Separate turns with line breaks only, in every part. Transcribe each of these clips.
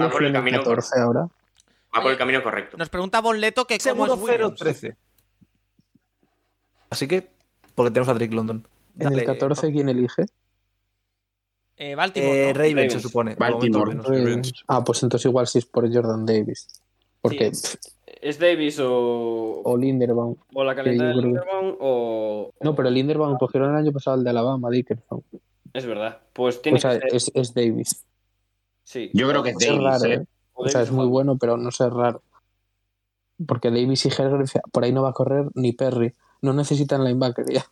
Va por el camino,
14 ahora.
va por el camino correcto.
Eh, Nos pregunta Bonleto que cómo es
Seguro
Williams.
0-13.
Así que, porque tenemos a Drake London.
En
Dale,
el 14, ¿quién elige?
Eh, Baltimore.
Eh,
¿no?
Ravens, se
Ravens.
supone. de
Baltimore.
momento al menos.
Ravens.
Ah, pues entonces igual sí es por Jordan Davis. Porque
Sí. ¿Es Davis o,
o Linderbaum.
o la calidad de
yo creo que-
Linderbaum o.
No, pero Linderbaum cogieron el año pasado el de Alabama, Dickerson.
Es verdad. Pues tiene
O sea,
que ser.
es, es Davis.
Sí.
Yo creo que es
Es
Davis,
raro,
¿eh?
¿eh? O sea, es muy bueno, pero no sé, es raro. Porque Davis y Hargrave, por ahí no va a correr ni Perry. No necesitan linebacker ya.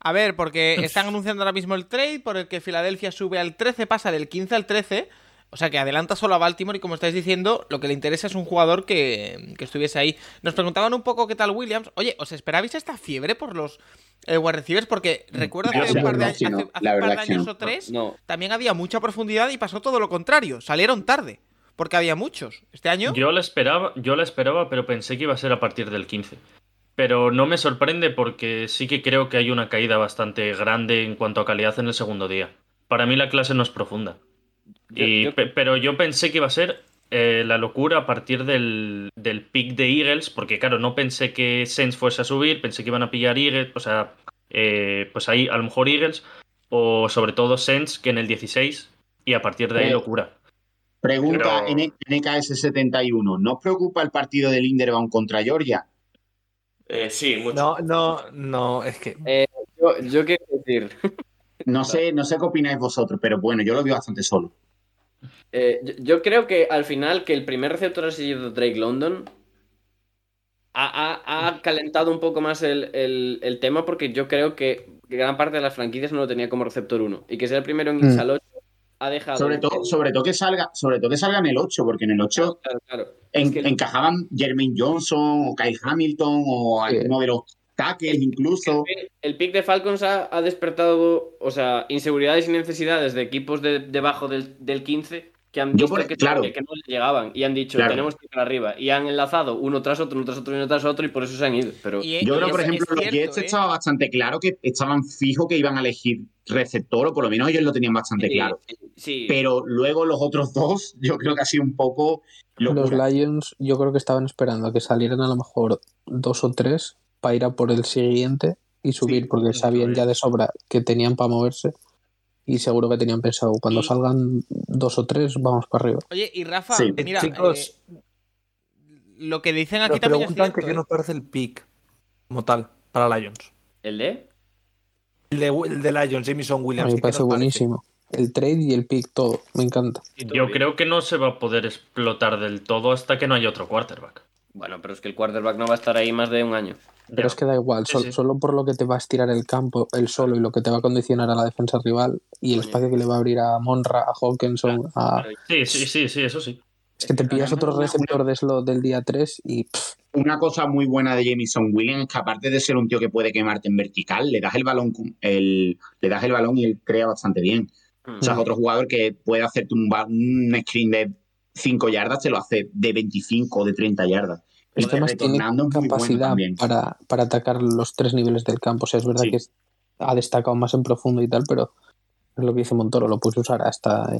A ver, porque están anunciando ahora mismo el trade por el que Filadelfia sube al 13, pasa del 15 al 13. O sea que adelanta solo a Baltimore y como estáis diciendo, lo que le interesa es un jugador que, que estuviese ahí. Nos preguntaban un poco qué tal Williams. Oye, ¿os esperabais esta fiebre por los eh, wide receivers? Porque recuerdo que
Mm, Yo
hace
la
un par de,
verdad
años-
que no,
hace- hace
la
un par de
verdad que
años
no.
o tres
No.
también había mucha profundidad y pasó todo lo contrario. Salieron tarde, porque había muchos. Este año...
Yo la esperaba, yo la esperaba, pero pensé que iba a ser a partir del 15. Pero no me sorprende porque sí que creo que hay una caída bastante grande en cuanto a calidad en el segundo día. Para mí la clase no es profunda.
Yo-
Y-
yo-
pe- Pero yo pensé que iba a ser eh, la locura a partir del, del pick de Eagles, porque claro, no pensé que Saints fuese a subir, pensé que iban a pillar Eagles, o sea, eh, pues ahí a lo mejor Eagles, o sobre todo Saints, que en el 16, y a partir de ahí
Eh,
locura.
Pregunta
Pero-
NKS71. ¿No os preocupa el partido de Linderbaum contra Georgia?
Eh, sí, mucho.
No, no, no, es que.
Eh, Yo, yo qué decir.
No sé, no sé qué opináis vosotros, pero bueno, yo lo veo bastante solo.
Eh, yo, yo creo que al final que el primer receptor ha sido Drake London. Ha, ha- ha calentado un poco más el, el- el tema porque yo creo que gran parte de las franquicias no lo tenía como receptor 1. Y que sea el primero en irse
Mm.
al 8 ha dejado.
Sobre todo, sobre todo que salga, sobre todo que salga en el 8, porque en el 8
Claro, claro.
en-
Es que-
encajaban Jermaine Johnson o Kyle Hamilton o
Sí.
alguno de los tackles incluso.
El pick de Falcons ha, ha despertado, o sea, inseguridades y necesidades de equipos de- debajo del, del 15 que han
Yo
visto
por-
que,
claro.
que no le llegaban y han dicho,
Claro.
tenemos que ir para arriba. Y han enlazado uno tras otro, uno tras otro, uno tras otro, y por eso se han ido. Pero
Y-
Yo
y
creo, por
es-
ejemplo,
es
los
cierto,
Jets
¿eh?
estaba bastante claro que estaban fijo que iban a elegir receptor, o por lo menos ellos lo tenían bastante
Sí,
claro.
sí.
Pero luego los otros dos, yo creo que ha sido un poco
Los
locura.
Lions, yo creo que estaban esperando a que salieran a lo mejor dos o tres para ir a por el siguiente y subir, porque sabían ya de sobra que tenían para moverse y seguro que tenían pensado, cuando
Y-
salgan dos o tres, vamos para arriba.
Oye, y Rafa,
Sí.
Eh,
mira,
Chicos,
eh, lo que dicen aquí
nos
también es
preguntan que
cierto,
qué
¿eh?
nos parece el pick como tal para Lions.
¿El de?
El de, el de Lions, Jameson
A
Williams.
mí
¿qué
me
nos
parece buenísimo. El trade y el pick, todo, me encanta.
Yo creo que no se va a poder explotar del todo hasta que no haya otro quarterback.
Bueno, pero es que el quarterback no va a estar ahí más de un año.
Pero es que da igual,
Sí,
sol-
sí.
solo por lo que te va a estirar el campo, el solo y lo que te va a condicionar a la defensa rival y el
Coño.
espacio que le va a abrir a Monra, a Hawkinson, a...
Sí, sí, sí, sí, eso sí.
Es que te pillas
además
otro
una-
receptor de slot del día 3 y... pff,
Una cosa muy buena de Jameson Williams es que aparte de ser un tío que puede quemarte en vertical, le das el balón, con- el, le das el balón y él crea bastante bien.
Hmm.
O
Mm.
sea, es otro jugador que puede hacerte un, ba- un screen de 5 yardas, te lo hace de 25 o de 30 yardas.
El
Lo de
tema es que tiene
retornando es muy bueno
capacidad
también.
para, para atacar los tres niveles del campo. O sea, es verdad
Sí.
que es- ha destacado más en profundo y tal, pero es lo que dice Montoro, lo puedes usar hasta eh,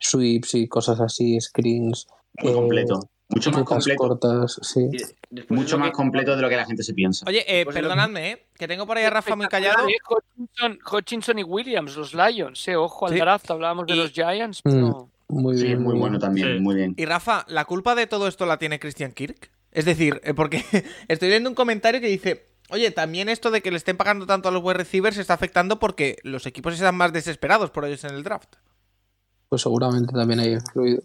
sweeps y cosas así, screens,
Muy
eh,
completo. Mucho más
rutas
completo.
cortas, sí.
Y después
Mucho
lo
más
que-
completo de lo que la gente se piensa.
Oye, eh,
Pues lo-
perdonadme, ¿eh? que tengo por ahí a Rafa muy callado.
Eh, Hutchinson, Hutchinson y Williams, los Lions, eh, ojo al
Sí.
draft, hablábamos de
Y-
los Giants,
Mm.
pero
Muy
Sí,
bien.
muy
bien.
bueno también,
Sí.
muy bien.
Y Rafa, ¿la culpa de todo esto la tiene Christian Kirk? Es decir, eh, porque estoy leyendo un comentario que dice, oye, también esto de que le estén pagando tanto a los wide receivers está afectando porque los equipos están más desesperados por ellos en el draft.
Pues seguramente también hay influido.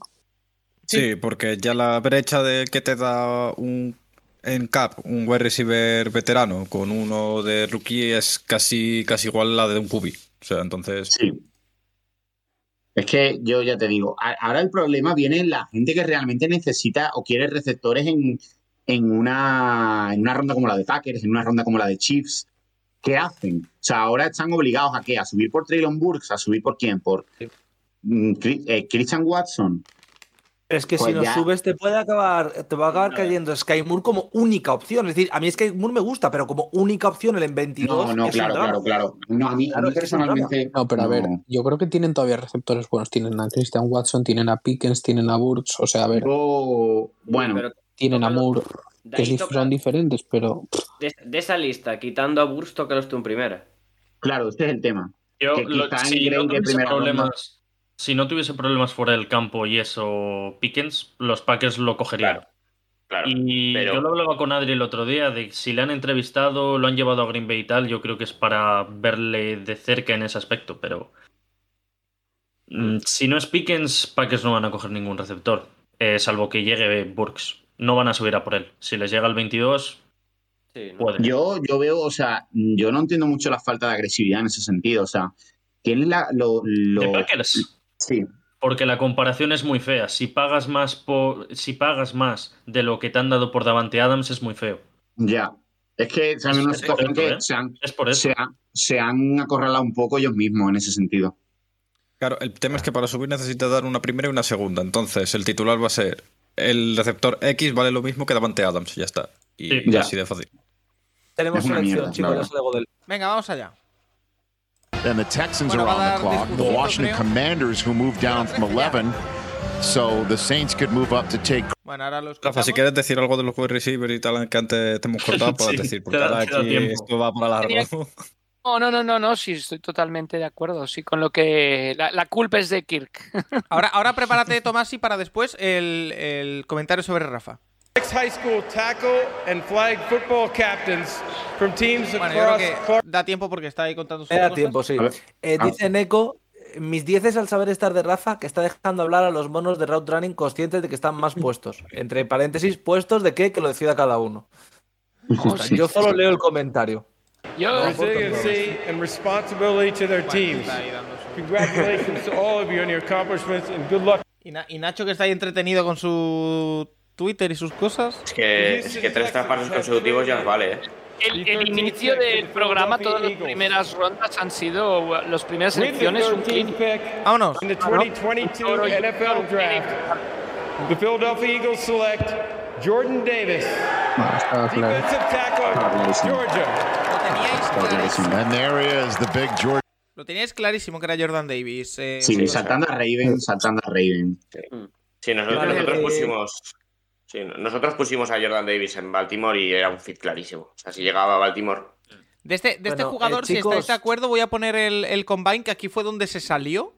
Sí, porque ya la brecha de que te da un en cap, un wide receiver veterano con uno de rookie es casi, casi igual a la de un QB. O sea, entonces.
Sí. Es que yo ya te digo, a- ahora el problema viene en la gente que realmente necesita o quiere receptores en, en, una, en una ronda como la de Packers, en una ronda como la de Chiefs. ¿Qué hacen? O sea, ahora están obligados a qué? A subir por Traylon Burks, a subir por quién? Por mm, Cri- eh, Christian Watson.
Es que si
Pues
nos
ya.
subes te puede acabar, te va a acabar cayendo Sky Moore como única opción. Es decir, a mí Sky Moore me gusta, pero como única opción el en 22
No, no,
es un
claro,
drama.
claro, claro. No, a mí, a
Claro,
mí
es que es un
personalmente.
No, pero a ver,
no.
yo creo que tienen todavía receptores buenos. Tienen a Christian Watson, tienen a Pickens, tienen a Burks, o sea, a ver,
Yo- bueno,
Pero
tienen a
tócalo.
Moore,
de,
que
ahí
sí
toca-
son diferentes, pero
de- de esa lista, quitando a Burst, tócalos tú en primera.
claro, este es el tema.
Yo,
Que
lo-
quizá
si,
Ingram de
no tuviese
primera ronda.
problemas, si no tuviese problemas fuera del campo y eso, Pickens, los Packers lo cogerían.
Claro, claro.
y
pero-
yo lo hablaba con Adri el otro día de si le han entrevistado, lo han llevado a Green Bay y tal. Yo creo que es para verle de cerca en ese aspecto, pero mm, si no es Pickens, Packers no van a coger ningún receptor, eh, salvo que llegue Burks. No van a subir a por él. Si les llega el 22,
Sí, ¿no?
puede.
Yo, yo veo, o sea, yo no entiendo mucho la falta de agresividad en ese sentido. O sea, tienes la. Lo,
De
lo-
Packers.
sí,
Porque la comparación es muy fea. Si pagas más por, si pagas más de lo que te han dado por Davante Adams es muy feo.
ya. Es que se han
Es-
una
es
situación que
correcto, ¿eh?
se han,
Es por eso.
se han- se han acorralado un poco ellos mismos en ese sentido.
Claro, el tema es que para subir necesitas dar una primera y una segunda. Entonces, el titular va a ser el receptor X vale lo mismo que Davante Adams, ya está. Y
Sí.
Ya.
así de fácil.
Tenemos
Es una
selección,
mierda,
chicos,
la
ya se le hago del-
Venga, vamos allá.
And the Texans are
Bueno, va a
on
dar
the clock. The
discursito,
Washington
creo.
Commanders, who moved down from 11, so the Saints could move up to take
Bueno, ahora los
Rafa, si quieres decir algo de los wide receivers y tal que antes te hemos cortado, puedes
Sí,
decir,
te
porque
da-
ahora
te da
aquí
tiempo.
esto va para
Tenía-
largo.
No, no, no, no, no, sí, estoy totalmente de acuerdo. Sí, con lo que. La, la culpa es de Kirk.
Ahora, ahora prepárate, Tomás, y para después el, el comentario sobre Rafa.
high school tackle and flag football captains from teams
Bueno, yo creo
across
que da tiempo porque está ahí contando sus
Me da
cosas.
tiempo, sí.
A ver.
Eh,
Ah.
dice Neko, mis dieces al saber estar de raza que está dejando hablar a los monos de route running conscientes de que están más puestos. Entre paréntesis, puestos de qué que lo decida cada uno. O sea, yo solo leo el comentario.
Yo,
resiliency and responsibility to their
Bueno,
teams.
está ahí dando su-
Congratulations to all of you on your accomplishments and good luck.
Y, Na- y Nacho, que está ahí entretenido con su Twitter y sus cosas.
Es que, es que tres traspasos consecutivos ya os vale, ¿eh?
el, el inicio del programa, todas las primeras rondas han sido. uh, Las primeras
With the
elecciones, un Ah,
13th
clip.
pick
Vámonos.
in the 2022 NFL Draft, the Philadelphia Eagles select Jordan Davis,
bueno, estaba claro.
defensive tackle, Georgia.
Lo teníais, clarísimo.
And there he is, the big George.
Lo teníais clarísimo que era Jordan Davis. eh,
Sí,
o sea,
saltando a Raven, saltando a Raven.
Mm.
Sí, nosotros,
Vale,
nosotros
eh.
pusimos. sí, nosotros pusimos a Jordan Davis en Baltimore y era un fit clarísimo. O sea, si llegaba a Baltimore.
De este, de este
Bueno, eh,
jugador, si
chicos.
estáis de acuerdo, voy a poner el, el combine, que aquí fue donde se salió.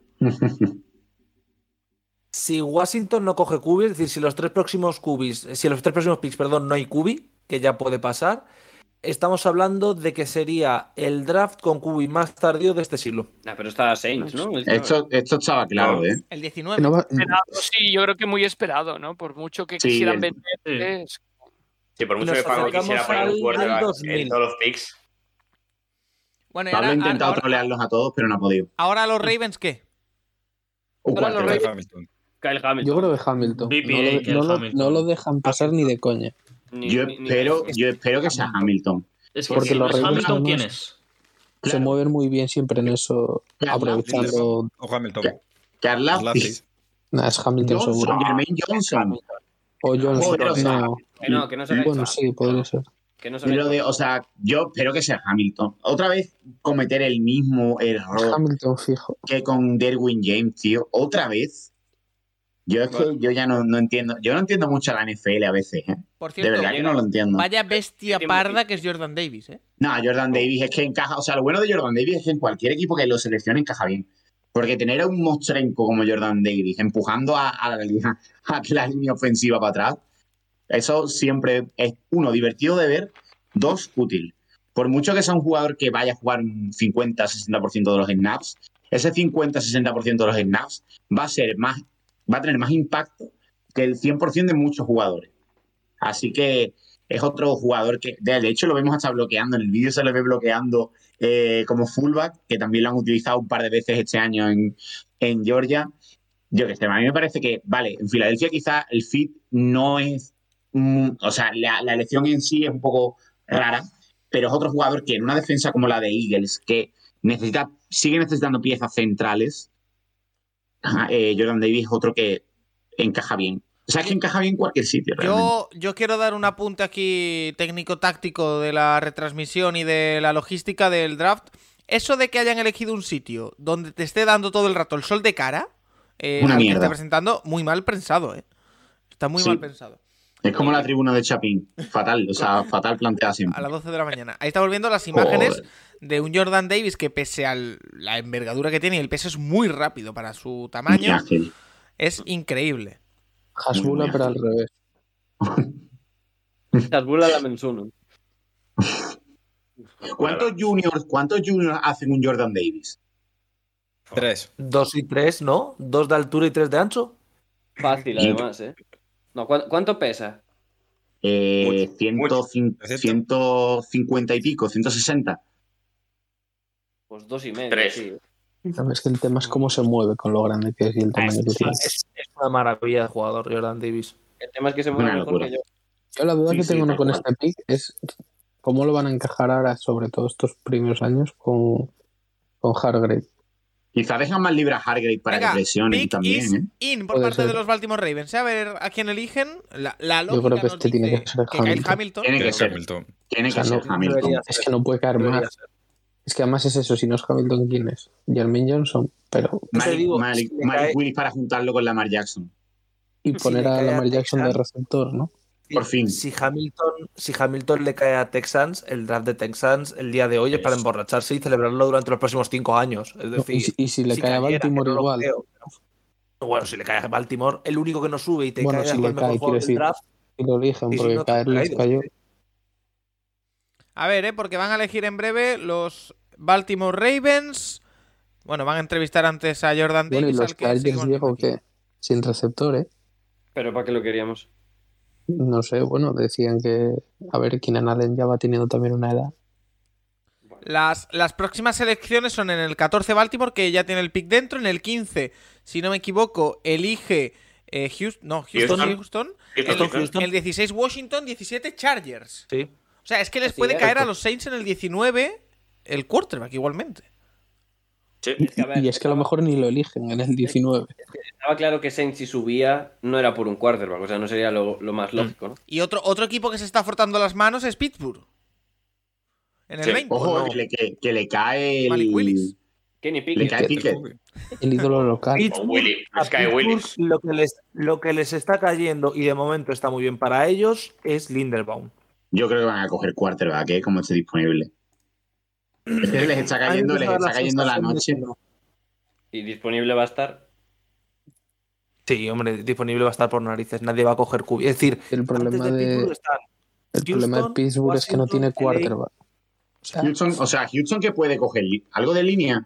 Si Washington no coge QB, es decir, si los tres próximos QBs, si los tres próximos picks, perdón, no hay QB, que ya puede pasar, estamos hablando de que sería el draft con QB más tardío de este siglo.
Nah, Ah, pero está Saints, ¿no?
Esto, esto estaba claro, ¿eh?
El
Que
19.
no va-
esperado, sí, yo creo que muy esperado, ¿no? Por mucho que
Sí,
quisieran
el-
vender.
Sí.
es-
Si por mucho
Nos
que Paco quisiera
acercamos
poner
al-
un quarterback
al 2000.
en todos los picks,
Bueno, y
Pablo
ahora,
ha intentado
ahora-
trolearlos a todos, pero no ha podido.
ahora los Ravens, ¿qué?
Un
Ahora
cuatro.
los Ravens-
Hamilton.
Kyle Hamilton.
Yo creo de Hamilton.
BPA
No lo,
que
no
el
lo-
Hamilton.
no lo dejan pasar ni de coña.
Ni-
Yo
ni- ni-
espero, yo espero que sea Hamilton.
Es que
Porque
si no es
los Ravens
Hamilton,
son
¿quién
más-
es?
Se mueven muy bien siempre en eso,
Claro,
aprovechando.
O Hamilton.
Claro. Carla
Lazis.
Nah, es Hamilton seguro.
Johnson, Jermaine Johnson.
O Johnson.
Joder, o sea,
no.
Que no, que no se
Bueno, sí, podría ser.
Que no se
Pero de- o sea, yo espero que sea Hamilton. Otra vez cometer el mismo
Es
error
Hamilton fijo.
que con Derwin James, tío. Otra vez. Yo es que yo ya no, no entiendo. Yo no entiendo mucho a la NFL a veces, ¿eh?
Por
De
cierto,
verdad que no lo entiendo.
vaya bestia
Tiene-
parda que es Jordan Davis, ¿eh?
No, Jordan Davis es que encaja. O sea, lo bueno de Jordan Davis es que en cualquier equipo que lo seleccione encaja bien. Porque tener a un mostrenco como Jordan Davis empujando a, a la, línea- a la línea ofensiva para atrás, eso siempre es, uno, divertido de ver, dos, útil. Por mucho que sea un jugador que vaya a jugar un 50-60% de los snaps, ese 50-60% de los snaps va a, ser más, va a tener más impacto que el 100% de muchos jugadores. Así que es otro jugador que, de de hecho, lo vemos hasta bloqueando. En el vídeo se le ve bloqueando eh, como fullback, que también lo han utilizado un par de veces este año en, en Georgia. Yo que sé, a mí me parece que, vale, en Filadelfia quizá el fit no es. mm, o sea, la, la elección en sí es un poco rara, pero es otro jugador que en una defensa como la de Eagles, que necesita, sigue necesitando piezas centrales. ajá, eh, Jordan Davis es otro que encaja bien. O sea, es que encaja bien en cualquier sitio, realmente.
Yo, yo quiero dar un apunte aquí técnico-táctico de la retransmisión y de la logística del draft. Eso de que hayan elegido un sitio donde te esté dando todo el rato el sol de cara, eh,
Una
al que
mierda.
esté presentando, muy mal pensado, ¿eh? Está muy
Sí.
mal pensado.
Es como la tribuna de Chapín. Fatal, o sea, fatal planteada
A
siempre.
las 12 de la mañana. Ahí estamos viendo las imágenes de un Jordan Davis que pese a la envergadura que tiene y el peso es muy rápido para su
Muy
tamaño.
ágil.
Es increíble.
Hasbula, pero al revés.
Hasbula la mensuno.
¿Cuántos juniors, ¿Cuántos juniors hacen un Jordan Davis?
Tres.
Dos y tres, ¿no? Dos de altura y tres de ancho.
Fácil, además, ¿eh? No, ¿cuán- ¿cuánto pesa?
Eh, 150 150 y pico, 160.
Pues dos y medio. sí.
Es que el tema es cómo se mueve con lo grande que es y el tamaño que tiene.
Es, es una maravilla de jugador, Jordan Davis.
El tema es que se mueve
Una
mejor
locura.
que yo.
Yo la duda
Sí,
que
sí,
tengo
tal
con
cual.
este pick es cómo lo van a encajar ahora, sobre todo estos primeros años, con, con Hargrave.
Quizá dejan más libre a Hargrave para
Venga,
que presione
pick
también,
is
¿eh?
in por
Puede
parte
ser.
de los Baltimore Ravens. ¿eh? A ver a quién eligen. La, la
Yo creo
lógica
que
nos
este tiene
dice
que ser
que Kyle
Hamilton.
Hamilton.
Tiene
O sea,
que ser
no-
Hamilton. Debería
Es que no puede caer más. Es que además es eso, si no es Hamilton, ¿quién es? Jermaine Johnson, pero...
Malik, Malik- Malik Willis para juntarlo con Lamar Jackson.
Y
si
poner
le
a
cae a
Lamar Jackson de receptor, ¿no?
Por fin.
Si Hamilton, si Hamilton le cae a Texans, el draft de Texans el día de hoy es para emborracharse y celebrarlo durante los próximos cinco años. Es
No,
decir,
y si- y si le cae a
cayera, que
Baltimore
no lo
igual.
creo, pero- Bueno, si le cae a Baltimore, el único que no sube y te
bueno,
cae
si
a
le
mejor
cae, quiero
jugador del
decir,
draft,
si lo eligen,
Sí, sí,
porque
no te pues,
caer les
caído.
cayó.
A ver, ¿eh? porque van a elegir en breve los Baltimore Ravens. Bueno, van a entrevistar antes a Jordan
Bueno, y
Davis.
los
al que
Chargers,
seguimos-
Diego, que sin receptor, ¿eh?
Pero ¿para qué lo queríamos?
No sé, bueno, decían que, a ver, Keenan Allen ya va teniendo también una edad.
Las, las próximas elecciones son en el 14 Baltimore, que ya tiene el pick dentro. En el 15, si no me equivoco, elige eh, Houst- no,
Houston.
Houston. sí, Houston.
Houston,
el,
Houston.
el 16 Washington, 17 Chargers.
Sí.
O sea, es que les
Así
puede
es.
caer a los Saints en el 19 el quarterback igualmente.
Y- y es que a lo mejor ni lo eligen en el 19.
Estaba claro que Sainz si subía no era por un quarterback, o sea, no sería lo, lo
Mm.
más lógico, ¿no?
Y otro, otro equipo que se está frotando las manos es Pittsburgh. En el
Sí.
20.
Ojo,
No.
que, le, que- que le cae
Malik
el,
Kenny
le cae Pickett.
El ídolo local.
Pittsburgh, a
es que
Pittsburgh
Willis.
Lo, que les, lo que les está cayendo y de momento está muy bien para ellos es Linderbaum.
Yo creo que van a coger quarterback, ¿eh? como esté disponible. Es que les está
A
cayendo,
mí me
les
da
está
la
cayendo la
sensación de
noche.
que no.
Y disponible va a estar.
Sí, hombre, disponible va a estar por narices. Nadie va a coger cubi. Es decir,
El problema
antes de,
de,
Pittsburgh están
el problema de
Houston,
Pittsburgh es que no tiene
Washington, LA.
quarterback.
Houston, o sea, Houston que puede coger li- algo de línea.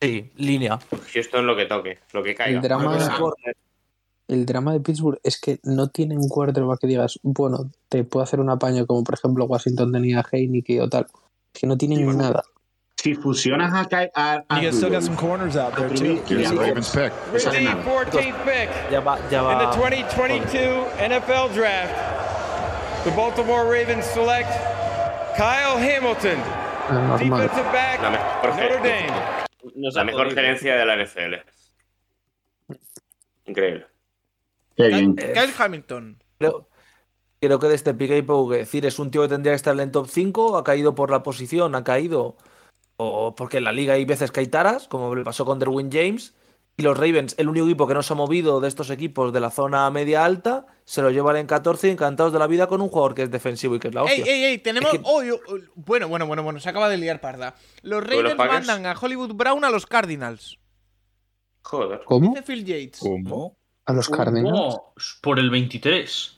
Sí, línea.
Houston lo que toque, lo que caiga.
El drama, el drama de Pittsburgh es que no tiene un quarterback que digas, bueno, te puedo hacer un apaño como por ejemplo Washington tenía a Heineke o tal. Es que no tienen nada.
Si fusionas a, Kai- a, a
You guys still got
Rudolph,
some corners out there, too.
Trubisky, a Rudolph, no sale nada.
14th pick
Ya va, ya
in the
va.
2022 NFL Draft. The Baltimore Ravens select Kyle Hamilton,
Ah,
defensive back,
La mejor,
Notre
ger-
Dame.
la mejor gerencia de la NFL. Increíble.
Qué bien.
Kyle Hamilton.
Creo, creo que de este pick hay poco que decir. Es un tío que tendría que estar en el top 5, ha caído por la posición, ha caído. O porque en la liga hay veces que hay taras, como le pasó con Derwin James. Y los Ravens, el único equipo que no se ha movido de estos equipos de la zona media alta, se lo llevan en 14 encantados de la vida con un jugador que es defensivo y que es la
Ey,
Ah, hostia.
ey, ey, tenemos. oh, yo- oh, bueno, bueno, bueno, bueno, se acaba de liar parda. Los
¿Tú los
Ravens
pagas?
mandan a Hollywood Brown a los Cardinals.
Joder.
¿Cómo?
Dice Phil Yates.
¿Cómo?
A los Cardinals.
No, por el 23.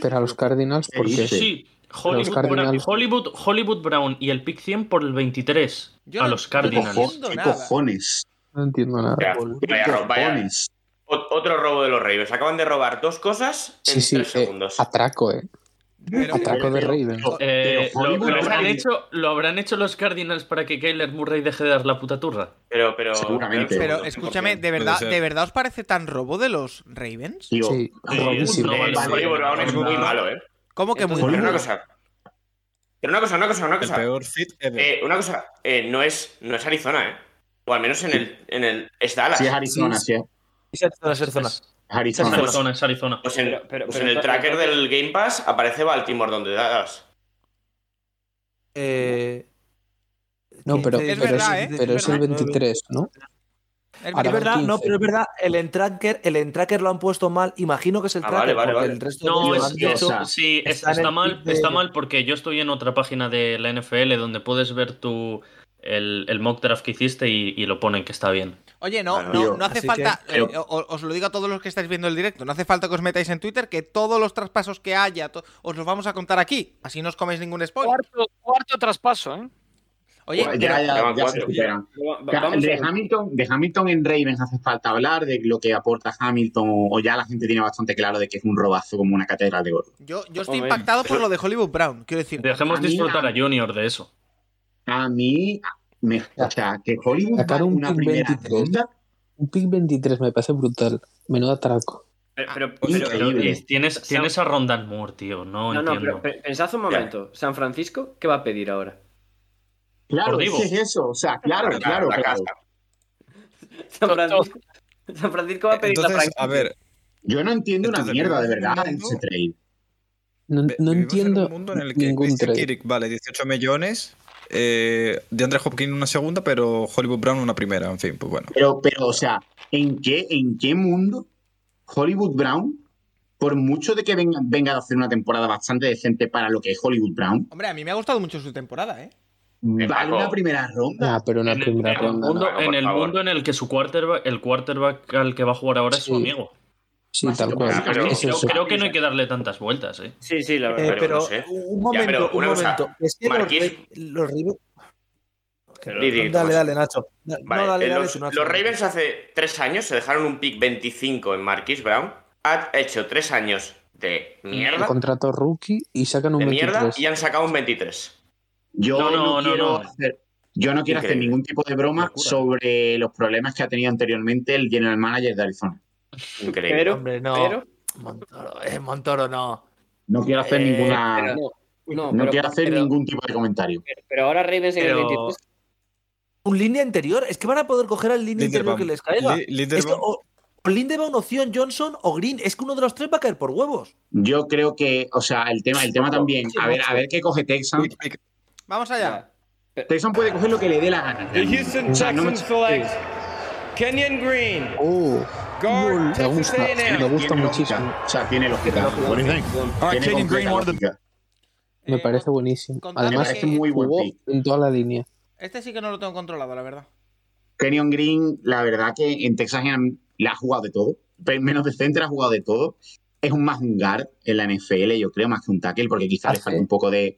Pero a los Cardinals, ¿por
Sí,
qué?
sí. Hollywood,
los
Brown-
Cardinals-
Hollywood, Hollywood Brown y el pick 100 por el 23
Yo
a
no-
los
yo no
Cardinals.
entiendo
¿Qué
nada.
cojones?
No entiendo nada.
Vaya, vaya ro- vaya- Ot- Otro robo de los Ravens. Acaban de robar dos cosas en
Sí, sí,
tres
eh,
segundos.
atraco, ¿eh? Atraco de Ravens.
Eh,
Pero
lo,
Hollywood
lo
Brown-
habrán hecho, lo habrán hecho los Cardinals para que Kyler Murray deje de dar la puta turra.
Pero, pero.
Seguramente.
Pero escúchame, ¿de verdad,
Puede ser.
¿de verdad os parece tan robo de los Ravens?
Tío,
Sí,
Eh,
robísimo.
el Hollywood Brown es muy malo, ¿eh?
¿Cómo que muy
Pero una
robo?
cosa. Pero una cosa, una cosa, una cosa.
peor fit ever.
Eh, una cosa, eh, no, es, no es Arizona, ¿eh? O al menos en el. En el es Dallas.
Si es Arizona, si es,
Es Arizona, es Arizona.
Arizona.
Es Arizona, es Arizona.
Pues en,
pero-
pues
pero
en el
to-
tracker
entonces-
del Game Pass aparece Baltimore donde das.
Eh,
No, pero,
Es
pero
verdad,
es,
¿eh?
pero
Es
es el
verdad.
23, ¿no?
Es
Ahora
verdad,
van
no,
15.
pero es verdad, el entracker, el entracker lo han puesto mal. Imagino que es el
Ah,
tracker,
vale, vale,
porque
vale.
el resto de
No,
ellos
es,
han
es-
dicho-
sí, es-
está en
está
el
mal,
feed de-
está mal porque yo estoy en otra página de la NFL donde puedes ver tu el, el mock draft que hiciste y, y lo ponen que está bien.
Oye, no,
Claro,
no,
yo-
no hace
así
falta,
que-
eh, o- os lo digo a todos los que estáis viendo el directo, no hace falta que os metáis en Twitter, que todos los traspasos que haya, to- os los vamos a contar aquí, así no os coméis ningún spoiler.
Cuarto, cuarto traspaso, ¿eh?
Oye,
ya,
pero-
Pues ya, ya
Estaban
se
cuatro.
recuperan.
Va- va-
Ya,
vamos
De
a-
Hamilton, de Hamilton en Ravens hace falta hablar, de lo que aporta Hamilton, o ya la gente tiene bastante claro de que es un robazo como una catedral de oro.
yo, yo estoy
Hombre.
impactado por lo de Hollywood Brown, quiero decir.
Dejemos
A mí-
disfrutar a Junior de eso.
A mí, me, o sea, que Hollywood va
Sacaron
una
un
primera
23.
ronda,
Un pick 23 me parece brutal. Menudo atraco.
Pero, pero- eh,
Pero-
Pero
increíble.
y tienes, tienes a Rondan Moore, tío. No,
no, no,
entiendo.
pero pe- pensad un momento. San Francisco, ¿qué va a pedir ahora?
Claro,
Por
es
Divo.
que es eso. O sea, claro,
La-
claro,
la
claro.
casa.
San
Toto.
Francisco, San Francisco va a pedir la
Entonces,
franquicia.
a ver,
Yo no entiendo una
Entonces,
mierda de verdad
¿no?
ese trade.
No,
ve-
no
vivimos en
entiendo
un mundo en el que
ningún
Christian
trade.
Kirk vale 18 millones, eh, de Andre Hopkins una segunda, pero Hollywood Brown una primera. En fin, pues bueno.
Pero, pero, o sea, ¿en qué, ¿en qué mundo Hollywood Brown, por mucho de que venga, venga a hacer una temporada bastante decente para lo que es Hollywood Brown,
Hombre, a mí me ha gustado mucho su temporada, ¿eh?
Mm, vale
Paco.
una primera ronda?
Ah, pero una
En el,
primera
en el
ronda.
mundo,
no.
no,
en
por
el
favor.
mundo en el que su quarterback, el quarterback al que va a jugar ahora es su
Sí.
amigo.
Sí, tal
básico,
cual.
Ah, pero-
es
Creo,
eso.
creo que no hay que darle tantas vueltas, eh.
Sí, sí, la
Eh,
verdad.
Pero
pero
no sé.
uh,
un momento,
Ya, pero
un
una cosa,
momento. Es que los
Marquis-
Ra- los Ravens-
Didi,
Dale,
Tomás.
dale, Nacho. No,
Vale,
dale,
eh,
dale,
los,
tú, Nacho.
los Ravens hace tres años se dejaron un pick 25 en Marquis Brown. Ha hecho tres años de
El
mierda,
contrato rookie y sacan un
de mierda
23.
y han sacado un 23.
Yo
No,
no,
no, no,
quiero
no.
hacer. Yo no quiero hacer
Increíble.
ningún tipo de broma
Locura.
sobre los problemas que ha tenido anteriormente el general manager de Arizona.
Increíble.
Pero,
Hombre, no.
pero-
Montoro, eh, Montoro, no.
No quiero hacer
Eh,
ninguna.
pero-
no, no,
no
pero,
quiero hacer
pero-
ningún tipo de comentario.
pero ahora Ravens en el
Pero-
23.
Un línea interior. Es que van a poder coger al línea interior
Linderbaum.
que les caiga.
Li-
Es que
Linderbaum,
o, o Lindemann, o Zion Johnson, o Green. Es que uno de los tres va a caer por huevos.
Yo creo que, o sea, el tema, el tema también. A ver, a ver qué coge Texan.
pick, pick.
Vamos allá.
Texan puede coger lo que le dé la gana.
The Houston
O sea, no me-
Texans select Kenyon Green,
Oh,
guard,
me
Texas
gusta, me
A&M.
gusta
Tiene
muchísimo.
lógica. O sea, tiene lógica.
What do you think?
Ah,
Tiene
Kenyon Green,
completa
one of the-
lógica.
Me
Eh,
parece buenísimo.
contadme
Me
Además,
parece
que-
muy buen
jugó
pick.
en toda la línea.
Este sí que no lo tengo controlado, la verdad.
Kenyon Green, la verdad que en Texas A&M la ha jugado de todo. Pe- Menos decente la ha jugado de todo. Es un más un guard en la NFL, yo creo, más que un tackle, porque quizás le
Ah,
falta
¿sí?
un poco de,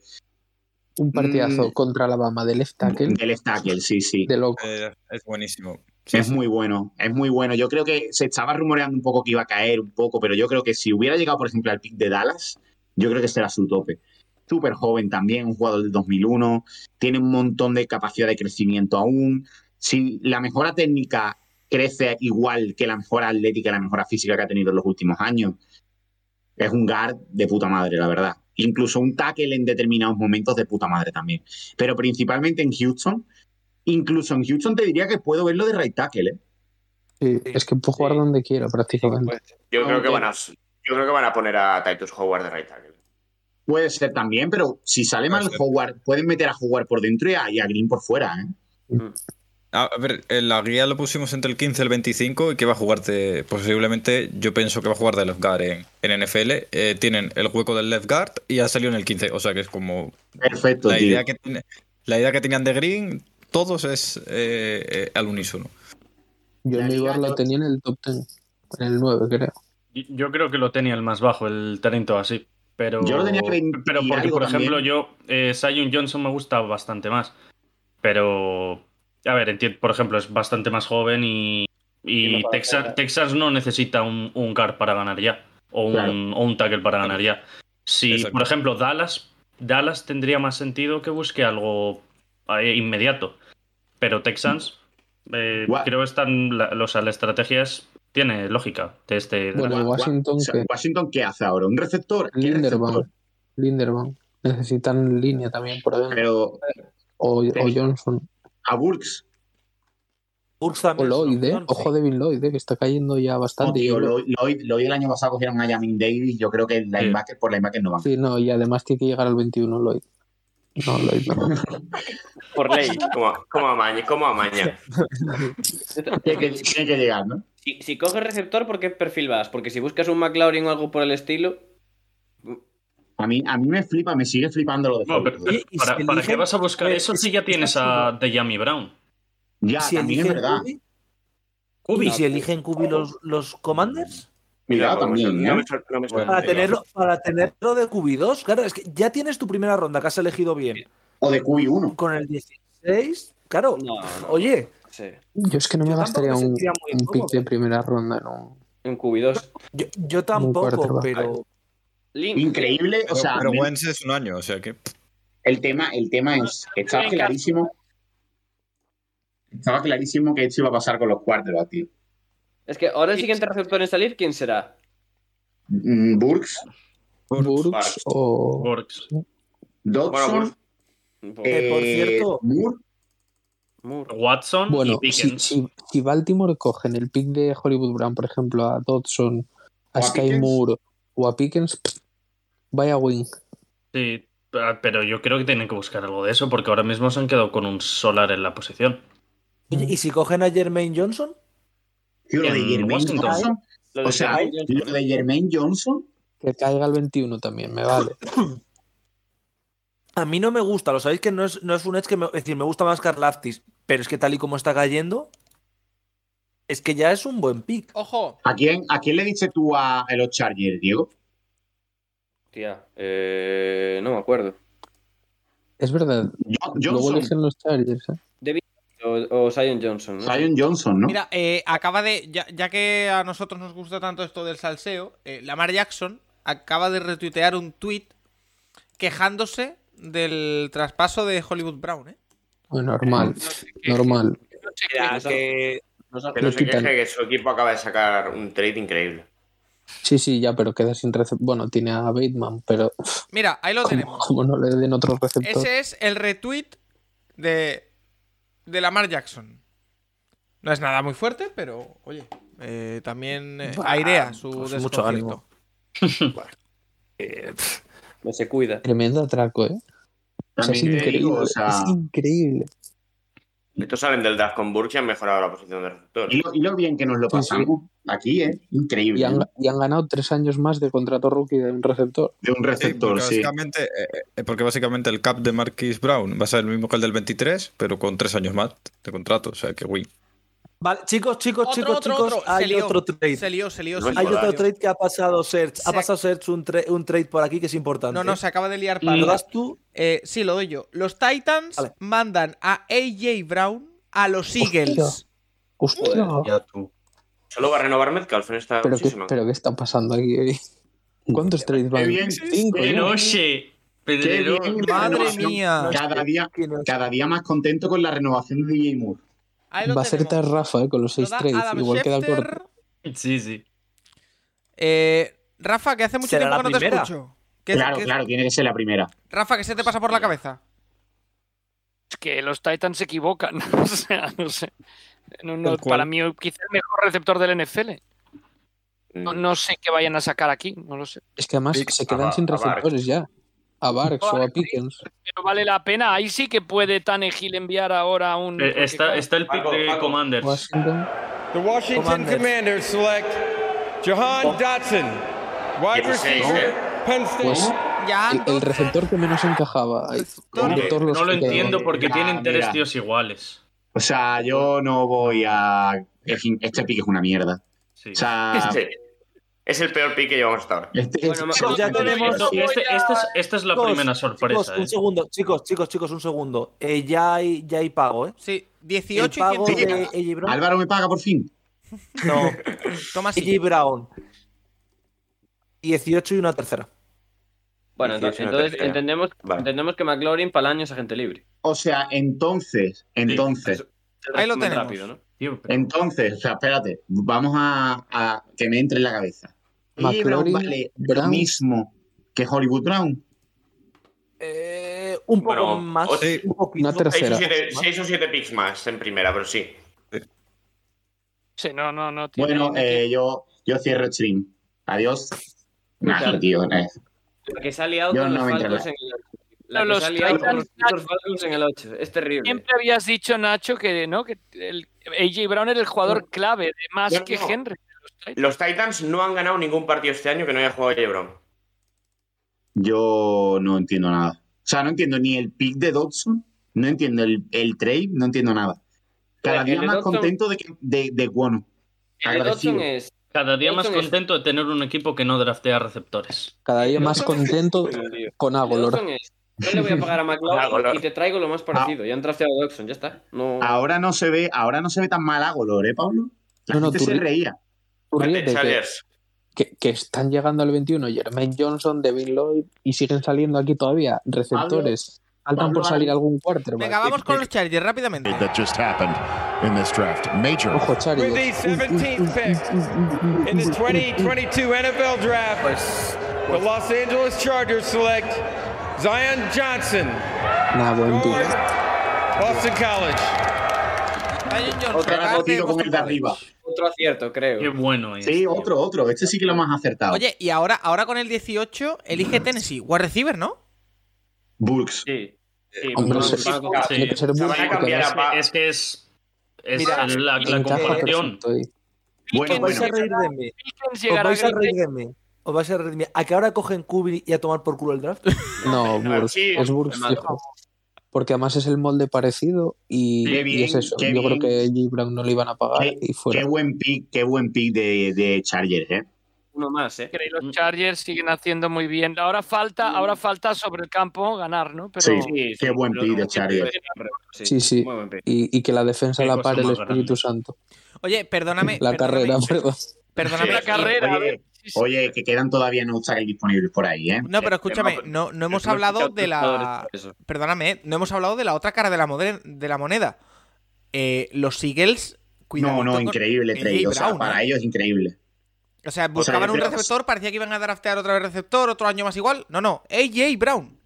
Un partidazo
Mm.
contra Alabama de left tackle.
del tackle, sí, sí.
De loco.
Eh, es buenísimo. Sí,
Es
sí.
muy bueno, es muy bueno. Yo creo que se estaba rumoreando un poco que iba a caer un poco, pero yo creo que si hubiera llegado, por ejemplo, al pick de Dallas, yo creo que será su tope. Súper joven también, un jugador del 2001, tiene un montón de capacidad de crecimiento aún. Si la mejora técnica crece igual que la mejora atlética y la mejora física que ha tenido en los últimos años, es un guard de puta madre, la verdad. Incluso un tackle en determinados momentos de puta madre también. Pero principalmente en Houston, incluso en Houston te diría que puedo verlo de right tackle, ¿eh?
Sí, es que puedo jugar
sí.
donde quiero prácticamente.
pues.
Yo creo, que
Aunque-
van a, yo creo que van a poner a Titus Howard de right tackle.
Puede ser también, pero si sale
Puede
mal
ser.
Howard, pueden meter a Howard por dentro y a, y a Green por fuera. ¿eh?
A a ver, en la guía lo pusimos entre el 15 y el 25 y que va a jugarte, posiblemente, yo pienso que va a jugar de left guard en, en NFL. Eh, tienen el hueco del left guard y ha salido en el 15, o sea que es como
Perfecto,
la
tío.
idea que, tiene- la idea que tenían de Green, todos es eh, eh, al unísono.
Yo en
La
mi
liga
lugar lo
yo-
tenía en el top 10. En el 9, creo.
Y- Yo creo que lo tenía el más bajo, el talento así. Pero,
Yo lo tenía 20
pero
y
porque,
algo
por ejemplo,
también.
yo, eh, Zion Johnson me gusta bastante más. Pero, a ver, enti- por ejemplo, es bastante más joven y, y
Y no para
Texas,
ganar.
Texas no necesita un, un guard para ganar ya. O un,
Claro.
o un tackle para ganar ya. Si,
Exacto.
por ejemplo, Dallas, Dallas tendría más sentido que busque algo eh, inmediato. Pero Texans, eh,
Gua-
creo que están, la, o sea, la estrategia es- tiene lógica de este,
Bueno,
Wa-
y
Wa-
Washington,
o sea,
¿qué?
Washington, ¿qué hace ahora? ¿Un receptor? ¿Qué receptor?
Linderbaum. Linderbaum. Necesitan línea también por dentro.
Pero
O, o
Pero-
Johnson.
a Burks.
Burks también.
O Lloyd, eh. Ojo de Devin Lloyd, eh, que está cayendo ya bastante.
tío, Lloyd, Lloyd- Lloyd el año pasado cogieron a Yamin Davis. Yo creo que el linebacker por linebacker no van.
Sí, no, y además tiene que llegar al 21 Lloyd. No, Lloyd no.
Por ley. Como, como amaña, como amaña.
tiene, que, tiene que llegar, ¿no?
Si, si coges receptor, ¿por qué perfil vas? Porque si buscas un McLaurin o algo por el estilo.
A mí, a mí me flipa, me sigue flipando lo de
No, pero-
Fowler.
pero ¿para, para qué vas a buscar eso si ya tienes a Dejami Brown?
Ya, también es verdad.
¿Y si eligen Kubi los, los Commanders?
Cuidado también, ¿eh?
Para tenerlo, para tenerlo de Kubi 2, claro, es que ya tienes tu primera ronda que has elegido bien.
O de Kubi 1.
Con el 16, claro. Oye,
Yo es que no me gastaría un,
sentiría muy ¿eh?
un
incómodo.
pick de primera ronda, no.
En QB2.
Yo, yo
quarterback.
tampoco, pero.
Increíble, o
Pero-
sea,
Pero
me-
Wentz es un año, o sea que.
El tema, el tema es, estaba clarísimo. Estaba clarísimo que esto iba a pasar con los quarterbacks, tío.
Es que ahora el siguiente receptor en salir, ¿quién será?
Mm, Burks,
Burks o.
Borgs.
Dodson,
Que, por cierto-
eh, Moore,
Watson
Bueno,
y
si,
Pickens.
si, si Baltimore cogen el pick de Hollywood Brown, por ejemplo, a Dodson, a,
¿O a
Sky
Pickens?
Moore o a Pickens, pff, vaya win.
Sí, ah, pero yo creo que tienen que buscar algo de eso porque ahora mismo se han quedado con un solar en la posición.
Oye, ¿y si cogen a Jermaine Johnson?
Tío, lo de
En
Jermaine
Washington.
Johnson.
Lo de
O sea,
Jermaine
lo de Jermaine Johnson.
Que caiga el 21 también, me vale.
A mí no me gusta, lo sabéis que no es, no es un edge que me, es decir, me gusta más Karlaftis, pero es que tal y como está cayendo, es que ya es un buen pick.
Ojo,
¿A quién, ¿A quién le diste tú a, a los Chargers, Diego?
Tía, eh, no me acuerdo.
Es verdad. Luego
Johnson.
eligen los Chargers. ¿eh?
David o, o Zion Johnson, ¿no?
Zion Johnson, ¿no?
mira, eh, acaba de. Ya, ya que a nosotros nos gusta tanto esto del salseo, eh, Lamar Jackson acaba de retuitear un tweet quejándose del traspaso de Hollywood Brown, ¿eh?
Bueno, normal. Normal.
Mira, que, que no
Lo
se
quitan.
queje que su equipo acaba de sacar un trade increíble.
Sí, sí, ya, pero queda sin receptor. Bueno, tiene a Bateman, pero pff,
Mira, ahí lo
como,
tenemos.
como no le den otro receptor.
Ese es el retweet de, de Lamar Jackson. No es nada muy fuerte, pero oye, eh, también eh,
Bah,
airea su
pues mucho
desconcierto.
ánimo.
No se cuida.
Tremendo atraco, ¿eh? O sea, es
También te
increíble.
digo, o sea-
Es increíble.
Estos salen del draft con Burks y han mejorado la posición de receptor.
Y lo, y lo bien que nos lo pasamos aquí, ¿eh? Increíble.
Y han,
¿eh?
y han ganado tres años más de contrato rookie de un receptor.
De un receptor,
porque,
sí.
básicamente, eh, eh, porque básicamente el cap de Marquis Brown va a ser el mismo que el del 23, pero con tres años más de contrato, o sea que win.
Vale, chicos, chicos,
Otro,
chicos,
otro,
chicos,
otro.
hay
se lió,
otro trade.
Se lió, se lió. se
Hay
lió.
otro trade que ha pasado Search. Ha
Se-
pasado Search un, tra- un trade por aquí que es importante.
No, no, se acaba de liar
¿Lo
parda.
das tú?
Eh, sí, lo doy yo. Los Titans
Vale.
mandan a AJ Brown a los Eagles.
Hostia.
Solo va a renovar Metcalf en esta
¿Pero qué,
muchísima.
pero qué está pasando aquí? eh? ¿Cuántos trades van?
bien,
Cinco,
qué
¿no?
Oye,
Qué
Pedrero.
bien la
Madre
renovación.
mía.
Cada día,
¿Quién es?
cada día más contento con la renovación de DJ Moore.
Ahí lo
Va a ser
tenemos.
tan Rafa eh, con los
Lo
seis
da
trades.
Adam
Igual queda
Schefter.
corto.
Sí, sí.
Eh, Rafa, que hace mucho
¿Será
tiempo
la
que no te
primera?
escucho. ¿Qué-
Claro,
qué-
claro, tiene que ser la primera.
Rafa, ¿qué se te pasa por la cabeza?
Es que los Titans se equivocan. o sea, no sé. No, no,
Tal cual.
para mí, quizá el mejor receptor del NFL. No,
Mm.
no sé qué vayan a sacar aquí, no lo sé.
Es que además se quedan
a-
sin
a Barks.
receptores ya. A Barks o a Pickens.
Pero vale la pena. Ahí sí que puede Tanegil enviar ahora a un.
Eh,
porque,
Está,
claro,
está el pick
Paco,
de
Paco.
Commanders.
Washington.
The Washington
Commanders.
Commanders select Jahan Dotson, wide
16,
receiver,
eh.
Penn
Pues
State.
Ya,
el, el receptor que menos encajaba. Ay,
Hombre,
de todos los
Eh, no lo
que quedaban.
entiendo porque
Mira,
tienen tres
mira.
tíos iguales.
O sea, yo no voy a. es in- Este pick es una mierda.
Sí.
O sea,
Este es el peor pick que llevamos hasta ahora.
este,
Bueno,
este-
ya
este-
tenemos-
Esto- este- esta, es, esta es la
Chicos,
primera
Chicos,
sorpresa.
un
eh.
segundo, chicos, chicos, chicos, un segundo. Eh, ya, hay, ya hay pago, ¿eh?
Sí,
El
18 y
pago
100.
de AJ Brown.
Álvaro me paga por fin.
No,
Toma así.
AJ Brown. 18 y una tercera.
Bueno,
Sí, sí, sí,
entonces,
no te
entonces
creo.
entendemos,
Vale.
entendemos que McLaurin para el año es agente libre.
O sea, entonces, entonces,
eso- El
Ahí lo
resumen
tenemos.
rápido, ¿no?
Tío, pero-
entonces, o sea, espérate, vamos a, a que me entre en la cabeza. Y Brown
McLaurin,
vale lo
Brown.
mismo que Hollywood Brown.
Eh, un poco
Bueno,
más.
o- sí.
un poquito.
Una tercera.
Seis o siete- seis o siete picks más en primera, pero sí.
Sí, no, no, no. tiene
Bueno,
ni que-
eh, yo, yo cierro stream. Adiós. Nah, tío, eh.
La que se ha liado
Yo
con
no
los
me
Falcons
interesa.
en el 8. La
No,
que
los
se ha liado con los
Titans-
Falcons Falcons en el este 8. Es terrible.
Siempre habías dicho, Nacho, que no, que el AJ Brown era el jugador clave, de más
No, no,
que
no.
Henry.
Los Titans no han ganado ningún partido este año que no haya jugado AJ Brown.
Yo no entiendo nada. O sea, no entiendo ni el pick de Dodson, no entiendo el, el trade, no entiendo nada. Cada
El
día
de
más
Dodson-
contento de, que- de, de Guano. Agradecido.
Cada día más
Dodson es-
contento de tener un equipo que no draftea receptores.
Cada día más contento con Agolor.
Dodson es, yo le voy a pagar a McLaughlin y te traigo lo más
Ah.
parecido. Ya han trasteado a Dodson, ya está. No,
Ahora no se ve, ahora no se ve tan mal Agolor, ¿eh, Pablo? La
No, no,
gente
tú
se
ri-
reía.
tú ríete, que- que, que están llegando al 21, Jermaine Johnson, Devin Lloyd, y siguen saliendo aquí todavía receptores. Faltan
Pablo,
por salir
ahora-
algún quarterback.
Venga, vamos
con
los Chargers rápidamente.
That just happened in this draft. Major.
Ojo, Chargers.
With the 17th pick in the 2022 NFL Draft, the Los Angeles Chargers select Zion Johnson,
Nah, Ah, buen tío.
Boston College.
Otra
Ahora contigo con el de arriba.
otro acierto, creo.
Qué bueno.
Sí, otro, otro. Este sí que lo más acertado.
Oye, y ahora, ahora con el 18, elige Tennessee. War receiver, ¿no?
Burks.
Sí.
Hombre,
Burks.
se- se- tiene que ser
Se van a
Burks, porque
cambiar
va a
a Pa- Es que es, es
Mira,
la, la
encaja
comparación.
perfecto ahí.
Os vais a reír de mí. Os vais a reír de mí. Os vais a reír de mí. ¿A que ahora cogen Kubi y a tomar por culo el draft?
No, Burks. es Burks, fijo. Porque además es el molde parecido y,
Qué
y
bien,
es eso.
qué
Yo creo
bien.
que J. Brown no le iban a pagar
Qué,
y fuera.
qué buen pick, qué buen pick de, de Chargers, ¿eh?
Uno más, ¿eh?
Que Los Chargers siguen haciendo muy bien. Ahora falta, ahora falta sobre el campo ganar, ¿no? Pero
Sí, qué buen pick de Chargers.
Sí, sí. Y, y que la defensa la
cosa
pare el
más
Espíritu Santo.
Oye, perdóname.
La carrera, perdón.
Perdóname.
Sí, sí. Oye, oye, que quedan todavía no usables disponibles por ahí, ¿eh?
No, pero escúchame, no, no hemos
no he
hablado
escuchado
de la.
jugadores por
Perdóname, eh, no hemos hablado de la otra cara de la, moder- de la moneda. Eh, los Eagles. cuidadito
no, no,
con
increíble
AJ
trade. O sea,
Brown,
para
eh.
ellos increíble. O
O sea,
sea,
buscaban un
pero-
receptor, parecía que iban a draftear otra vez receptor, otro año más igual. No, no, AJ Brown.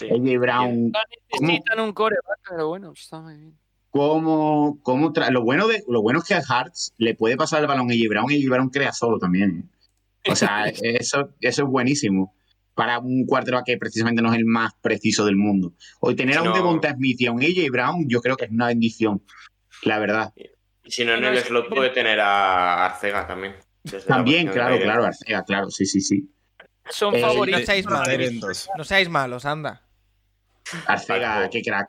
AJ Brown,
necesitan un coreback, pero bueno, está muy bien.
¿cómo, cómo tra- lo, bueno de, lo bueno es que a Hartz le puede pasar el balón a AJ Brown y AJ Brown crea solo también. ¿eh? O sea, eso, eso es buenísimo. Para un quarterback que precisamente no es el más preciso del mundo. Hoy tener a un
No.
Devonta Smith y a un AJ Brown, yo creo que es una bendición. La verdad.
Y si no, en
No,
el
es-
slot puede tener a Arcega también. desde la
También,
posición de
claro,
aire.
claro, Arcega, claro, sí, sí, sí.
Son
Eh,
favoritos.
de-
No seáis
de-
malos.
Talentos.
No seáis malos, anda.
Arcega, Ah, qué crack.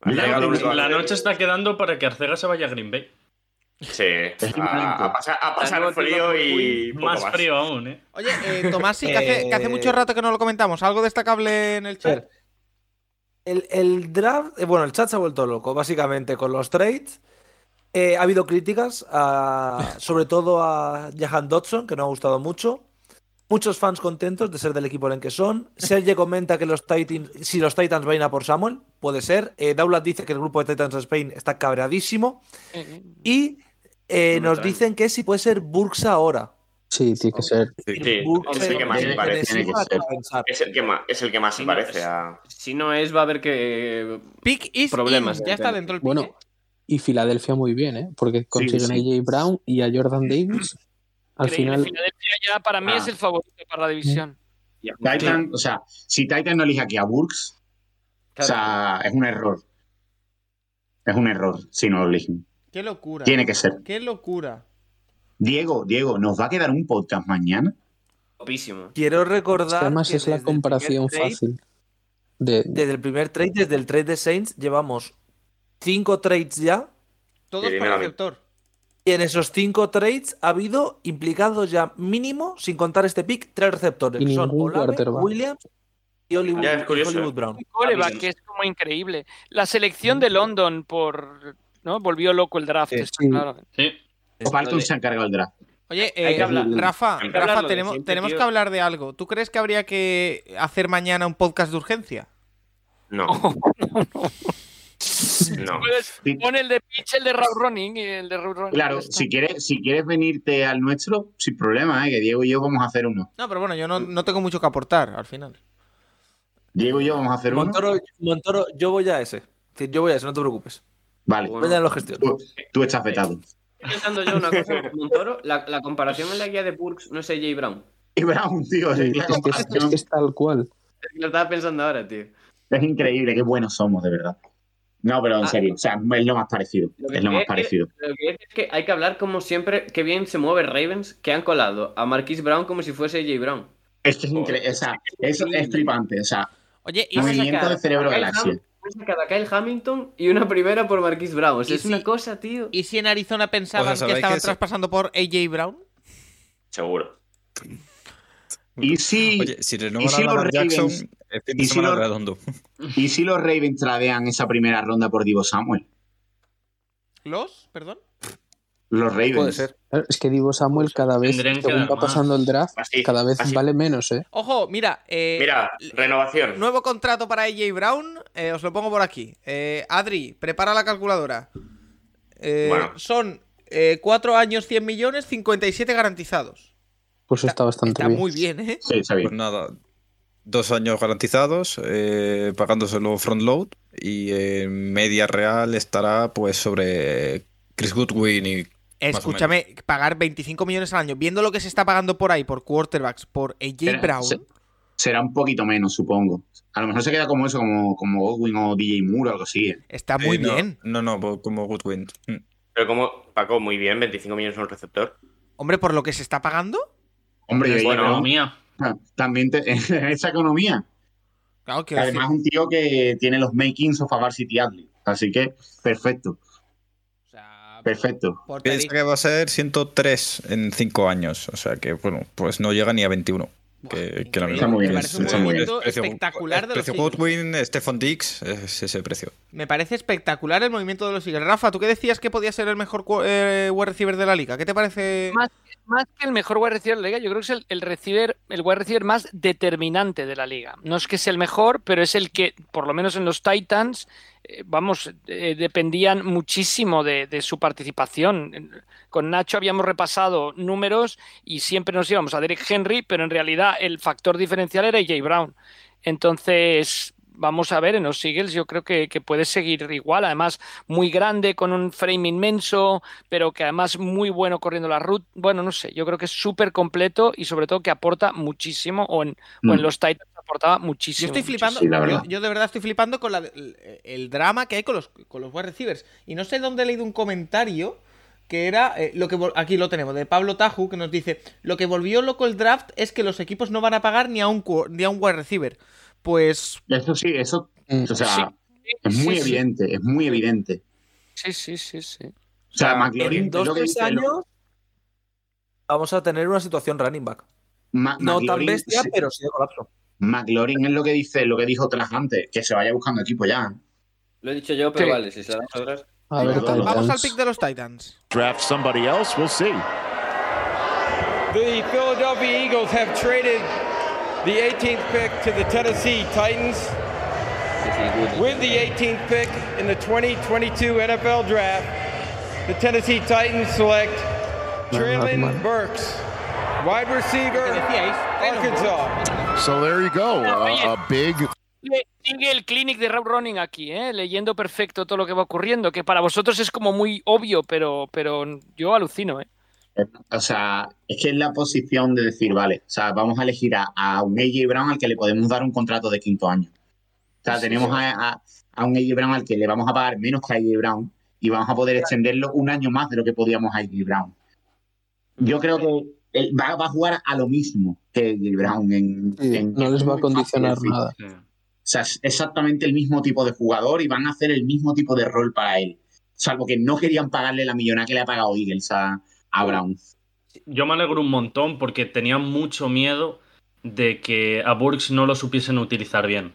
La,
Arcega,
la- la noche está quedando para que Arcega se vaya a Green Bay.
Sí, a, a pasar, a pasar frío y. poco
Más frío aún, ¿eh?
Oye, eh, Tomasi, que hace, que hace
Eh,
mucho rato que no lo comentamos. ¿Algo destacable en el chat?
El, el draft, eh, bueno, el chat se ha vuelto loco, básicamente, con los trades. Eh, ha habido críticas, a- sobre todo a Jahan Dodson, que no ha gustado mucho. Muchos fans contentos de ser del equipo en el que son. Serge comenta que los Titans, si los Titans vayan a por Samuel, puede ser. Eh, Daulat dice que el grupo de Titans Spain está cabreadísimo. Y eh,
No me
nos
extraña.
dicen que si puede ser Burks ahora.
Sí, tiene que ser.
Sí, es el que más se parece. Es el que más, es el que más se parece a.
Si no es, va a haber que.
Pick is
problemas.
in. Ya está dentro el pick,
Bueno, y Filadelfia muy bien, ¿eh? Porque consiguen
sí.
a AJ Brown y a Jordan Davis. Al
Increíble.
final,
Filadelfia ya para mí
Ah.
es el favorito para la división.
Titan, o sea, si Titan no elige aquí a Burks, o sea, es un error. Es un error si no lo eligen.
Qué locura.
Tiene que ser.
Qué locura.
Diego, Diego, ¿nos va a quedar un podcast mañana?
Topísimo.
Quiero
es que
recordar
además
que
es la
desde el
comparación
primer trade-
fácil. De,
Desde el primer trade, desde el trade de Saints, llevamos cinco trades ya.
Todos
Sí,
por
mira,
receptor.
Y en esos cinco trades ha habido implicados ya mínimo, sin contar este pick, tres receptores.
Y
que son
ningún
Olave,
quarterback.
Williams y Hollywood,
Ya, es curioso,
y Hollywood
¿eh?
Brown.
Un coreback que es como increíble. La selección de London por no volvió loco el draft, está claro.
Parton se ha encargado el draft.
Oye,
Hay
eh,
que hablar-
Rafa,
hay que
Rafa,
hablarlo de
tenemos,
siempre,
tenemos
tío.
que hablar de algo. ¿Tú crees que habría que hacer mañana un podcast de urgencia?
No. no.
Puedes- pon el de pitch, el de Rob Running y el de Rob Running.
Claro, si quieres, si quieres venirte al nuestro, sin problema, ¿eh? que Diego y yo vamos a hacer uno.
No, pero bueno, yo no, no tengo mucho que aportar al final.
Diego y yo vamos a hacer uno.
Montoro, Montoro, yo voy a ese. Sí, Yo voy a ese, no te preocupes.
Vale.
Venga, lo gestiono.
Tú, tú estás vetado.
estoy pensando yo una cosa con Montoro. La, la comparación en la guía de Burks no es AJ Brown.
Y Brown, tío,
Es
es,
que
la
es, es
comparación.
que es tal cual.
Lo estaba pensando ahora, tío.
Es increíble, qué buenos somos, de verdad. No,
Ah.
pero en serio, o sea, es lo más parecido.
Lo que
Es lo más
es que-
parecido.
Lo que es es que hay que hablar como siempre, qué bien se mueve Ravens, que han colado a Marquise Brown como si fuese AJ Brown.
Es que es increíble, o sea, eso es flipante, o sea,
Oye, y
Van a
movimiento
sacar
de cerebro
a Kyle
galaxia.
Ham- van a sacar a Kyle Hamilton y una primera por Marquise Brown. O sea,
Y
es
si-
una cosa, tío.
Pues ¿Y si en Arizona pensaban
Pues, O sea,
que
¿sabéis
estaban
que se-
traspasando por AJ Brown?
Seguro.
Y si,
Oye, si
¿y
renovan
si
a
los
Lamar Jackson,
Ravens-
el fin de
y si
semana
los-
redondo.
¿y si los Ravens tradean esa primera ronda por Divo Samuel?
¿Los? ¿Perdón?
Los Ravens. Pues
Puede ser. Es que Divo Samuel cada vez,
Tendrían que
según
dar
va
más.
pasando el draft,
Así,
cada vez
así.
vale menos, ¿eh?
Ojo, mira, eh,
Mira, renovación.
nuevo contrato para AJ Brown, eh, os lo pongo por aquí. Eh, Adri, prepara la calculadora. Eh,
Bueno.
Son 4 años 100 millones, 57 garantizados.
Pues está, bastante
Está
bien.
muy bien, ¿eh?
Sí, está
Pues
bien.
nada, dos años garantizados, eh, pagándoselo front load y eh, media real estará pues sobre Chris Goodwin y Más o
Escúchame, pagar 25 millones al año, viendo lo que se está pagando por ahí, por quarterbacks, por AJ
Pero,
Brown.
se- Será un poquito menos, supongo. A lo mejor se queda como eso, como, como Godwin o DJ Moore o algo así. ¿eh?
Está
Eh,
muy
no,
bien.
No, no, po- como Goodwin. Mm.
Pero como, Paco, muy bien, 25 millones a un receptor.
Hombre, por lo que se está pagando.
Hombre, yo
Es
diría,
bueno,
¿no?
mía.
también te- en esa economía.
Claro que
Que además es un tío que tiene los makings of a varsity athlete. Así que, perfecto,
o sea,
perfecto.
por
Piensa que va a ser 103 en 5 años, o sea que bueno, pues no llega ni a 21. Que, que la
increíble.
misma.
muy bien,
Me parece un
está muy bien.
movimiento
Es precio-
espectacular de
es
los
precio
Eagles.
Goodwin, Stephon Dix, es ese precio.
Me parece espectacular el movimiento de los Eagles. Rafa, ¿tú qué decías que podía ser el mejor cu- eh, wide receiver de la liga? ¿Qué te parece?
Más, más que el mejor wide receiver de la liga, yo creo que es el, el receiver, el wide receiver más determinante de la liga. No es que sea el mejor, pero es el que, por lo menos en los Titans, eh, vamos, eh, dependían muchísimo de, de su participación. Con Nacho habíamos repasado números y siempre nos íbamos a Derek Henry, pero en realidad el factor diferencial era Jay Brown. Entonces, vamos a ver, en los Eagles yo creo que, que puede seguir igual. Además, muy grande, con un frame inmenso, pero que además muy bueno corriendo la ruta. Bueno, no sé, yo creo que es súper completo y sobre todo que aporta muchísimo, o en, o en
Mm.
los Titans aportaba
Yo
muchísimo.
estoy flipando,
sí, la
yo,
verdad.
yo de verdad estoy flipando con la- el, el drama que hay con los, con los wide receivers. Y no sé dónde he leído un comentario que era, eh, lo que vol- aquí lo tenemos, de Pablo Taju, que nos dice, lo que volvió loco el draft es que los equipos no van a pagar ni a un, cu- ni a un wide receiver. Pues
Eso sí, eso,
Mm.
o sea,
Sí.
es muy
Sí, sí.
evidente, es muy evidente.
Sí, sí, sí, sí.
O sea,
sea,
McLaurin,
En dos
lo que
tres
dice, lo-
años vamos a tener una situación running back.
Ma-
No tan
McLaurin
bestia,
se-
pero sí de colapso.
McLaurin es lo que dice, lo que dijo Tras antes, que se vaya buscando equipo ya.
Lo he dicho yo, pero
Sí.
vale, si se dan atrás.
A ver,
Pero
Titans.
vamos al pick de los Titans.
Draft somebody else, we'll see.
The Philadelphia Eagles have traded the 18th pick to the Tennessee Titans. With the 18th pick in the 2022 NFL Draft, the Tennessee Titans select Traylon Burks, wide
¿Qué
receiver,
decíais?
Arkansas.
So there you go. A, a big
Le- Sigue el clinic de Rob Running aquí, ¿eh? leyendo perfecto todo lo que va ocurriendo, que para vosotros es como muy obvio, pero, pero yo alucino. ¿eh?
O sea, es que es la posición de decir, vale, o sea, vamos a elegir a, a un AJ Brown al que le podemos dar un contrato de quinto año. O sea, tenemos A, a- a un AJ Brown al que le vamos a pagar menos que a AJ Brown y vamos a poder extenderlo un año más de lo que podíamos a AJ Brown. Yo creo que él va, va a jugar a lo mismo que AJ Brown. En,
Sí,
en-
no les va a
es muy fácil
condicionar
decir.
nada.
O sea, es exactamente el mismo tipo de jugador y van a hacer el mismo tipo de rol para él. Salvo que no querían pagarle la millonada que le ha pagado Eagles a, a Brown.
Yo me alegro un montón porque tenía mucho miedo de que a Burks no lo supiesen utilizar bien.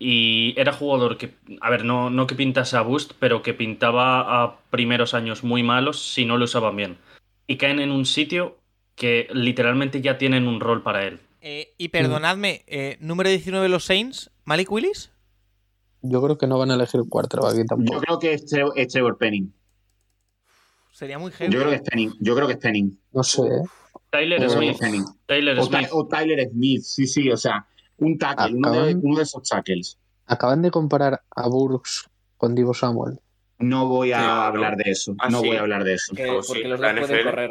Y era jugador que, a ver, no, no que pintase a Boost, pero que pintaba a primeros años muy malos si no lo usaban bien. Y caen en un sitio que literalmente ya tienen un rol para él.
Eh, y perdonadme, eh, número 19 de los Saints, Malik Willis.
Yo creo que no van a elegir quarterback aquí
Yo
tampoco.
creo que es Trevor, es Trevor Penning.
Sería muy heavy.
Yo creo que es Penning. Yo creo que es Penning.
No sé, ¿eh?
Tyler
Yo creo que
Smith.
es Penning.
Tyler
O, Ty-
Smith.
o Tyler Smith, sí, sí, o sea, un
Ah.
tackle, uno de,
Acaban-
uno de esos tackles.
Acaban de comparar a Burks con Divo Samuel.
No voy a
Sí, no.
hablar de eso.
Ah,
no
sí.
voy a hablar de eso.
Que- porque los dos pueden correr.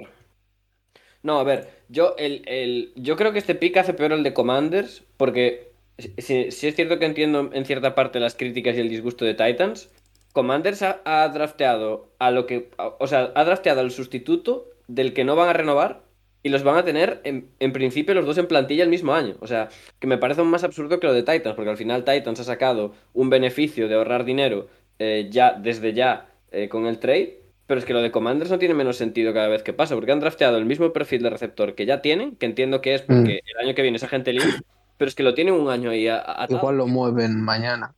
No, a ver, yo, el, el- yo creo que este pick hace peor el de Commanders, porque si, si- si es cierto que entiendo en cierta parte las críticas y el disgusto de Titans, Commanders ha, ha drafteado a lo que. a- o sea, ha drafteado al sustituto del que no van a renovar y los van a tener en, en principio los dos en plantilla el mismo año. O sea, que me parece aún más absurdo que lo de Titans, porque al final Titans ha sacado un beneficio de ahorrar dinero eh, ya desde ya eh, con el trade, pero es que lo de Commanders no tiene menos sentido cada vez que pasa, porque han drafteado el mismo perfil de receptor que ya tienen, que entiendo que es porque el año que viene es agente libre, pero es que lo tienen un año ahí a- a- atado.
Igual lo mueven mañana.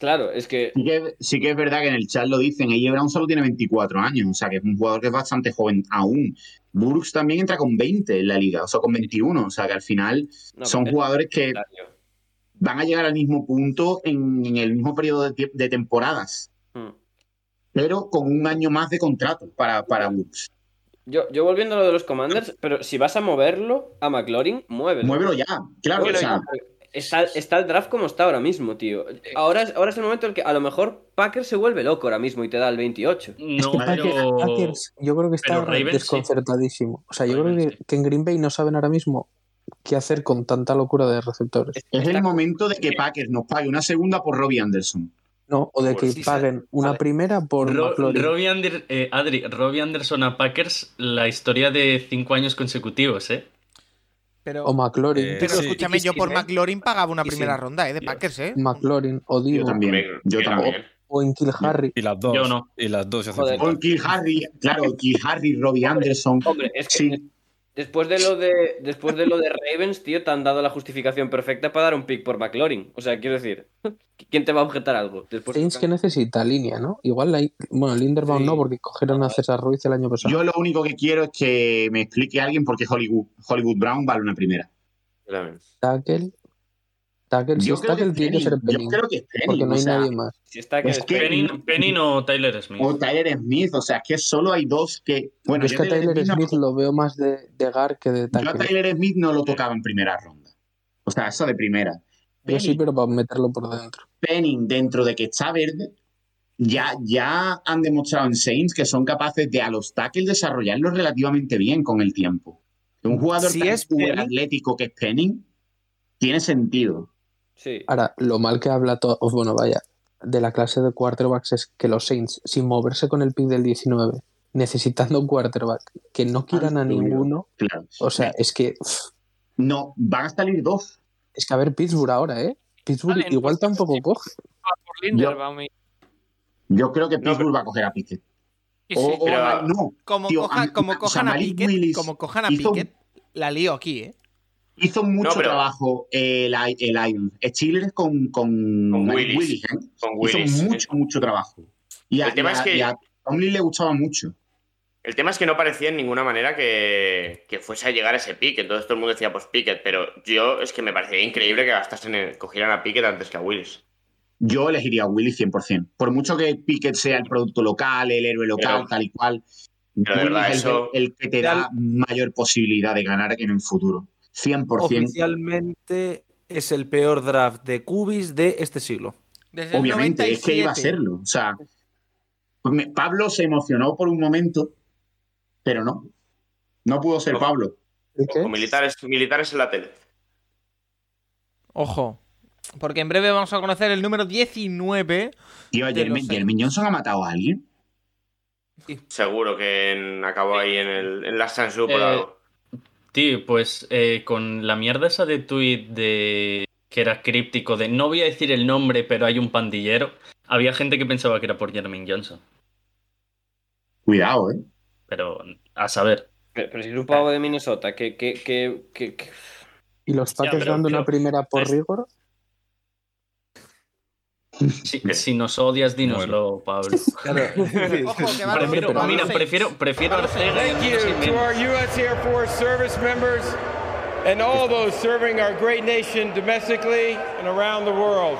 Claro, es que
Sí que, sí que es verdad que en el chat lo dicen, AJ Brown solo tiene 24 años, o sea que es un jugador que es bastante joven aún. Brooks también entra con 20 en la liga, o sea, con 21, o sea que al final
No,
son
pero-
jugadores que van a llegar al mismo punto en, en el mismo periodo de, tie- de temporadas,
Hmm.
pero con un año más de contrato para, para Brooks.
yo, yo volviendo a lo de los Commanders, pero si vas a moverlo a McLaurin, muévelo.
Muévelo ya, claro,
Muévelo
o sea,
ya, porque Está, está el draft como está ahora mismo, tío. Ahora, es- ahora es el momento en el que a lo mejor Packers se vuelve loco ahora mismo y te da el 28.
No,
que Packers-
pero-
Packers, yo creo que está
pero Ravens sí.
desconcertadísimo. O sea, yo creo que, que en Green Bay no saben ahora mismo qué hacer con tanta locura de receptores.
es el momento de que Packers nos pague una segunda por Robbie Anderson.
No, o de que
Pues sí,
paguen una primera por
Ro-
McLaurin.
Robbie Ander- eh, Adri, Robbie Anderson a Packers, la historia de cinco años consecutivos, ¿eh?
Pero,
o McLaurin.
Eh, pero escúchame, yo
¿eh?
por McLaurin pagaba una primera ronda, ¿eh? De Packers, ¿eh?
McLaurin o Divo.
también, yo también.
O en Kill Harry.
Y las dos.
Yo no.
Y las dos. si hace
Joder.
falta.
Con Kill Harry, claro, Kill Harry, Robbie Anderson.
Hombre, es que
sí.
Después de lo de después de lo de Ravens, tío, te han dado la justificación perfecta para dar un pick por McLaurin. O sea, quiero decir, ¿quién te va a objetar algo? Después
Saints que necesita línea, ¿no? Igual, la, bueno, Linderbaum no, porque cogieron a César Ruiz el año pasado.
Yo lo único que quiero es que me explique alguien por qué Hollywood, Hollywood Brown vale una primera.
Tackle. Tackle, si
Yo
es
creo que
tackle,
es
tiene que ser
Penning, yo
Penning,
creo que es Penning,
Porque no
o
hay
sea,
nadie más.
si está que
es que-
Penning, Penning o Tyler Smith.
O Tyler Smith, o sea, es que solo hay dos que. Bueno,
yo es
yo,
que a
Tyler
Taylor
Smith no-
Smith lo veo más de, de guard que de
yo a
tackle.
Tyler Smith no lo tocaba en primera ronda. O sea, eso de primera.
Yo sí,
Penning.
pero para meterlo por dentro.
Penning, dentro de que está verde, ya, ya han demostrado en Saints que son capaces de a los tackles desarrollarlos relativamente bien con el tiempo.
Mm,
Un jugador
Si
tan
es
uber
Penning-
atlético que es Penning tiene sentido.
Sí.
Ahora, lo mal que habla todo, oh, bueno, vaya, de la clase de quarterbacks es que los Saints, sin moverse con el pick del 19, necesitando un quarterback que no quieran a
subido.
ninguno,
Claro.
o sea, es que pff,
No, van a salir dos.
es que a ver Pittsburgh ahora, ¿eh? Pittsburgh
Allen,
igual tampoco coge.
por Linderbaum. y-
Yo creo que Pittsburgh va a coger a Pickett.
y
O,
sí.
o a- no,
Como,
Tío,
coja-
a-
como
o sea,
cojan a
Malik
Pickett,
Willis
como cojan a
hizo-
Pickett, la lío aquí, ¿eh?
hizo mucho
No, pero-
trabajo el, I- el Lions. Steelers con, con,
Con
Malik
Willis.
Willis, ¿eh?
Con
Hizo
Willis.
mucho, mucho trabajo. Y a,
El tema
y a-
es que-
y a Tomlin le gustaba mucho.
El tema es que no parecía en ninguna manera que, que fuese a llegar a ese pick. Entonces todo el mundo decía, pues Pickett. Pero yo es que me parecía increíble que gastasen en, cogieran a Pickett antes que a Willis.
Yo elegiría a Willis 100%. Por mucho que Pickett sea el producto local, el héroe local,
Pero-
tal y cual,
pero de
Willis
verdad,
es el-
eso-
el, que te da mayor posibilidad de ganar en el futuro. 100%.
Oficialmente es el peor draft de Cubis de este siglo.
Desde el
Obviamente, es que iba a
97.
serlo. O sea, pues me- Pablo se emocionó por un momento, pero no. No pudo ser
Ojo.
Pablo.
¿El qué?
Con militares, militares en la tele.
Ojo. Porque en breve vamos a conocer el número 19.
Tío,
De
Jeremy,
los Saints.
Jeremy Johnson ha matado a alguien.
Seguro que en- acabó ahí en, el, en la Sansu por
Eh,
algo.
Tío, pues eh, con la mierda esa de tweet de que era críptico, de no voy a decir el nombre, pero hay un pandillero, había gente que pensaba que era por Jermaine Johnson.
Cuidado, ¿eh?
Pero a saber.
Pero, pero si es un pavo de Minnesota, que, que, que, que- que-
Y los Packers
pero-
dando
pero-
una primera por
es-
rigor.
Si, si nos odias, dínoslo, Pablo.
Ojo, que va a
Prefiero-
va a
mira,
los
prefiero, prefiero a Ortega y a
Thank you
Núñez y
to our
Méndez.
U.S. Air Force service members and all those serving our great nation domestically and around the world.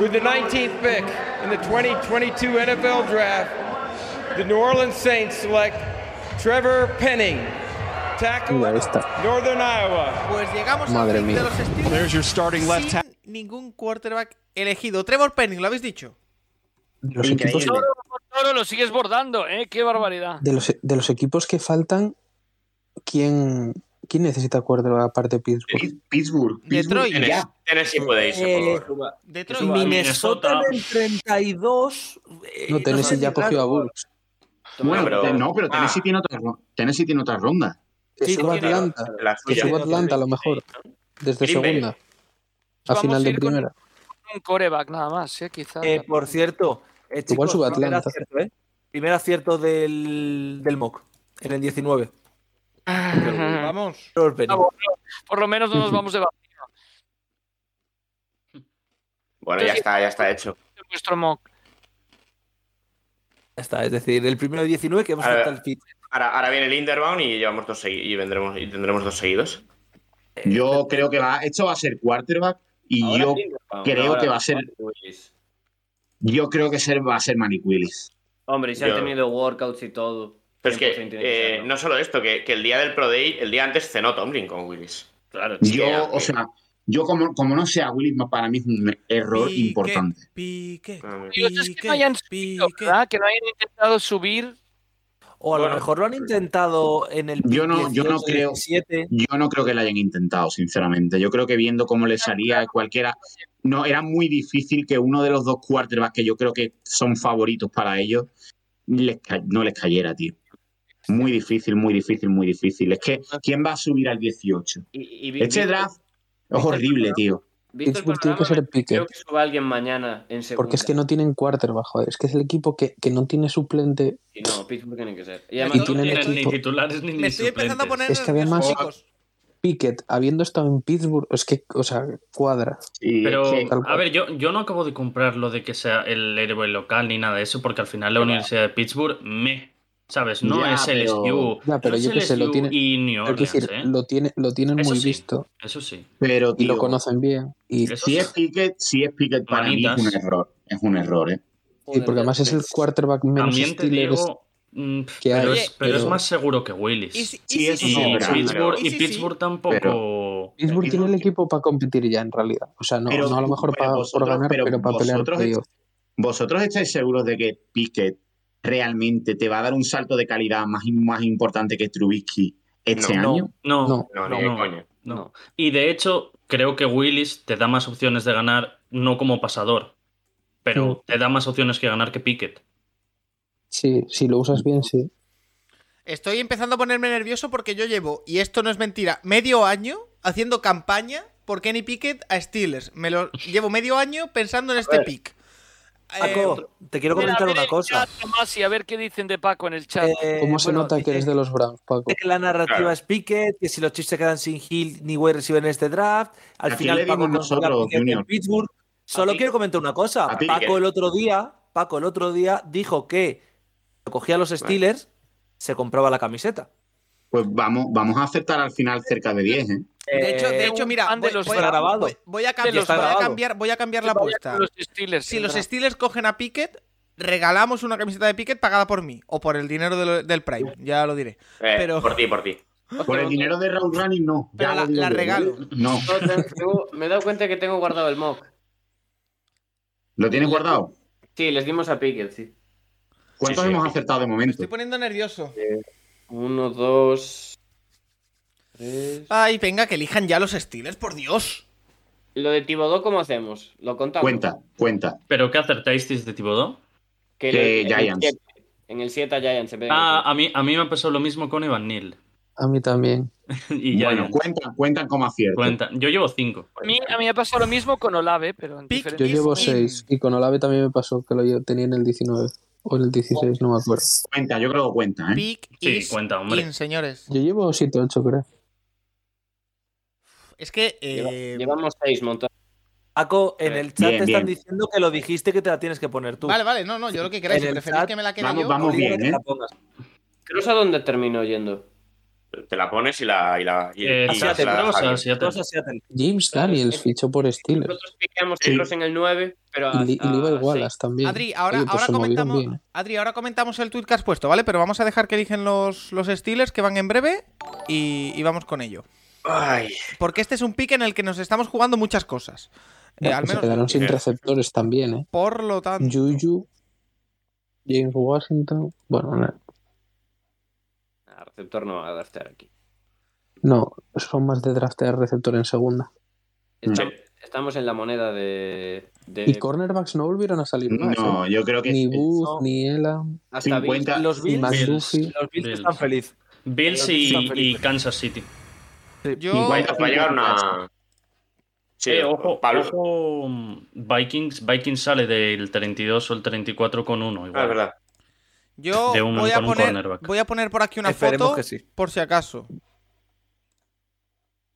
With the 19th pick in the 2022 NFL Draft, the New Orleans Saints select Trevor Penning, tackle,
Mira, esta.
Northern Iowa.
Pues llegamos
Madre
al pick
mía.
de los Steelers
There's your starting left
sin ningún quarterback elegido. Trevor Penning, ¿lo habéis dicho?
de los equipos
Toro, Toro, lo sigues bordando, ¿eh? Qué barbaridad.
de los, de los equipos que faltan, ¿quién, quién necesita cuerda aparte de Pittsburgh?
Pittsburgh.
Detroit.
Tennessee, Tennessee puede
eh,
irse,
Eh,
por favor.
Detroit.
Minnesota, en el 32. eh,
No, Tennessee
sé,
ya
claro,
cogió a Bulls.
Bueno,
Bueno, pero-
no, pero Tennessee,
ah.
tiene otra, ro- Tennessee tiene otra ronda.
Que
Sí,
suba
cogió a-
Atlanta,
La
que
suya.
suba Atlanta a lo mejor, desde
Green Bay.
segunda a
Vamos
final
a
de
ir con-
primera.
Un coreback nada más, ¿eh? Quizá.
Eh, por cierto, eh, chicos,
sube
primer
Atlanta.
acierto, ¿eh? Primer acierto del, del mock en el 19.
Ah,
Vamos.
George Bennett.
bueno, por lo menos no nos vamos de vacío
Bueno, ya está, ya está hecho.
en nuestro mock.
Ya está, es decir, el primero 19 que hemos
A ver.
faltado el fit.
Ahora, ahora viene el Inderbound y llevamos dos segui- y vendremos y tendremos dos seguidos.
Yo creo que va, esto va a ser quarterback y
Ahora
yo,
Inderbound,
creo
ahora pues,
que va a ser-
Willis.
yo creo que ser, va a ser Manic Willis.
Hombre, se han
Yo-
tenido workouts y todo.
Pero es que
100% tiene
eh,
serlo.
no solo esto, que, que el día del Pro Day, el día antes cenó Tomlin con Willis.
Claro, tío.
Yo,
Yeah,
o sea, yo como, como no sea Willis, para mí es un error
Piquet,
importante.
Piquet,
Digo, esto es que no
Piquet,
hayan subido,
Piquet.
¿verdad? Que no hayan intentado subir.
O a
Bueno.
lo mejor lo han intentado en el
Yo no- yo no
18,
creo.
17.
Yo no creo que la hayan intentado, sinceramente. Yo creo que viendo cómo les haría cualquiera. No, era muy difícil que uno de los dos quarterbacks que yo creo que son favoritos para ellos les ca- no les cayera, tío. Muy difícil, muy difícil, muy difícil. Es que, ¿quién va a subir al 18?
Y- y vi-
Este
vi-
draft es horrible, tío.
visto el
Pittsburgh tiene que
panorama,
ser Pickett.
Creo que suba alguien mañana en segunda.
Porque es que no tienen quarterback, joder. Es que es el equipo que, que no tiene suplente.
Y no, Pittsburgh tiene que ser. Y
Y
además,
No
tienen
tienen ni
equipo.
titulares ni,
Me
ni
estoy empezando
suplentes.
a poner
Es que además-
nervioso, chicos.
Pickett, habiendo estado en Pittsburgh, es que, o sea, cuadra.
Y
Pero,
es que-
tal
a
cual.
ver, yo, yo no acabo de comprar lo de que sea el héroe local ni nada de eso, porque al final la Universidad de Pittsburgh, me, ¿sabes? No
Ya,
es el
pero-
SU.
Ya, pero
no es
yo qué sé, lo
LSU
tiene-
Y New
Es
Orleans,
decir,
¿eh?
lo, tiene, lo tienen
Eso
muy
sí.
visto
Eso sí.
pero,
y
tío,
lo conocen bien. Y,
Eso
si
sí.
es Pickett, si es Pickett para mí es un
Manitas.
error. Es un error, ¿eh?
y porque además es el quarterback menos
También te
Steelers.
digo. mm, pf,
que
pero,
hay,
es, pero es
pero-
más seguro que Willis.
Y si- y
Sí,
si-
eso
Y,
no, pero-
Pittsburgh,
pero-
y
sí, sí,
Pittsburgh
sí.
tampoco.
Pittsburgh tiene el
Pittsburgh-
equipo para competir ya, en realidad. O sea, no,
Pero-
no a lo mejor
pero
para,
vosotros-
por ganar,
pero
pero, para pelear.
vosotros-
playoff.
¿Vosotros estáis seguros de que Pickett realmente te va a dar un salto de calidad más, más importante que Trubisky este
No,
año?
No,
No.
No,
No,
ni de
no.
coña.
no. Y de hecho, creo que Willis te da más opciones de ganar, no como pasador, pero
Hmm.
Mm.
te da más opciones que ganar que Pickett.
Sí, si lo usas bien, sí.
Estoy empezando a ponerme nervioso porque yo llevo, y esto no es mentira, medio año haciendo campaña por Kenny Pickett a Steelers. Me lo llevo medio año pensando en este pick. Eh,
Paco, te quiero
Mira,
comentar
a ver
una
el
cosa.
chat, Tomás, y a ver qué dicen de Paco en el chat.
Eh,
¿Cómo se
bueno,
nota que
dice
eres de los Browns, Paco?
que la narrativa
Claro.
es Pickett, que si los Chiefs se quedan sin Hill ni Way reciben este draft. Al
Aquí
final
le
Paco
dimos
consigue a
nosotros,
Pickett en
Junior.
Pittsburgh. Solo
Pickett.
quiero comentar una cosa.
A
Pickett.
Paco el otro día, Paco el otro día dijo que cogía a los Steelers, se compraba la camiseta.
Pues vamos, vamos a aceptar al final cerca de 10, ¿eh?
de hecho, de
Eh,
hecho, mira,
fan de
voy,
los
voy-
está grabado.
voy- voy a cambiar,
los
voy a
grabado.
cambiar, voy a cambiar la
Que vaya
apuesta.
con los Steelers,
Si
el
los
draft.
Steelers cogen a Pickett, regalamos una camiseta de Pickett pagada por mí o por el dinero de lo- del Prime, ya lo diré.
Eh,
Pero-
Por ti, por ti.
Por el dinero de Road Running, no.
Pero
Ya
la-
lo digo
la
yo. ¿eh?
regalo.
No.
No, tengo- me he dado cuenta que tengo guardado el mock.
¿Lo tienes guardado?
Sí, les dimos a Pickett, sí.
¿Cuántos
Sí, sí.
hemos acertado de
Me
momento?
estoy poniendo nervioso.
Eh, Uno, dos, tres.
Ay, venga, que elijan ya los Steelers, por Dios.
Lo de Tibodó, ¿cómo hacemos? Lo contamos.
Cuenta, cuenta.
¿Pero qué acertasteis de Tibodó?
Que
Eh,
en el
Giants.
siete- En el 7 a Giants. en vez de en el
Ah,
seis.
a mí, a mí me ha pasado lo mismo con Evan Neal.
A mí también.
y ya
bueno,
ya.
cuentan, cuentan como acierto.
Cuenta. Yo llevo cinco.
A mí, a mí me ha pasado lo mismo con Olave, pero en
Pick.
Yo
diferente.
Es
llevo
in.
6 y con Olave también me pasó que lo lle- tenía en el 19 o en el 16, no me acuerdo.
Cuenta, yo creo que cuenta, ¿eh?
Pick
Sí,
is
cuenta, hombre.
in, señores.
Yo llevo 7 o 8, creo.
Es que
Lleva-
eh,
Llevamos 6 montones.
Paco, en el chat
Bien,
te están
bien.
diciendo que lo dijiste que te la tienes que poner tú.
Vale, vale, no, no, yo lo que queráis,
En el
preferís
chat,
que me la quede
Vamos,
yo.
vamos
Obliga a
bien,
que te
¿eh?
la pongas.
Creo a dónde termino yendo.
Te la pones y la. Y la y,
Eh,
y
Seattle,
se la
creo, o sea,
sacas.
Seattle.
Vamos a Seattle.
James Daniels fichó por Steelers.
Nosotros piqueamos
Sí.
irnos en el 9, pero.
Y,
A,
Li- y
a
Levi
seis.
Wallace también.
Adri, ahora,
Oye, pues
ahora
se movieron
comentamos, eh,
bien.
Adri, ahora comentamos el tweet que has puesto, ¿vale? Pero vamos a dejar que eligen los, los Steelers que van en breve y, y vamos con ello.
Ay,
Porque este es un pick en el que nos estamos jugando muchas cosas. Eh,
Bueno,
al
se
menos.
quedaron sin
eh.
receptores también, ¿eh?
Por lo tanto.
Juju James Washington. Bueno, no,
Ah, receptor no va a draftear aquí.
no, son más de draftear receptor en segunda.
Mm.
Estam- Estamos en la moneda de. de-
Eh,
Y cornerbacks no volvieron a salir. más,
No,
¿eh?
yo creo que
Ni
sí,
Booth,
no.
ni Ela.
Hasta Bills. 50 Los
ni
Bills-
McDuffie.
Bills- los Bills
Bills.
están
feliz.
Bills y, y Kansas City.
Yo-
Va a llegar una. Sí,
Eh, ojo,
Pablo.
ojo, mm, Vikings, Vikings sale del 32 o el 34 con uno. Igual.
Ah, es verdad.
Yo
De un-
voy, a
con un
poner,
cornerback.
voy a poner por aquí una
Esperemos
foto
que sí.
por si acaso.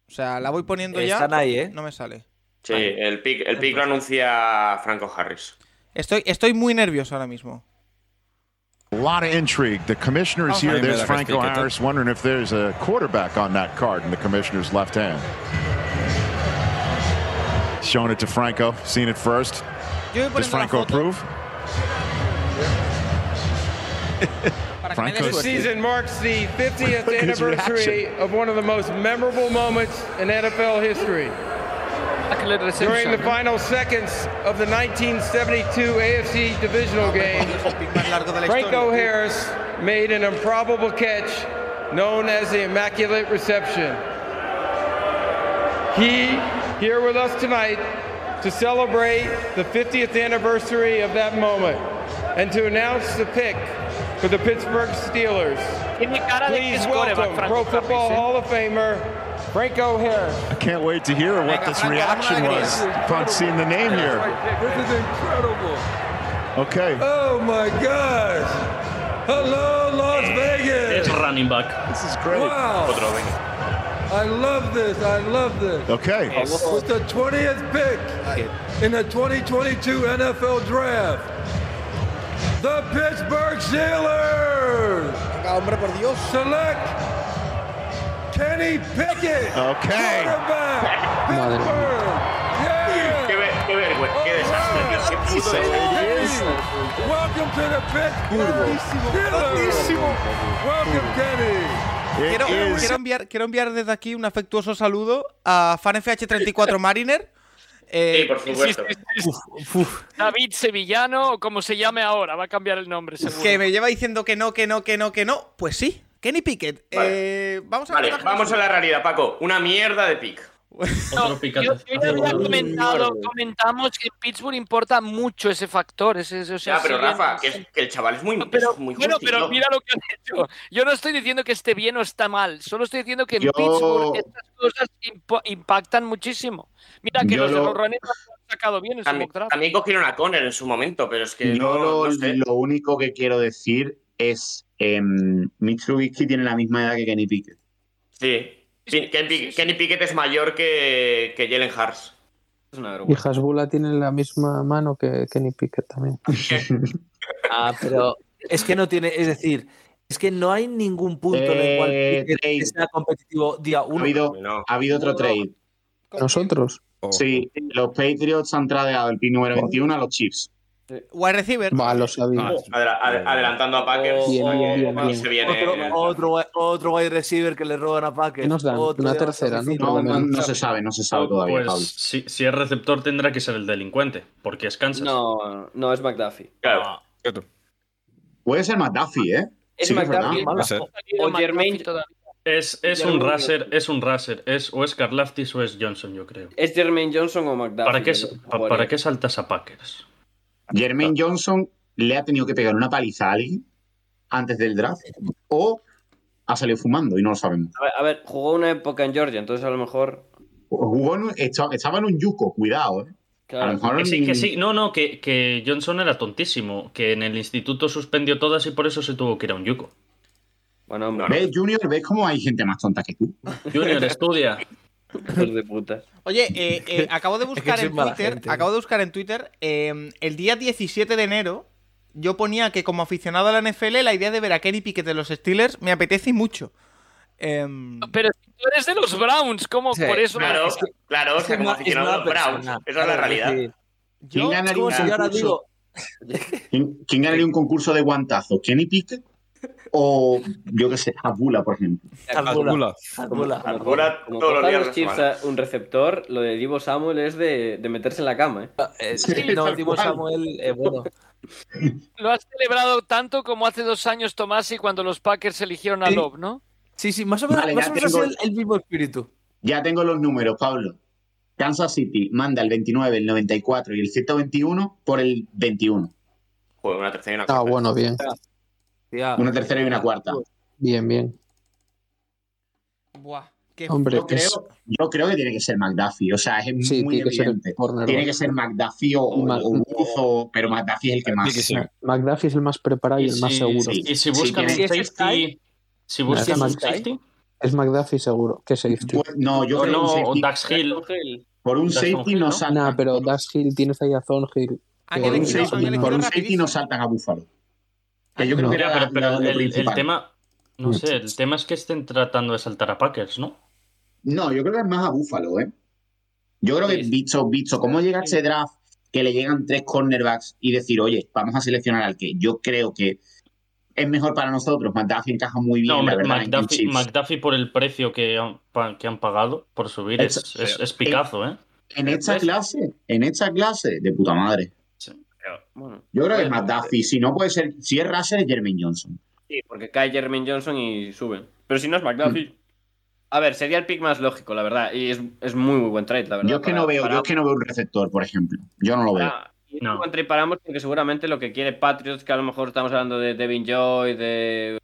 O sea, la voy poniendo ya.
Están ahí, ¿eh?
No me sale.
Sí, el pick, el pick lo anuncia Franco Harris.
Estoy, estoy muy nervioso ahora mismo.
A lot of intrigue. The commissioner is
Oh,
here.
maybe
There's
that can
Franco
take it.
Harris wondering if there's a quarterback on that card in the commissioner's left hand. Showing it to Franco, seeing it first.
Yo voy
Does
poniendo la
Franco
foto.
approve?
This
Franco's
season marks the 50th
Look at his
anniversary
reaction.
of one of the most memorable moments in NFL history. During the final seconds of the 1972 AFC divisional game, Franco Harris made an improbable catch known as the Immaculate Reception. He here with us tonight to celebrate the 50th anniversary of that moment and to announce the pick for the Pittsburgh Steelers.
de que
Please
es quarterback,
welcome Pro
Franco Harris,
Football
eh?
Hall of Famer Franco Harris.
I can't wait to hear what this reaction was upon seeing the name here.
This is incredible.
Okay.
Oh my gosh. Hello, Las Vegas.
Es running back.
This is great.
Wow.
Otro, venga.
I love this. I love this.
Okay.
With the 20th pick in the 2022 NFL Draft, the Pittsburgh Steelers select Kenny Pickett.
Okay.
Quarterback,
Madre mía.
Pittsburgh. Yeah.
Qué, ver- qué vergüenza, qué desastre, tío, qué puto desastre.
Welcome to the Pittsburgh Steelers. Welcome, Kenny.
Quiero,
is-
quiero enviar, quiero enviar desde aquí un afectuoso saludo a FanFH34 Mariner. eh,
Sí, por supuesto.
David Sevillano, o como se llame ahora, va a cambiar el nombre, seguro.
que me lleva diciendo que no, que no, que no, que no. Pues sí, Kenny Pickett. Eh, vamos a
Vale,
imagen
vamos a la
suya.
realidad, Paco. Una mierda de pick.
Otro picante.
Yo, yo ya había comentado, comentamos que en Pittsburgh importa mucho ese factor. Ese, ese- o sea,
Ya, pero
siguen-
Rafa, que, es- que el chaval es muy,
No, pero,
es muy
bueno,
justi,
pero
¿no?
mira lo que han hecho. Yo no estoy diciendo que esté bien o está mal. Solo estoy diciendo que en
Yo-
Pittsburgh estas cosas impo- impactan muchísimo. Mira que
Yo
los de
lo-
los Ronetas lo han sacado bien en su
También,
mock draft.
también cogieron a Conner en su momento, pero es que
Yo
no,
lo,
no sé.
lo único que quiero decir es em, Mitch Trubisky tiene la misma edad que Kenny Pickett.
Sí. Pi- Ken Pi- Kenny Pickett es mayor que, que Jalen Hurts.
Es una
Y
vergüenza.
Hasbula tiene la misma mano que Kenny Pickett también.
Ah, pero es que no tiene, es decir, es que no hay ningún punto en el cual
Eh,
Pickett
trade.
sea competitivo día
Ha
uno.
habido,
No.
ha habido otro trade.
Nosotros.
Sí, los Patriots han tradeado el pick número 21 a los Chiefs.
Wide receiver.
Oh. Va, lo sabía.
Ah,
Ah.
Adela- ad- adelantando a Packers.
Bien,
o-
bien,
o
bien.
se viene.
Otro, otro, wi- otro wide receiver que le roban a Packers.
¿Qué nos dan?
Otro
Una
de
tercera,
Buffalo.
Por
No,
lo
no,
menos.
no se sabe, no se sabe todavía, Pablo.
Pues si, si es receptor tendrá que ser el delincuente, porque es Kansas. Ah.
No, no, es McDuffie.
Claro.
Puede ser McDuffie, ¿eh?
Es
Sí que es verdad.
McDuffie.
Puede ser.
O
McDuffie
Jermaine-
todavía.
Es, es
Ya
un
lo-
raser, es un raser. Es, o es Karlaftis o es Johnson, yo creo.
¿Es Jermaine Johnson o McDuffie?
¿Para qué,
Yo
sa-
no
pa-
jugaría.
¿Para qué saltas a Packers?
Jermaine Johnson le ha tenido que pegar una paliza a alguien antes del draft o ha salido fumando y no lo sabemos.
A ver, a ver, jugó una época en Georgia, entonces a lo mejor.
Jugó en un- esta- estaba en un yuco, cuidado, ¿eh? A lo
Claro.
mejor
Que sí, que
en-
sí. No, no, que, que Johnson era tontísimo. Que en el instituto suspendió todas y por eso se tuvo que ir a un yuco.
Bueno, hombre,
¿Ves, Junior? ¿Ves cómo hay gente más tonta que tú?
Junior, estudia.
hijos Pues de puta.
Oye, eh, eh, acabo de buscar
soy
en
mala
Twitter,
gente.
acabo de buscar en Twitter, eh, el día 17 de enero, yo ponía que como aficionado a la NFL, la idea de ver a Kenny Pickett de los Steelers me apetece y mucho. Em,
Pero si tú eres de los Browns, ¿cómo
Sí,
por eso?
Claro,
Es que-
claro, o
Es
sea, como
una- es
aficionado
una
a los Browns.
persona.
Esa es la
Claro,
realidad.
sí.
¿Quién
yo,
Es
ganaría,
como
un
si yo ahora
concurso,
digo,
¿quién, quién ganaría un concurso de guantazos? ¿Kenny Pickett o yo qué sé, Abula, por ejemplo.
Abdullah.
Abdullah.
Como-
Abdullah
como
todos los
cojan
días
los
de la
chips
semana.
a un receptor, lo de Divo Samuel es de, de meterse en la cama,
¿eh?
sí, Sí, no, tal Divo cual.
Samuel es bueno.
Lo has celebrado tanto como hace dos años Tomasi cuando los Packers eligieron a Love, ¿no?
Sí, sí, más o menos,
Vale,
más
ya
o menos
tengo-
es el, el mismo espíritu.
Ya tengo los números, Pablo. Kansas City manda el 29, el 94 y el 121 por el 21.
Joder, una tercera y una
Ah, bueno, bien.
Una tercera y una cuarta.
Ah,
Bien, bien.
Buah. qué-
Hombre,
Yo creo,
es-
yo creo que tiene que ser McDuffie. O sea, es
sí,
muy
tiene que ser el
evidente.
cornerback.
tiene que ser McDuffie o, o,
Mac-
o Booth o- pero McDuffie es el que más.
que ser.
McDuffie es el más preparado y, el más
si,
seguro.
Y si buscan
tiene-
un safety. Si buscan
No,
un
¿eh?
es Mac-
safety.
Es McDuffie seguro, que safety.
Pues, no, yo
O
creo
no,
que
o
un safety-
Dax Hill.
por un
Jackson
safety
Hill,
no
¿no?
saltan.
Nah, pero Dash Hill tienes ahí a Thornhill.
Han
por un
elegido- han
safety,
elegido
por un safety
rapidísimo.
no saltan a Buffalo. Que yo creo
No.
que
Ya,
era
pero, pero
la-
el-
lo
el,
principal. Mm.
tema. No sé, el tema es que estén tratando de saltar a Packers, ¿no?
No, yo creo que es más a Búfalo, ¿eh? Yo creo que,
Sí.
visto, visto cómo llega este draft, que le llegan tres cornerbacks y decir, oye, vamos a seleccionar al que yo creo que es mejor para nosotros. McDuffie encaja muy bien,
No,
la
Mac-
verdad, en los
McDuffie,
Chiefs.
McDuffie por el precio que han, pa- que han pagado por subir es,
Eso-
es- es picazo, ¿eh?
En esta clase, en esta clase, de puta madre.
Bueno,
Yo creo que es
Bueno, eh,
McDuffie. Si no puede ser, si es Russell, es Jermaine Johnson.
sí, porque cae Jermaine Johnson y suben. Pero si no es McDuffie.
Mm.
A ver, sería el pick más lógico, la verdad. Y es, es muy, muy buen trade, la verdad.
Yo es que
para-
no veo,
para- Ah,
yo es que no veo un receptor, por ejemplo. Yo no lo veo.
para- y es
No.
un buen trade para ambos porque seguramente lo que quiere Patriots, que a lo mejor estamos hablando de Devin Joy, de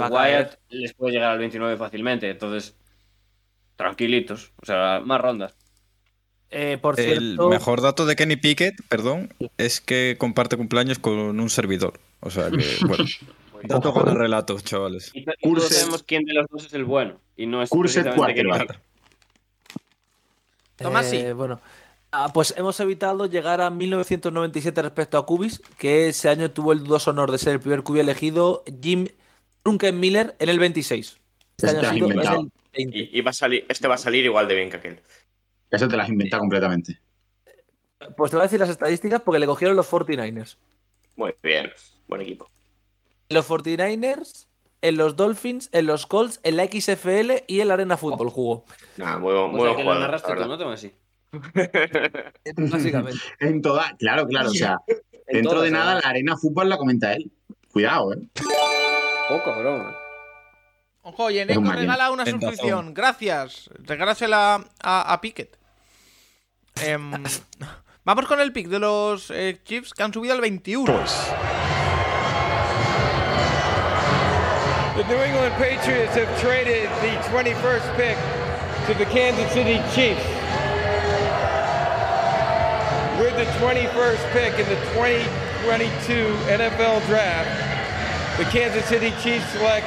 Les va a caer.
Wyatt, les puede llegar al 29 fácilmente. Entonces, tranquilitos. O sea, más rondas.
Eh, por
El
cierto,
mejor dato de Kenny Pickett, perdón, es que comparte cumpleaños con un servidor. O sea que, bueno. Dato con relatos, chavales.
Y, t- y
Curse-
todos sabemos quién de los dos es el bueno. Y no es
Curse
precisamente Kenny
quarterback.
Pickett.
Tomás, sí.
Eh, bueno, Ah, pues hemos evitado llegar a 1997 respecto a Cubis, que ese año tuvo el dudoso honor de ser el primer QB elegido Jim Miller en el 26. Este
Eso te
año ha
lo has
sido- es
inventado.
el 20.
Y, y va a salir, este va a salir igual de bien que aquel.
Eso te lo has inventado completamente.
Pues te voy a decir las estadísticas porque le cogieron los 49ers.
Muy bien, buen equipo.
Los 49ers, en los Dolphins, en los Colts, en la XFL y en la Arena Fútbol jugó,
Nah, muy, buen-
O
muy
sea,
buen
que lo
jugador,
narraste
la
tú,
verdad.
¿no, Tomás? Sí.
básicamente.
En toda, claro, claro. O sea,
En
dentro de
todas,
nada,
además.
la arena fútbol la comenta él. Cuidado, ¿eh?
Poco, broma.
Ojo, y
Es
Eneco
un máquina.
regala una
Tentazón.
suscripción. Gracias. Regálasela a, a Pickett. Em, vamos con el pick de los eh, Chiefs que han subido al 21.
Pues,
The New England Patriots have traded the 21st pick to the Kansas City Chiefs. With the 21st pick in the 2022 NFL Draft, the Kansas City Chiefs select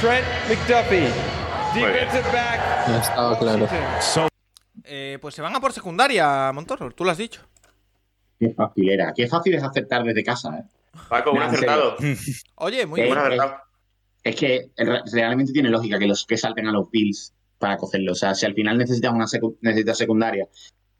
Trent McDuffie,
bien.
defensive back.
Ya estaba claro.
Washington.
Eh, pues se van a por secundaria, Montoro. Tú lo has dicho.
Qué fácil era. Qué fácil es acertar desde casa, ¿eh?
Paco, un
Nah, en
acertado.
Oye, muy
Eh,
Un
bien.
acertado.
Es que re- realmente tiene lógica que los que salten a los Bills para cogerlo. O sea, si al final necesitas una secu- necesitas secundaria,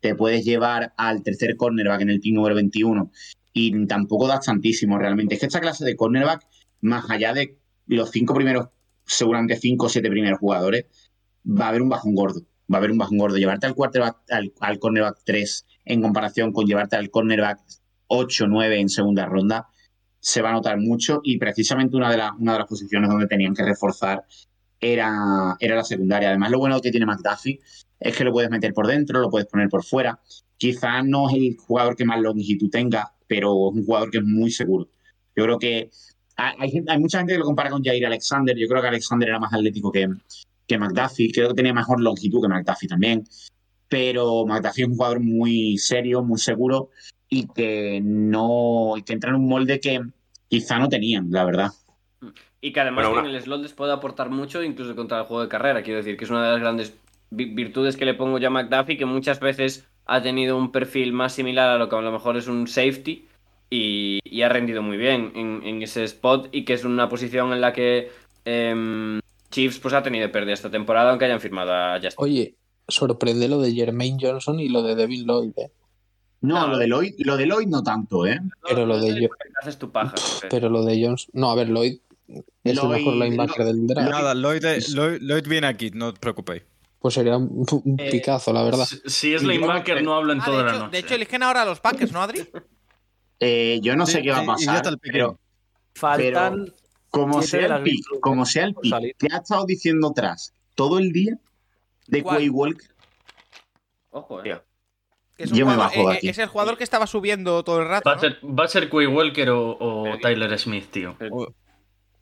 te puedes llevar al tercer cornerback en el team número 21 y tampoco das tantísimo realmente. Es que esta clase de cornerback, más allá de los cinco primeros, seguramente cinco o siete primeros jugadores, va a haber un bajón gordo. Va a haber un bajón gordo. Llevarte al, quarterback, al, al cornerback 3 en comparación con llevarte al cornerback 8-9 en segunda ronda, se va a notar mucho y precisamente una de, la- una de las posiciones donde tenían que reforzar era, era la secundaria. Además, lo bueno que tiene McDuffie es que lo puedes meter por dentro, lo puedes poner por fuera. Quizás no es el jugador que más longitud tenga, pero es un jugador que es muy seguro. Yo creo que hay, hay gente- hay mucha gente que lo compara con Jair Alexander. Yo creo que Alexander era más atlético que, que McDuffie. Creo que tenía mejor longitud que McDuffie también. Pero McDuffie es un jugador muy serio, muy seguro y que no y que entra en un molde que quizá no tenían, la verdad.
Y que además
Bueno, una-
que en el slot les puede aportar mucho, incluso contra el juego de carrera. Quiero decir que es una de las grandes vi- virtudes que le pongo yo a McDuffie, que muchas veces ha tenido un perfil más similar a lo que a lo mejor es un safety y, y ha rendido muy bien en, en ese spot y que es una posición en la que em, Chiefs pues ha tenido pérdida esta temporada, aunque hayan firmado a Justin.
Oye, sorprende lo de Jermaine Johnson y lo de Devin Lloyd, ¿eh?
No, lo de Lloyd, lo de Lloyd no tanto, ¿eh?
No,
pero lo
no
de
sé,
yo-
porque Haces tu paja.
Pero lo de Johnson. No, a ver, Lloyd Es el mejor linebacker del draft.
Nada, Lloyd, Lloyd- Lloyd viene aquí, no os preocupéis.
Pues sería un, un
Eh,
picazo, la verdad.
Si es linebacker, no
Ah,
hablo en toda la noche.
Ah, De hecho, eligen ahora a los Packers, ¿no, Adri?
Eh, yo no
Sí,
sé qué va a
sí, y ya
pasar,
está el pick.
pero,
Faltan
pero como
siete de
sea
las
el pick,
virtudes
como sea el
por
pick
salir.
que ha estado diciendo atrás todo el día de
¿Cuál?
Quay Walker,
Ojo, eh.
Que es un
Yo me
jugador-
bajo de
eh,
aquí.
Es el jugador que estaba subiendo todo el rato.
Va a
¿no?
ser, va a ser Quay Walker o, o Tyler Smith, tío.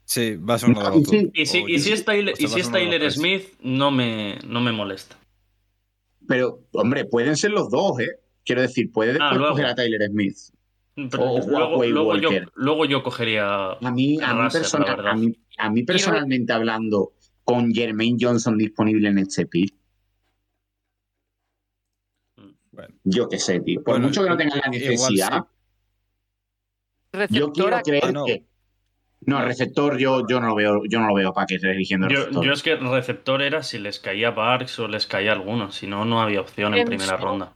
Sí, va a ser uno de
No,
los dos.
sí,
Y si,
O-
y si es Tyler,
o sea,
y
va a
si es
ser uno de los
Tyler
tres.
Smith, no me, no me molesta.
pero hombre, pueden ser los dos, ¿eh? Quiero decir, puede
Ah,
después
luego.
coger a Tyler Smith.
Pero
O
luego,
Quay
luego yo,
Walker.
luego yo cogería.
A mí, a mí
Russell,
persona-
la verdad.
a mí- a mí personalmente hablando, con Jermaine Johnson disponible en este pick,
Bueno.
yo qué sé, tío. Por
Bueno,
mucho que no tengan la
igual
necesidad,
sí.
yo quiero
Receptora,
creer
Ah, no.
que. No, receptor yo, yo no lo veo, yo no lo veo para que esté eligiendo
Yo,
receptor.
yo es que receptor era si les caía Barks o les caía alguno. Si no, no había opción en
Pienso-
primera ronda.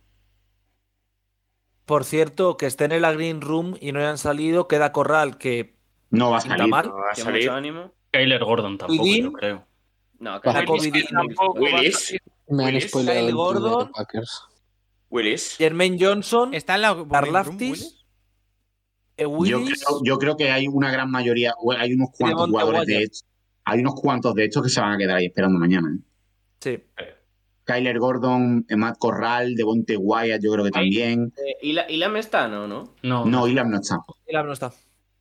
Por cierto, que estén en la Green Room y no hayan salido, queda Corral, que
no va a
pinta
salir.
mal.
No va a
Que
salir.
mucho ánimo.
Kyler Gordon tampoco,
Widin.
yo creo.
No,
Para
Kyler-
Kobe
Willis,
Dean.
tampoco va a
Willis.
salir.
Me han
Willis,
spoileado
Kyle
el primero,
Gordon.
Packers.
Willis.
Jermaine Johnson,
Está en la. Bowling Room, Willis.
Karlaftis, eh,
Yo
Willis,
creo, yo creo que hay una gran mayoría, o hay unos cuantos
Devonta
jugadores de
Wyatt.
estos, hay unos cuantos de estos que se van a quedar ahí esperando mañana. ¿eh?
sí.
Kyler Gordon, eh, Matt Corral, Devonte Wyatt, yo creo que también.
Eh, Ila- Ilam está, ¿no? ¿no?
No,
No, Ilam no está.
Elam no está.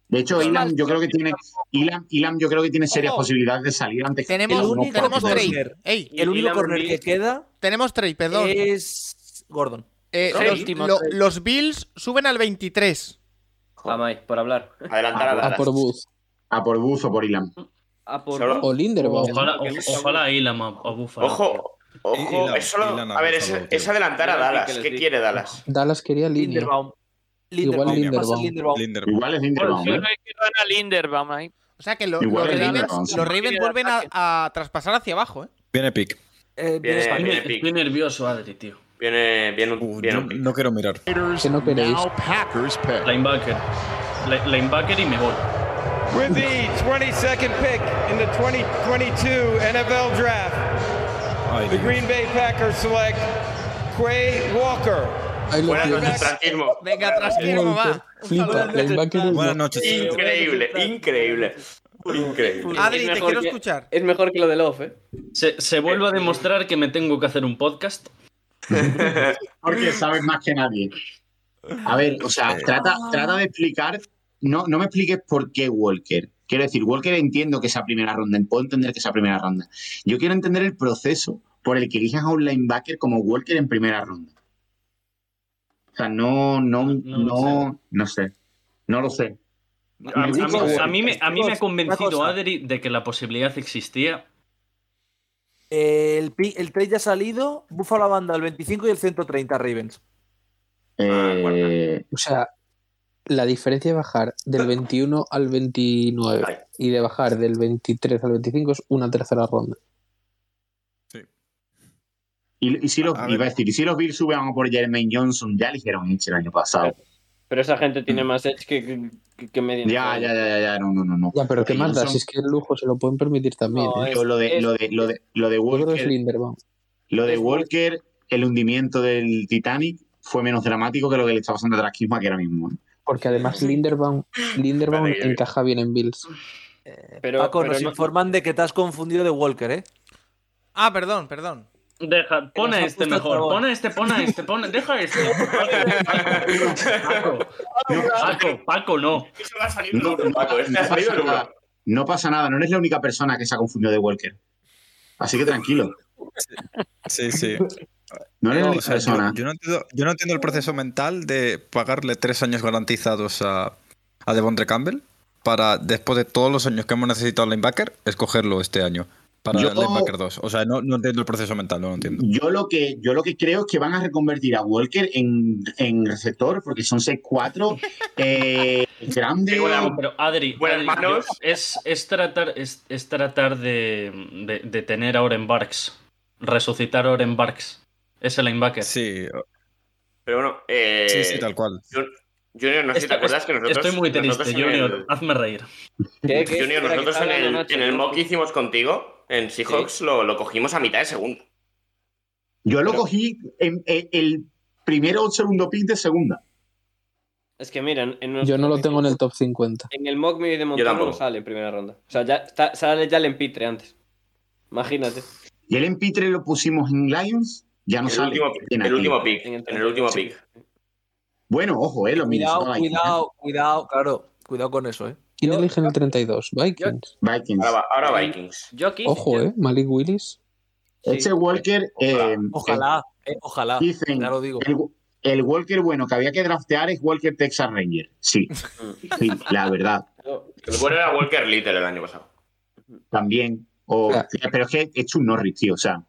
De hecho,
Es
Ilam
más,
yo creo que tiene, Ilam, Ilam yo creo que tiene serias
Ojo.
posibilidades de salir antes. que
Tenemos,
los
único
tenemos
jugadores.
corner.
trade. Ey,
El único
Elam
corner que
Willis.
queda
tenemos trade, perdón.
es Gordon.
Eh,
Sí.
los,
Último
lo-
trade.
los Bills suben al 23.
Jamás, por hablar.
Adelantar a
A
Dallas.
por Booth.
A por Buzo, por Ilam.
A por
Solo-
O Linderbaum.
ojalá, o- ojalá Elam a- a Buffalo.
Ojo,
Y- y
ojo.
la-
Es solo.
y la nave
a ver,
está
es,
loca.
es adelantar a
Yo la vi que
Dallas.
les
¿Qué
di.
quiere Dallas?
Dallas quería línea.
Linderbaum. Linderbaum. Va
Igual
a ser Linderbaum.
Linderbaum.
Linderbaum.
Igual es Linderbaum,
Yo
¿eh?
creo que van a Linderbaum ahí.
O sea que lo- los,
Igual el
Ravens,
Linderbaum, sí.
los Ravens vuelven a, a traspasar hacia abajo. ¿eh?
Viene pick.
Eh,
Viene-
viene-
viene pick.
Estoy nervioso, Adri, tío.
Viene, viene un.
Uh,
viene
yo
un pick.
no quiero mirar.
Que no queréis.
Now Packers pick.
Linebacker. Li- Linebacker y me voy.
With the 22nd pick in the 2022 NFL Draft,
Ay,
the
Dios.
Green Bay Packers select Quay Walker.
Ahí lo
Buenas
tienes.
noches, franquismo.
Venga, Trasquero, va. Un
Flipa,
saludo.
linebacker y-
Buenas noches.
Increíble, increíble. Increíble.
Adri,
Es
te
mejor
quiero
que-
escuchar.
Es mejor que lo de Love, ¿eh?
Se, se vuelve a demostrar que me tengo que hacer un podcast.
Porque sabes más que nadie. A ver, o
Eh.
sea, trata, trata de explicar. No, no me expliques por qué Walker. Quiero decir, Walker entiendo que esa primera ronda, puedo entender que esa primera ronda. Yo quiero entender el proceso por el que elijan a un linebacker como Walker en primera ronda. O sea, no, no, no,
No lo
no, sé. No lo sé.
A, a mí-
gusta Walker.
a mí me, a mí me ha convencido
cosa.
Adri de que la posibilidad existía.
eh, el, pi- el trade ya ha salido. Buffalo la banda el 25 y el 130 Ravens.
Ah,
Eh,
O sea, la diferencia de bajar del 21 al 29 y de bajar del 23 al 25 es una tercera ronda.
y, y si los,
A ver.
iba a decir, y si los Bills suben a por Jermaine Johnson, ya eligieron Hitch el año pasado.
Pero esa gente tiene más edge que, que, que Medina.
Ya, ya, ya, ya, ya, no, no, no. no.
Ya, pero ¿qué más da?
Johnson-
Si es que el lujo se lo pueden permitir también.
No,
¿eh?
Yo lo de,
Es-
lo de, lo de, lo de
Yo creo que es
Walker,
Linderbaum.
lo de
es-
Walker, el hundimiento del Titanic fue menos dramático que lo que le está pasando a Trasquismo aquí ahora mismo. ¿eh?
Porque además Linderbaum, Linderbaum
Vale, yo-
encaja bien en Bills.
Pero,
Paco,
pero
nos
no-
informan de que te has confundido de Walker, ¿eh?
Ah, perdón, perdón.
Deja, pon a
nos ha
este
puesto
mejor,
Trabón.
pon a este, pon a este, pon a- deja a este. Paco,
Ah,
ah,
Paco, Paco, no.
Eso va a salir
No,
duro,
no,
Paco, este
no
ha salido
pasa
duro.
nada. No pasa nada, no eres la única persona que se ha confundido de Walker. Así que tranquilo,
Sí, sí.
no eres la
No, o
única
sea, yo,
persona.
yo no entiendo, yo no entiendo el proceso mental de pagarle tres años garantizados a, a Devontre Campbell para, después de todos los años que hemos necesitado al linebacker, escogerlo este año para
Yo-
el linebacker 2. O sea, no, no entiendo el proceso mental, no lo entiendo.
Yo lo que, yo lo que creo es que van a reconvertir a Walker en, en receptor, porque son 6'4, eh, grande.
Pero, pero, Adri,
Buenas
Adri,
manos.
yo- es, es tratar, es, es tratar de, de, de tener a Oren Barks, resucitar a Oren Barks. Es el linebacker.
Sí,
Pero bueno, eh,
sí, sí, tal cual.
yo, Junior, no sé si te
Estoy-
acuerdas que nosotros.
Estoy muy triste,
nosotros en
Junior.
el-
Hazme reír.
¿Qué, qué?
Junior,
Espera, que
nosotros
está
en
hablando
el,
Nacho,
en el
¿no?
mock que hicimos contigo, en Seahawks, lo, lo cogimos a mitad de segundo.
Yo lo cogí en, en- el primero o segundo pick de segunda.
Es que miren, en,
Yo
nuestro-
no lo tengo en el top 50.
en el mock me de Montano no
tampoco.
sale en primera ronda. O sea, ya está- sale ya el empitre antes. Imagínate.
Y el empitre lo pusimos en Lions, ya no
el,
sale.
último, pick,
En
el
aquel.
último pick. En el último
Sí.
pick.
Bueno, ojo, eh, los
Cuidado,
Minnesota Vikings. ¿eh?
cuidado, cuidado, claro. Cuidado con eso, eh.
¿Quién elige en el 32? Vikings.
Vikings.
Ahora, va-
Eh,
ahora Vikings.
Yo aquí.
Ojo, ¿eh? Malik Willis.
Ese Walker. eh,
Ojalá, eh, ojalá.
Dicen,
Ya lo digo.
El, el Walker bueno que había que draftear es Walker Texas Ranger. Sí, sí, la verdad.
El bueno era Walker Little el año pasado.
También. O, pero es que es un Norris, tío. O sea,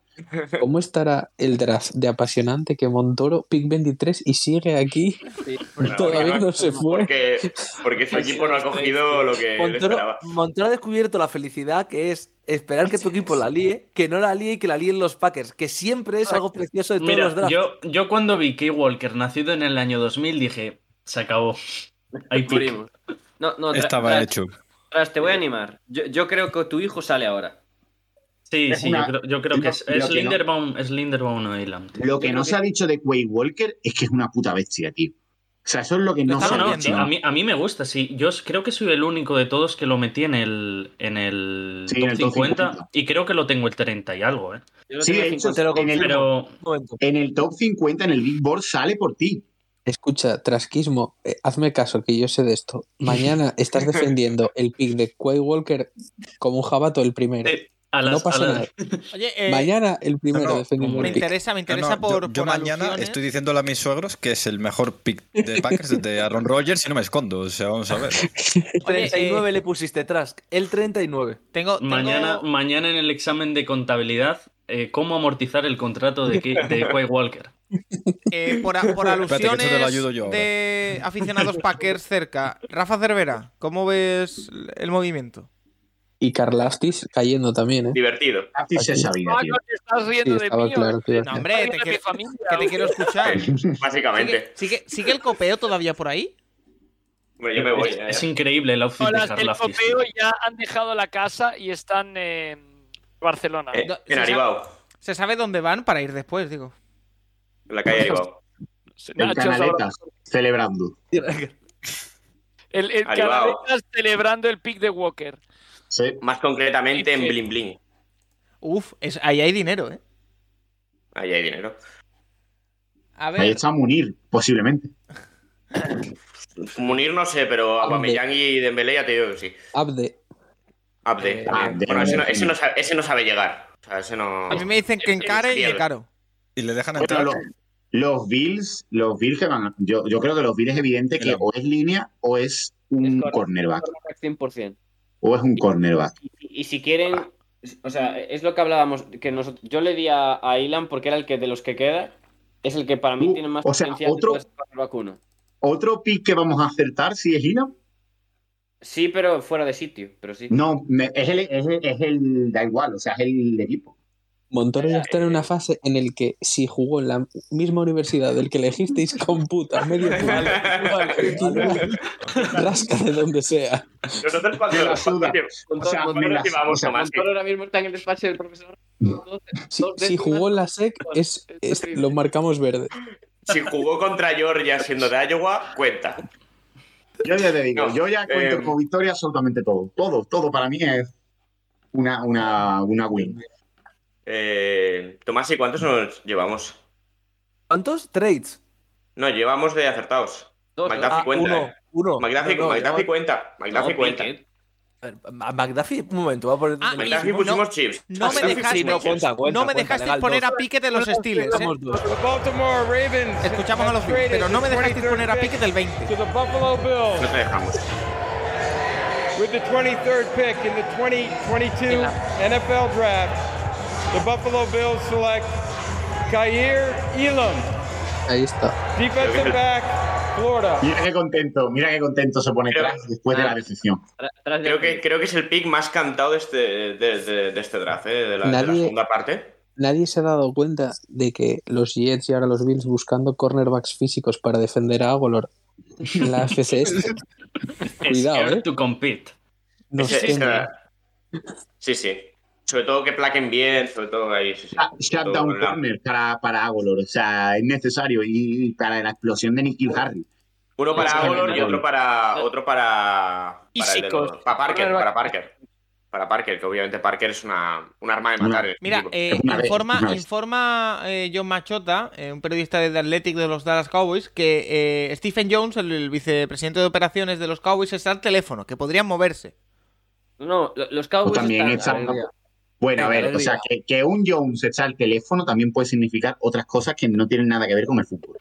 ¿Cómo estará el draft de apasionante que Montoro, pick 23 y sigue aquí? Todavía no se fue.
Porque, porque su equipo no ha cogido lo que él
Montoro,
esperaba.
Montoro ha descubierto la felicidad que es esperar que tu equipo la líe, que no la líe y que la líen los Packers, que siempre es algo precioso de todos los
Mira,
drafts.
yo, yo cuando vi que Walker nacido en el año 2000 dije, se acabó. Hay pick.
Morimos. No, no, tra-
Estaba
tras-
hecho.
tras, te voy a animar. Yo, yo creo que tu hijo sale ahora.
Sí,
Es
sí,
una-
yo creo, yo creo
lo-
que es,
lo
es
que no-
Linderbaum, es Linderbaum o Elam.
lo que no se ha dicho de Quay Walker es que es una puta bestia, tío. O sea, eso es lo que no se
No,
ha
no,
dicho.
sí, a, mí, a mí me gusta, sí. Yo s- creo que soy el único de todos que lo metí en el, en el,
Sí,
top,
en el top
50,
50.
y creo que lo tengo el 30 y algo, ¿eh?
Yo lo
Sí,
tengo
de hecho,
cincuenta.
en el,
Pero
Un momento.
en el top 50, en el Big Board, sale por ti.
Escucha, Trasquismo, eh, hazme caso que yo sé de esto. Mañana estás defendiendo el pick de Quay Walker como un jabato el primero.
eh, a las,
No pasa
a las-
nada.
Oye, eh,
Mañana el primero
no, no,
defendiendo
me
el pick.
interesa, me
No, no,
interesa por.
yo yo
por
mañana
alusiones.
estoy diciéndole a mis suegros que es el mejor pick de Packers de Aaron Rodgers y no me escondo. O sea, vamos a ver.
39 le pusiste Trask, el 39.
Tengo, tengo-
mañana, mañana en el examen de contabilidad, eh, ¿cómo amortizar el contrato de, Ki- de Quay Walker?
eh, por, a- por
Espérate, que esto te lo
alusiones
ayudo yo ahora.
de aficionados Packers cerca. Rafa Cervera, ¿cómo ves el movimiento?
Y Carlastis cayendo también, ¿eh?
Divertido.
Así se sabía,
Ah,
tío.
no te estás
Sí,
riendo de
estaba
mí.
claro.
¿o?
que iba a
No,
ser.
hombre,
Soy
te
de
quiero-
mi familia,
que te
¿o?
quiero escuchar. ¿Sigue,
Básicamente.
sigue, sigue el copeo todavía por ahí?
Hombre, yo me voy. eh.
es,
ya,
es
ya.
increíble el outfit de
Hola, el
Carlaftis.
copeo ya han dejado la casa y están en Barcelona.
Eh,
No, se
en
sabe-
Aribao.
Se sabe dónde van para ir después, digo.
En la calle Aribao.
En
Nacho sabrá.
canaletas, celebrando.
El, el
Aribao.
Canaletas celebrando el pick de Walker.
Sí.
Más concretamente en Bling Bling.
Uf, es- ahí hay dinero, ¿eh?
Ahí hay dinero.
A
Ahí
ver,
está Munir, posiblemente.
Munir no sé, pero Aubameyang y Dembélé ya te digo que sí.
Ah,
Abde,
Abde.
Abde,
bueno, ese no,
Abde.
ese no sabe, ese no sabe llegar. O sea, ese no...
a mí me dicen que encare y caro.
Y le dejan
Bueno,
entrar.
los, los Bills, los Bills que van a- yo, yo creo que los Bills es evidente que
Claro.
o es línea o es un
Es correcto.
cornerback.
100%.
O es un cornerback.
Y, y si quieren, o sea, es lo que hablábamos, que nosotros, yo le di a, a Ilan porque era el que de los que queda, es el que para mí
Uh,
tiene más
o sea,
potencial
otro-
de todo este vacuno.
¿Otro pick que vamos a acertar si es Lina?
Sí, pero fuera de sitio, pero sí.
No, me- es, el, es, el, es el- Da igual, o sea, es el equipo.
Montoro ya está en una fase en el que si jugó en la misma universidad del que elegisteis, computa medio punto. Rasca de donde sea.
Nosotros cuando...
Me la suda.
cuando-
O sea,
cuando
me la-
estimamos
o sea,
Tomás,
Montoro ahora mismo está en el despacho del profesor. Dos-
Si,
dos
si jugó en la SEC, es, es- lo marcamos verde.
Si jugó contra Georgia siendo de Iowa, cuenta.
Yo ya te digo,
No,
yo ya cuento
eh,
con victoria absolutamente todo. Todo, todo para mí es una, una, una win.
Eh, Tomás, ¿y cuántos nos llevamos?
¿Cuántos trades?
No, llevamos de acertados.
dos-
McDuffie
Ah,
cuenta.
uno,
eh.
uno.
McDuffie,
No, no,
McDuffie
no.
cuenta. McDuffie
No,
cuenta.
Pickett.
A ver, a McDuffie, un momento, va a poner.
Ah, y-
McDuffie
no-
pusimos chips.
No me
McDuffie
dejasteis,
pusimos chips.
cuenta, cuenta,
no me
cuenta,
dejasteis
legal,
poner
dos.
a Pickett de los Steelers, ¿eh?
Éramos dos.
The Baltimore Ravens
Escuchamos a
have
los Bills,
traded
pero no me
the
dejasteis
23rd
poner a
pick
Pickett del 20.
To the Buffalo Bills
No te dejamos.
with the 23rd pick in the 2022 NFL Draft. The Buffalo Bills select Kair Elam,
Ahí está.
defensive back, Florida.
Mira qué contento, mira qué contento se pone
Pero-
atrás después de la decisión.
Tra- tras de-
Creo que, creo que es el pick más cantado de este, de, de- de este draft, ¿eh? de, la, de la
Nadie-
segunda parte.
Nadie se ha dado cuenta de que los Jets y ahora los Bills buscando cornerbacks físicos para defender a Agolor La Este, FCS. Cuidado,
Scared
¿eh?
to compete.
No
Ese-
sé.
esa- Sí, sí. Sobre todo que plaquen bien, sobre todo ahí. Sí, sí. Sobre todo
Shutdown
con la-
corner para, para Agolor. O sea, es necesario. Y para la explosión de Nikhil Harry.
Uno para
Ese-
Agolor y otro para. Otro para.
Y
Para, el de los-
Sikos.
para Parker, para Parker. Para Parker, que obviamente Parker es una, un arma de matar.
Mira, eh, informa, informa eh, John Machota, eh, un periodista de The Athletic de los Dallas Cowboys, que eh, Stephen Jones, el, el vicepresidente de operaciones de los Cowboys, está al teléfono, que podrían moverse.
No, lo- los
O
Cowboys
también
están...
está- Bueno, a
Venga,
ver, o sea,
alegría.
que, que un Jones está al teléfono también puede significar otras cosas que no tienen nada que ver con el fútbol.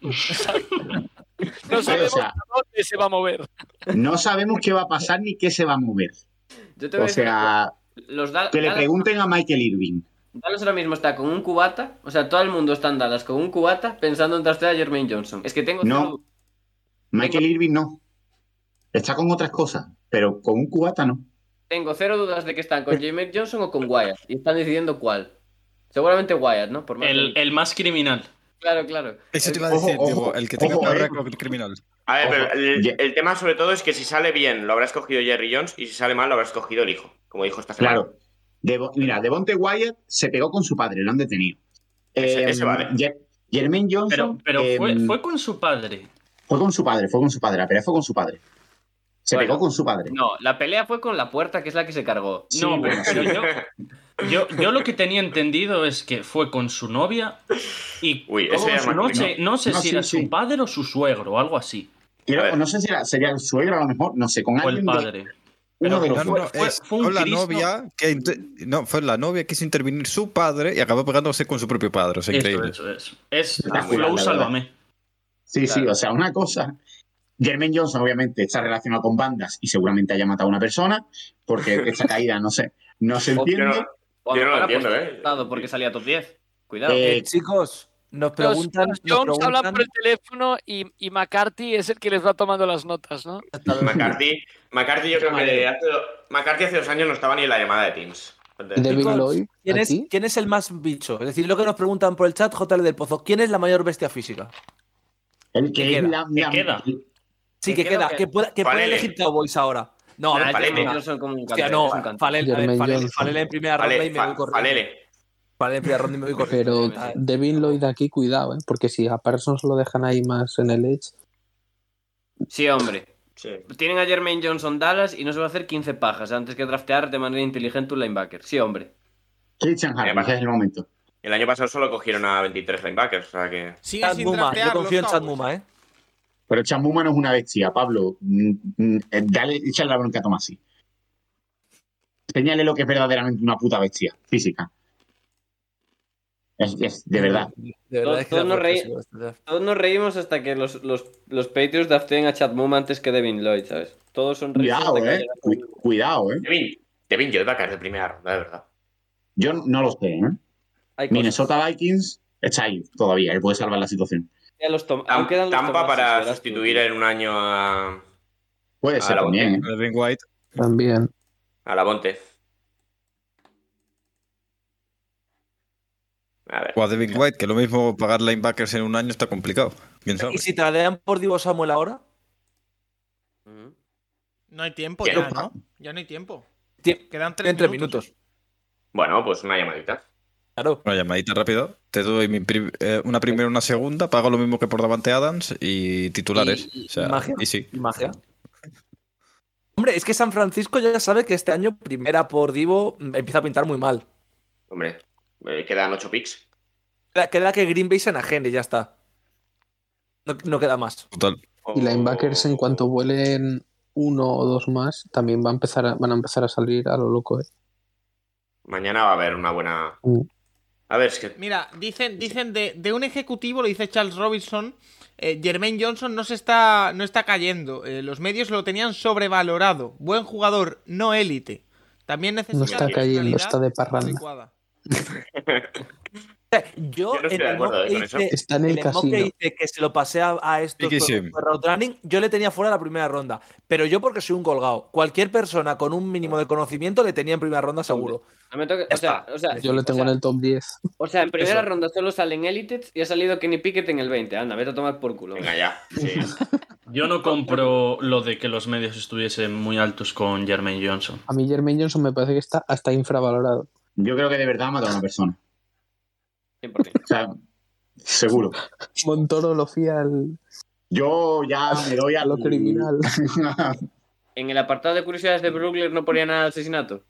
No sabemos
sea-
a dónde se va a mover.
No sabemos qué va a pasar ni qué se va a mover.
Yo te voy a
O
decir Ah,
sea,
Los Dal-
que le
Dallas-
pregunten a Michael Irving.
Dallas ahora mismo está con un cubata, o sea, todo el mundo está en Dallas con un cubata pensando en trastear a Jermaine Johnson. Es que tengo
No. Michael Irving no. Está con otras cosas, pero con un cubata no.
Tengo cero dudas de que están con Jermaine Johnson o con Wyatt. Y están decidiendo cuál. Seguramente Wyatt, ¿no? Por más
El,
que-
el más criminal.
Claro, claro.
Eso te iba a
Ojo,
decir,
ojo,
digo, el que tenga
ojo,
peor
eh.
récord criminal.
A ver, pero
Ojo.
el, el tema sobre todo es que si sale bien lo habrá escogido Jerry Jones y si sale mal lo habrá escogido el hijo, como dijo esta semana.
Claro. Devo- mira, Devonte Wyatt se pegó con su padre, lo han detenido.
Ese-
Eh,
ese vale.
Jer- Jermaine Johnson.
Pero fue,
eh,
fue con su padre.
fue con su padre, fue con su padre, la pelea fue con su padre. Se
Bueno.
pegó con su padre.
No, la pelea fue con la puerta, que es la que se cargó.
no, pero yo, yo, yo lo que tenía entendido es que fue con su novia y
Uy,
luego
ese
en
ya
su
me-
noche,
no.
no, sé
No,
si
sí,
era
sí.
su padre o su suegro o algo así.
Creo-
A ver.
no sé si era, sería el suegro a lo mejor, no sé, con
O el
alguien. de-
padre.
uno de
Pero
los
No, no,
dos.
no,
fue-
es-
fue un
fue la
Cristo.
novia que inte- no, fue la novia que quiso intervenir su padre y acabó pegándose con su propio padre. O sea,
Eso,
increíble.
eso, eso. Es
Está muy mal,
Flow
la
Sálvame.
Sí, sí,
Claro.
o sea, una cosa. Jermaine Johnson, obviamente, está relacionado con bandas y seguramente haya matado a una persona, porque esta caída, no sé, no se
Yo
entiende.
no,
O a
yo no lo
mejor
entiendo,
apuesta
¿eh?
resultado pues, Porque salía top 10. Cuidado.
Eh,
Eh, chicos, nos
Los-
preguntan.
los
nos
Jones hablan
preguntan-
por el teléfono y, y McCarthy es el que les va tomando las notas, ¿no?
McCarthy, McCarthy yo creo que hace, McCarthy hace dos años no estaba ni en la llamada de Teams.
Devin
Chicos,
Lloyd,
¿Quién es,
aquí,
¿Quién es el más bicho? Es decir, lo que nos preguntan por el chat, JL del Pozo, ¿quién es la mayor bestia física?
el que
¿qué
es
queda?
la-
¿Qué
la-
queda?
Sí,
Que
que
creo
queda,
que-
que, pueda- que puede
Falele.
elegir Cowboys ahora. No, a
Nah,
ver,
Falele.
Jermaine
no,
Johnson como un
Hostia,
cantante,
no,
es un cantante.
Falele, a ver,
Jermaine
Falele,
Johnson.
Falele en primera ronda y
Vale,
me voy
fa-
corriendo.
Falele.
Falele en primera ronda y me voy corriendo.
pero
Ah,
Devin Lloyd aquí, cuidado, ¿eh? porque si a Parsons lo dejan ahí más en el edge,
Sí, hombre.
Sí.
Tienen a Jermaine Johnson Dallas y no se va a hacer 15 pajas antes que draftear de manera inteligente un linebacker. Sí, hombre.
Christian Harris,
Además-
es el momento.
El año pasado solo cogieron a 23 linebackers, o sea que.
Siguen
Chad
sin
Muma,
draftear
yo confío en
los
Chad
Cowboys.
Muma, ¿eh?
Pero Chamuma no es una bestia, Pablo. Mm, mm, eh, Dale, échale la bronca a Tomasi. Señale lo que es verdaderamente una puta bestia física. Es, es- de verdad.
De verdad
Todos-
es que
todos
la
nos
verdad
reí-
es que sí, la verdad.
Todos nos reímos hasta que los, los, los Patriots drafteen a Chad Mum antes que Devin Lloyd, ¿sabes? Todos son risas
Cuidado,
hasta que
eh.
llegan-
Cu- cuidado, eh.
Devin, Devin Lloyd, de primera ronda, de verdad.
Yo no lo sé, eh.
Hay cosas.
Minnesota Vikings está ahí todavía, que puede salvar la situación.
Ya los tom- aún
Tam-
quedan los
Tampa
tomates,
para
verás tú,
sustituir
tío.
en un año a,
Puede
Ah,
ser
la
también, ¿eh?
Devin White.
también.
a Labonte. A ver.
O a Devin White, que lo mismo pagar linebackers en un año está complicado. ¿Quién sabe?
¿Y si tradean por Divo Samuel ahora?
Ujú.
No hay tiempo
Quiero
ya,
pa-
¿no? Ya no hay tiempo.
Tie-
Quedan tres
En tres
minutos.
minutos.
Bueno, pues una llamadita.
Claro.
Una llamadita rápido. Te doy mi pri- eh, una primera y una segunda. Pago lo mismo que por Davante Adams y titulares.
Y- y
o sea,
magia.
y sí.
Y magia. Hombre, es que San Francisco ya sabe que este año, primera por Divo, mm, empieza a pintar muy mal.
Hombre, eh, quedan 8 picks.
Queda- Queda que Green Bay se enajene y ya está. No, no queda más.
Total.
Oh,
Y linebackers, en
Oh.
cuanto vuelen uno o dos más, también va a empezar a- van a empezar a salir a lo loco. ¿eh?
Mañana va a haber una buena.
Uh.
Mm.
A ver, es que.
Mira, dicen, dicen de, de un ejecutivo, lo dice Charles Robinson, eh, Jermaine Johnson no se está, no está cayendo. Eh, los medios lo tenían sobrevalorado. Buen jugador, no élite. También necesita
No está
una
cayendo,
personalidad
está de parranda.
adecuada.
Yo,
Yo no estoy
en
de
el
acuerdo,
mock
eh,
que
con eso.
hice-
Está en el
mock
casino.
que hice que se lo pasé a, a estos
Piquísimo.
juegos de roadrunning, yo le tenía fuera la primera ronda. Pero yo porque soy un colgado. Cualquier persona con un mínimo de conocimiento le tenía en primera ronda seguro.
A mí me toca-
Ya
o sea,
está.
o sea,
Yo le
o
tengo
sea,
en el top 10.
O sea, en primera
Eso.
ronda solo salen Elites y ha salido Kenny Pickett en el 20. Anda, vete a tomar por culo.
Venga, ya. Sí.
Yo no compro lo de que los medios estuviesen muy altos con Jermaine Johnson.
A mí Jermaine Johnson me parece que está hasta infravalorado.
Yo creo que de verdad ha matado a una persona. O sea, seguro.
Montoro lo fía al...
Yo ya me doy
a lo criminal.
En el apartado de curiosidades de Brooklyn no ponía nada de asesinato.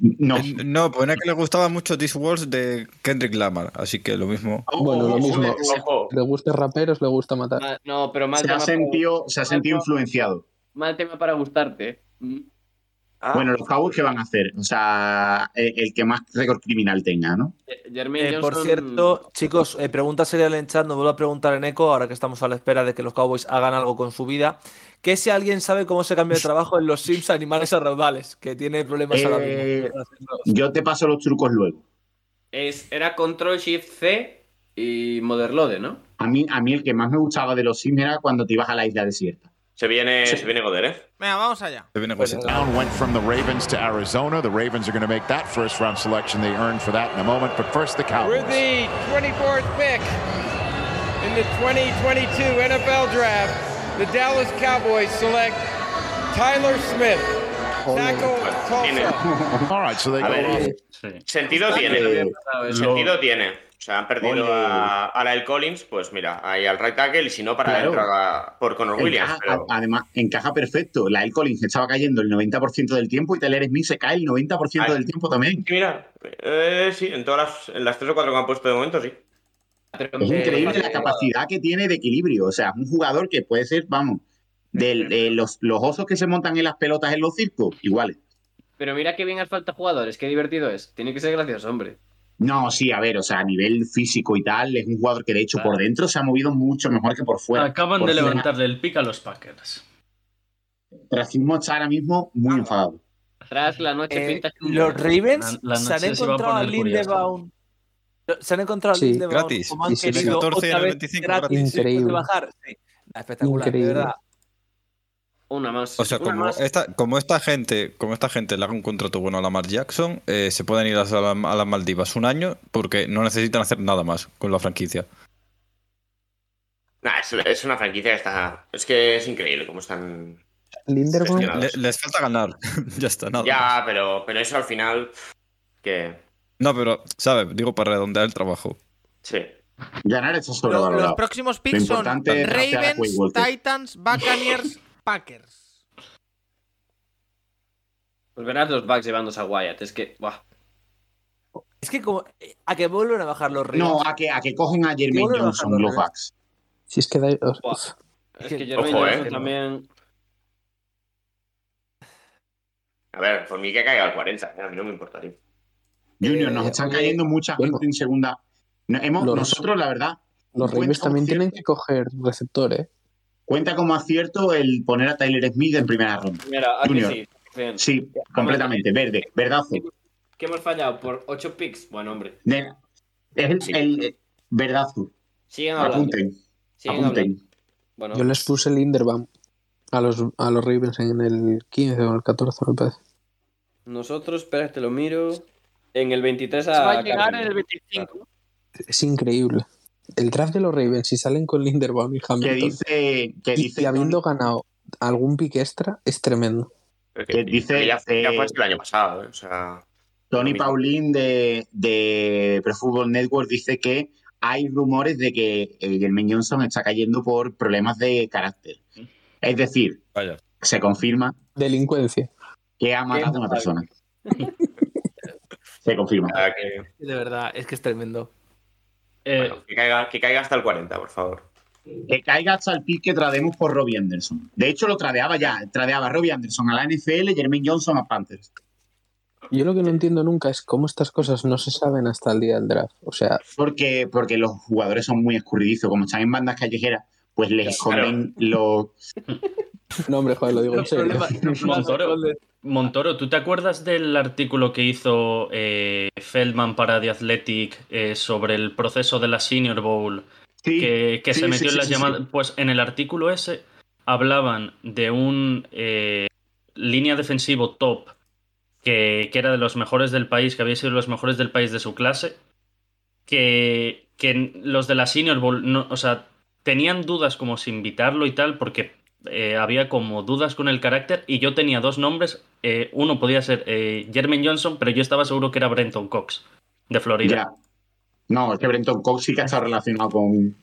No.
Eh, No, pone que le gustaba mucho This Walls de Kendrick Lamar, así que lo mismo.
Bueno, lo
ojo,
mismo.
ojo.
Le gusta raperos, le gusta
Ah.
matar.
Ma- No, pero mal
se ha
tema,
sentido, se ha sentido
Algo-
influenciado.
para, mal tema para gustarte. ¿eh? Mm.
Ah,
Bueno, los Cowboys que van a hacer, o sea, el, el que más récord criminal tenga, ¿no?
Eh, Jermaine
eh,
Johnson.
por cierto, chicos, eh, pregunta serial en chat, nos vuelvo a preguntar en eco, ahora que estamos a la espera de que los Cowboys hagan algo con su vida. Que si alguien sabe cómo se cambia de trabajo en los Sims Animales a Raudales, que tiene problemas ahora
Eh,
mismo. para hacerlo.
Yo te paso los trucos luego.
Es, era Control Shift C y Motherlode, ¿no?
A mí, a mí el que más me gustaba de los Sims era cuando te ibas a la isla desierta.
Se viene, se viene Goder, ¿eh?
Venga, vamos allá.
Te viene cosita.
Down went from the Ravens to Arizona. The Ravens are going to make that first round selection they earned for that in a moment. But first, the
With
Cowboys.
the 24th pick in the 2022 NFL Draft, the Dallas Cowboys select Tyler Smith, tackle
Tiene,
Tulsa.
All right, so they
A ver,
go.
Sí.
sentido
Eh,
tiene.
Claro, es-
Sentido tiene. O sea, han perdido
Ole.
a, a Lyle Collins, pues mira, ahí al right tackle y si no, para
Claro.
adentro a- por Conor Williams.
Encaja-
pero-
a- Además, encaja perfecto. La El Collins estaba cayendo el 90% del tiempo y Taylor Smith se cae el 90%
Ay.
del tiempo también.
Sí, mira, eh, sí, en todas las, en las tres o cuatro que han puesto de momento, sí.
pero-
Es
eh,
increíble la
eh,
capacidad que tiene de equilibrio. O sea, un jugador que puede ser, vamos, del- de los, los osos que se montan en las pelotas en los circos, iguales.
Pero mira qué bien falta jugadores, qué divertido es. Tiene que ser gracioso, hombre.
No, sí, a ver, o sea, a nivel físico y tal, es un jugador que de hecho
Claro.
por dentro se ha movido mucho mejor que por fuera.
Acaban
Pues
Por
de
fuera,
levantarle el pick a los Packers.
Racismo está ahora mismo muy enfadado.
Tras la noche
Eh,
pinta chunga.
los Ravens
La- la
se han
noche se va a
encontrado a
poner
Lindebaum. Se han encontrado a
Sí,
Lindebaum
gratis.
como han
Y se le
querido,
14
otra
al
vez
25
gratis,
gratis.
después de
Increíble.
bajar. Sí, espectacular, de
Increíble.
verdad.
Una más.
O sea,
una
como
más.
esta, como esta gente, como esta gente le haga un contrato bueno a Lamar Jackson, eh, se pueden ir a, la- a las Maldivas un año porque no necesitan hacer nada más con la franquicia.
Nah, es, es una franquicia que está. Es que es increíble cómo están.
Linderbaum,
Claro.
Le- les falta ganar. ya está, nada. más.
Ya, pero, pero eso al final. Que.
No, pero, ¿sabes? Digo para redondear el trabajo.
Sí.
Ganar está
Lo- los
sobrevalorado.
próximos picks son
importante es draftear a
Ravens,
Quay Walker.
Titans, Buccaneers, Packers.
Pues verás los Bucks llevándose a Wyatt. Es que, buah.
Es que como eh, a que vuelven a bajar los Ravens.
No, a que, a que cogen a Jermaine
Bueno,
Johnson,
bajando,
los
¿eh?
backs.
si es que da- os-
Buah.
os-
Es que
Ojo,
Jermaine
eh.
Johnson también.
A ver, por mí que caiga al 40. eh, A mí no me importaría.
Junior,
Eh,
nos están
oye,
cayendo mucha gente
bueno.
en segunda. No, hemos-
Los-
nosotros, la verdad,
los
Buen
Ravens también
concierto.
tienen que coger receptores.
cuenta como acierto el poner a Tyler Smith en primera ronda.
Mira, aquí
Junior.
Ah, sí. Bien.
Sí, completamente, verde, verdazo.
¿Qué hemos fallado? Por 8 picks. Bueno, hombre.
De- es el,
Sí.
el- eh, verdazo.
Siguen hablando.
Apunten,
siguen hablando.
apunten.
Bueno,
Yo les puse Linderbaum a los, a los Ravens en el 15 o el 14, me parece.
nosotros, espera, te lo miro. En el 23 a.
Se va a llegar en
Cardinals.
el 25.
Es increíble. El draft de los Ravens, si salen con Linderbaum y
Que
Hamilton,
dice, que
y-
dice,
y habiendo ganado algún pick extra, es tremendo.
Que Eh, dice,
ya, ya fue
eh,
el año pasado, ¿eh? O sea.
Tony Paulín de, de Pro Football Network dice que hay rumores de que eh, Jermaine Johnson está cayendo por problemas de carácter. Es decir,
Vaya.
se confirma
Delincuencia.
que ha matado a una persona. se confirma.
nada, que,
De verdad, es que es tremendo.
Eh,
bueno, que, caiga, que caiga hasta el 40, por favor.
Que caiga hasta el pick que trademos por Robbie Anderson. De hecho, lo tradeaba ya. Tradeaba a Robbie Anderson a la NFL, Jermaine Johnson a Panthers.
Yo lo que no entiendo nunca es cómo estas cosas no se saben hasta el día del draft. O sea,
Porque, porque los jugadores son muy escurridizos. Como están en bandas callejeras, pues les esconden los,
no, hombre, joder, lo digo en
Los
serio.
problemas- los problemas
Montoro.
de Golden-
Montoro, ¿tú te acuerdas del artículo que hizo eh, Feldman para The Athletic eh, sobre el proceso de la Senior Bowl?
Sí,
que, que
sí,
se
sí,
metió en
sí,
las
sí,
llamadas.
sí.
Pues en el artículo ese hablaban de un eh, línea defensivo top que, que era de los mejores del país, que había sido de los mejores del país de su clase, que, que los de la Senior Bowl, no, o sea, tenían dudas como si invitarlo y tal, porque eh, había como dudas con el carácter y yo tenía dos nombres. Eh, uno podía ser eh, Jermaine Johnson, pero yo estaba seguro que era Brenton Cox, de Florida.
Ya. No, es que Brenton Cox sí que ha estado relacionado con.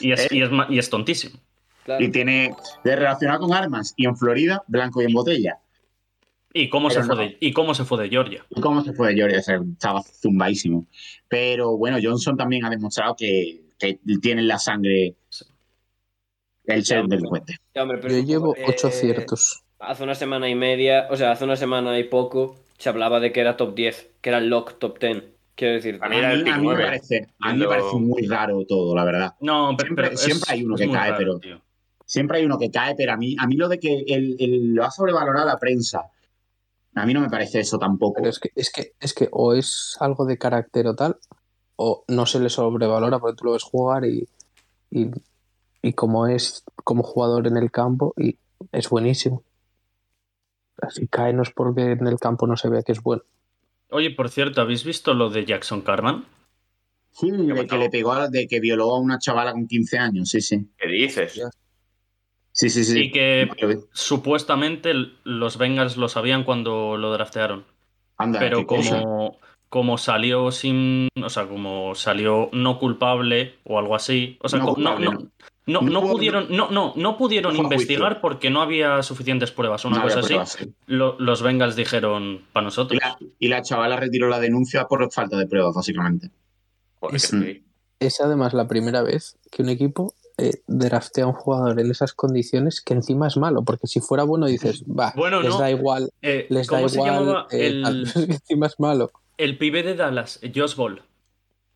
Y es, y es ma- y es tontísimo.
Y tiene. De relacionado con armas. Y en Florida, blanco y en botella.
¿Y cómo, se
Pero
fue
no.
de, ¿Y cómo se fue de Georgia?
¿Y cómo se fue de Georgia? Se- Estaba zumbadísimo. Pero bueno, Johnson también ha demostrado que, que tiene en la sangre el ser delincuente.
Ya, hombre, pero
Yo
es un
llevo
poco,
ocho
eh,
aciertos.
Hace una semana y media, o sea, hace una semana y poco, se hablaba de que era top 10, que era lock top 10. Quiero decir,
A mí, a mí me parece, a mí me parece muy raro todo, la verdad.
No, pero,
Siempre,
pero
siempre hay uno que
muy
cae,
raro,
pero.
tío.
Siempre hay uno que cae, pero a mí, a mí lo de que el- el- lo ha sobrevalorado la prensa, a mí no me parece eso tampoco.
Pero es que, es que, es que o es algo de carácter o tal, o no se le sobrevalora porque tú lo ves jugar y, y, y como es como jugador en el campo y es buenísimo. Así cae no es porque en el campo no se vea que es bueno.
Oye, por cierto, ¿habéis visto lo de Jackson Carman?
Sí, de que le pegó, a- de que violó a una chavala con 15 años, sí, sí.
¿Qué dices?
Sí, sí, sí.
Y que supuestamente l- los Bengals lo sabían cuando lo draftearon.
Anda,
pero
qué cosa.
como, como salió sin. O sea, como salió no culpable o algo así. O sea,
No
co- no,
culpable,
no,
no. No
no- no
hubo-
pudieron, no, no, no pudieron
No fue a
investigar porque no había suficientes pruebas. Una
No
cosa
había
así.
pruebas, sí.
Lo- los Bengals dijeron para
Y
nosotros.
la, y la chavala retiró la denuncia por falta de pruebas, básicamente.
Es- Es además la primera vez que un equipo eh, draftea a un jugador en esas condiciones que encima es malo, porque si fuera bueno dices, va,
Bueno,
les
no.
da igual,
Eh,
les da
¿Cómo
igual,
se llamaba
eh,
el-
tal, pero es que encima es malo.
El pibe de Dallas, Josh Ball.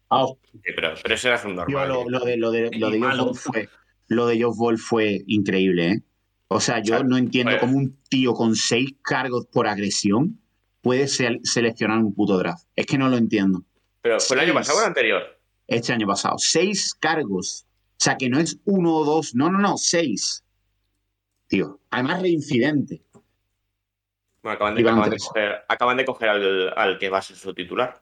Ah,
Sí, pero, pero eso era un
Yo
normal.
lo, lo de, lo de, lo de
Y
Josh
malo.
Ball fue, lo de Josh Ball fue increíble, ¿eh? O sea, yo no entiendo
Bueno.
cómo un tío con seis cargos por agresión puede se- seleccionar un puto draft. Es que no lo entiendo.
Pero fue el año
Seis.
pasado o el anterior.
Este año pasado, seis cargos. O sea, que no es uno o dos, no, no, no, seis. Tío, además reincidente.
Bueno, acaban de,
Iban
acaban de
tres.
coger, acaban de coger al, al que va a ser su titular.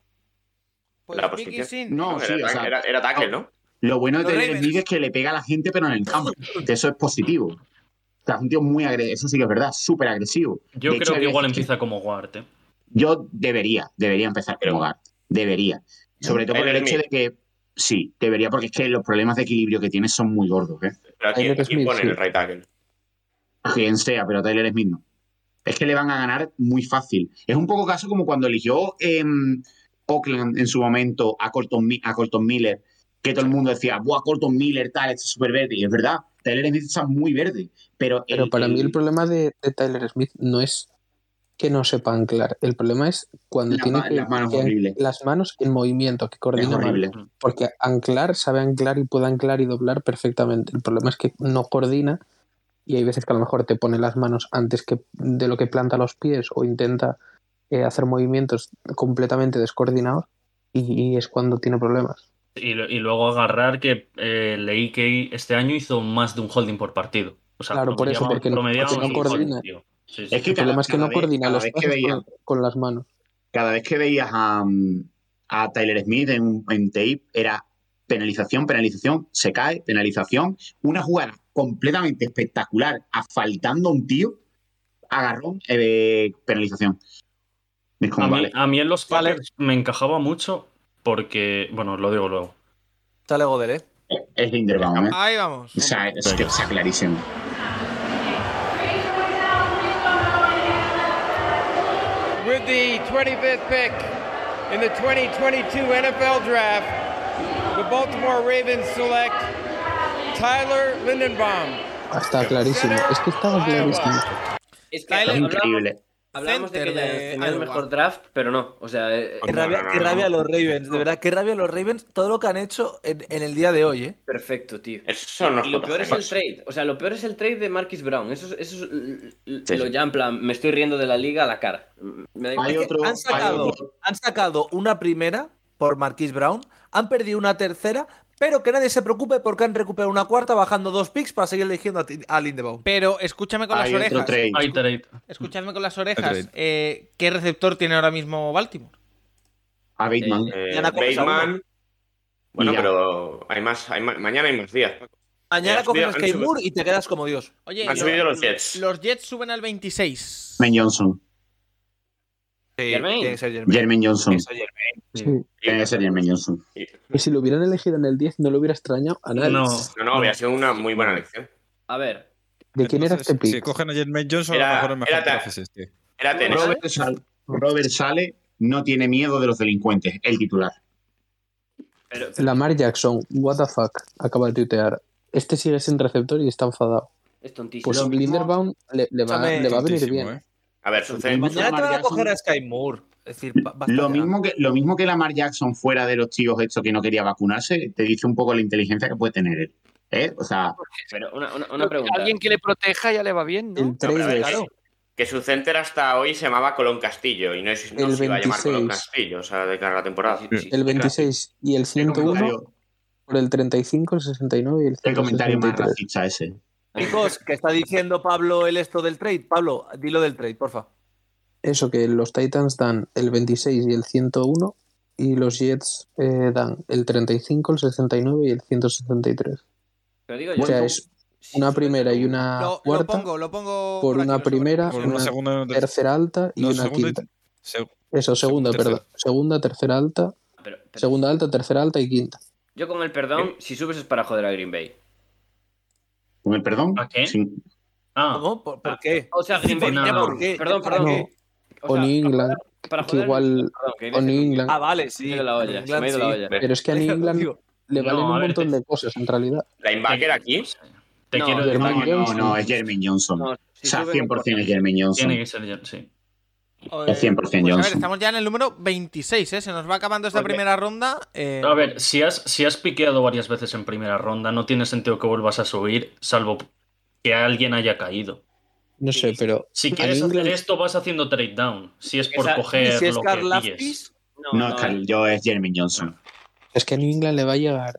Pues
La
Vicky
posición.
Sin.
No, sí,
era,
o sea,
era, era tackle, ¿no?
Lo bueno de
Los
Taylor
Ravens.
Smith es que le pega a la gente, pero en el campo. Que eso es positivo. O sea, es un tío muy agresivo. Eso sí que es verdad, súper agresivo.
Yo
De hecho,
creo que
había
igual
gente-
empieza como guard. ¿eh?
Yo debería, debería empezar
Pero-
como guard. Debería. Sobre todo por el
Taylor
hecho de
Smith.
que. Sí, debería, porque es que los problemas de equilibrio que tiene son muy gordos, ¿eh?
Pero aquí,
Taylor
aquí
Smith,
pone
sí.
el right tackle.
A Quien sea, pero a Taylor Smith no. Es que le van a ganar muy fácil. Es un poco caso como cuando eligió em, Oakland en su momento a Colton, Mi- a Colton Miller, que todo el mundo decía, ¡buah, Colton Miller, tal, este es súper verde! Y es verdad, Taylor Smith está muy verde. Pero,
Pero para mí el problema de, de Tyler Smith no es que no sepa anclar, el problema es cuando
La
tiene
ma-
que,
las manos
que-
horrible.
las manos en movimiento, que
es
coordina mal.
horrible.
porque anclar sabe anclar y puede anclar y doblar perfectamente. El problema es que no coordina y hay veces que a lo mejor te pone las manos antes que de lo que planta los pies o intenta eh, hacer movimientos completamente descoordinados y, y es cuando tiene problemas.
Y, lo- y luego agarrar que eh, leí que este año hizo más de un holding por partido. O sea,
Claro, por eso,
promediaba-
porque no-
promediaba
porque no
un
coordina.
holding, tío. Sí, sí.
Es que cada-
El problema es que
cada
no
vez-
coordina
cada
los
vez que
pasos
veía-
con, con las manos.
cada vez que veías a, mm, a Tyler Smith en, un- en tape era penalización, penalización, se cae, penalización. Una jugada completamente espectacular, asfaltando a un tío, agarrón, eh, penalización. Es como,
a, mí,
vale.
a mí en los
Vale.
Packers me encajaba mucho porque, bueno, lo digo luego.
Sale Godel, ¿eh?
es Linderbaum, ¿eh?
Ahí vamos.
O sea, es que está clarísimo.
With the 25th pick in the 2022 NFL Draft, the Baltimore Ravens select Tyler Lindenbaum.
Está clarísimo. Es que estaba clarísimo.
Tyler-
Es que
Es
hablamos-
increíble.
Hablamos de que
Center
le
de
tenía el
Iowa.
mejor draft, pero no. O sea, eh,
Qué
eh,
No,
rabia,
no, no,
qué
no.
rabia los Ravens, de verdad, qué rabia los Ravens, todo lo que han hecho en, en el día de hoy, ¿eh?
perfecto, tío.
Esos son los
Y lo peor es el
quarterbacks.
trade. O sea, lo peor es el trade de Marquis Brown. Eso, es- eso es l- l-
Sí,
lo
sí.
ya en plan, me estoy riendo de la liga a la cara. Me da igual.
Hay
Es que-
otro-
Han sacado,
hay otro-
han sacado una primera por Marquis Brown, han perdido una tercera, pero que nadie se preocupe porque han recuperado una cuarta bajando dos picks para seguir eligiendo a, Ti- a Lindebaum.
Pero escúchame con
hay
las
otro
orejas.
trade.
Hay trade.
Escuchadme con las orejas.
Trade.
eh, ¿Qué receptor tiene ahora mismo Baltimore?
A Bateman.
Eh,
Ya la coges a
Bateman.
uno.
Bueno,
Y ya.
pero hay más, hay ma- mañana hay más días.
Mañana
Eh,
coges
mira,
a
han
Sky
subido-
Moore y te quedas como Dios.
Oye,
Han
lo-
subido los Jets.
Los Jets suben al 26.
Jermaine Johnson.
Sí,
Jermaine.
tiene que ser Jermaine.
Jermaine Johnson.
Eso, Jermaine.
Sí.
Tiene que ser Jermaine Johnson.
Y si lo hubieran elegido en el 10, no lo hubiera extrañado a nadie.
No.
No, no, había sido una muy buena elección.
A ver,
¿De quién era este
Entonces, Si
pick?
cogen a Jermaine Johnson, a
Era-
lo mejor es mejor
era
que
ta-
Offices, tío.
Era Tennessee.
Robert, Sal- Robert Sale no tiene miedo de los delincuentes, el titular.
Pero,
Lamar Jackson, what the fuck, acaba de tuitear. Este sigue sin receptor y está enfadado.
es tontísimo.
Pues
Lo mismo-
Linderbaum le, le va,
Escúchame.
le va a venir
Tontísimo,
bien.
¿eh?
a ver, sucede.
Lo
Mañana te van a
Lamar
coger a
Jackson.
Sky Moore. Es decir, ba- basta
Lo
ya.
mismo, que, lo mismo que Lamar Jackson fuera de los tíos estos que no quería vacunarse, te dice un poco la inteligencia que puede tener él. ¿eh? O sea,
Pero una, una- una pregunta.
Alguien que le proteja ya le va bien, ¿no?
El 3
pero a ver,
de-
claro. Que su center hasta hoy se llamaba Colón Castillo y no, es, no
El
se iba a llamar Colón
26.
Castillo, o sea, de cara a la temporada.
Sí, sí,
el 26 y el
el
101
comentario,
por el 35, el 69 y el
el comentario más
163.
racista ese.
Chicos, que está diciendo Pablo el esto del trade. Pablo, dilo del trade, porfa.
Eso, que los Titans dan el 26 y el 101 y los Jets eh, dan el 35, el 69 y el 163.
Pero digo yo,
O sea, es
si
una
sube-
primera y una
Lo, lo
cuarta
pongo, lo pongo.
por
aquí,
una
lo pongo.
primera,
Por
una
una segunda. una tercera.
tercera alta y
No,
una
segunda y-
quinta.
se- segunda
Eso, segunda,
y tercera.
perdón. Segunda, tercera alta,
pero- pero
segunda alta, tercera alta y quinta.
Yo con el perdón, si subes es para joder a Green Bay.
Con el perdón.
¿A qué?
sin-
Ah,
¿Cómo? ¿Por, por qué?
O sea, Green Bay.
no,
¿Ya
no.
por qué?
Perdón,
¿Ya
perdón.
por
No,
qué?
O
o
sea,
New England,
para
que igual.
Perdón, que hay
O
veces-
New England.
Ah, vale,
me
sí.
he ido la olla, se me ha ido la olla.
Pero es que a New England
Digo,
le
No,
valen
a
un
ver,
montón
te-
de cosas en realidad.
Linebacker aquí.
te
No,
quiero
Jermaine
decir.
No,
Jermaine
no,
Johnson.
no, es Jermaine Johnson.
No,
o
si
sea,
sube,
100% es Jermaine Johnson.
Tiene que ser Jets, sí.
Eh,
Es 100%
pues a ver,
Johnson.
estamos ya en el número 26, ¿eh? Se nos va acabando esta
Porque-
primera ronda. eh,
A ver, si has, si has piqueado varias veces en primera ronda, no tiene sentido que vuelvas a subir, salvo que alguien haya caído.
No sé, pero.
Si
a
quieres
New
hacer
England-
esto, vas haciendo trade down. Si es por
esa-
coger
¿y si es
lo
Karl
que pilles.
Laftis?
No,
No,
no,
es Carl- yo es Jermaine Johnson.
Es que a New England le va a llegar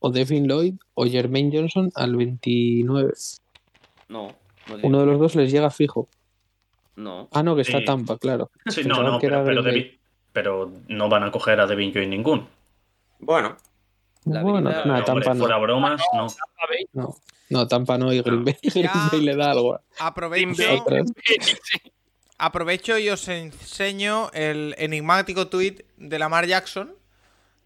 o Devin Lloyd o Jermaine Johnson al 29.
no, no,
Uno de los dos les llega fijo.
no.
Ah, no, que está
Sí.
Tampa, claro.
Sí, no,
Pensaban
no,
que era
pero, pero,
Green
Devin- pero no van a coger a Devin Joy ningún.
Bueno,
La
bueno,
vida-
no,
No, hombre,
Tampa no.
fuera bromas, no.
No. No, Tampa no y
Ah,
Green Bay. Green
Ya.
Bay le da algo. a
Aprovecho,
nosotros.
aprovecho y os enseño el enigmático tweet de Lamar Jackson.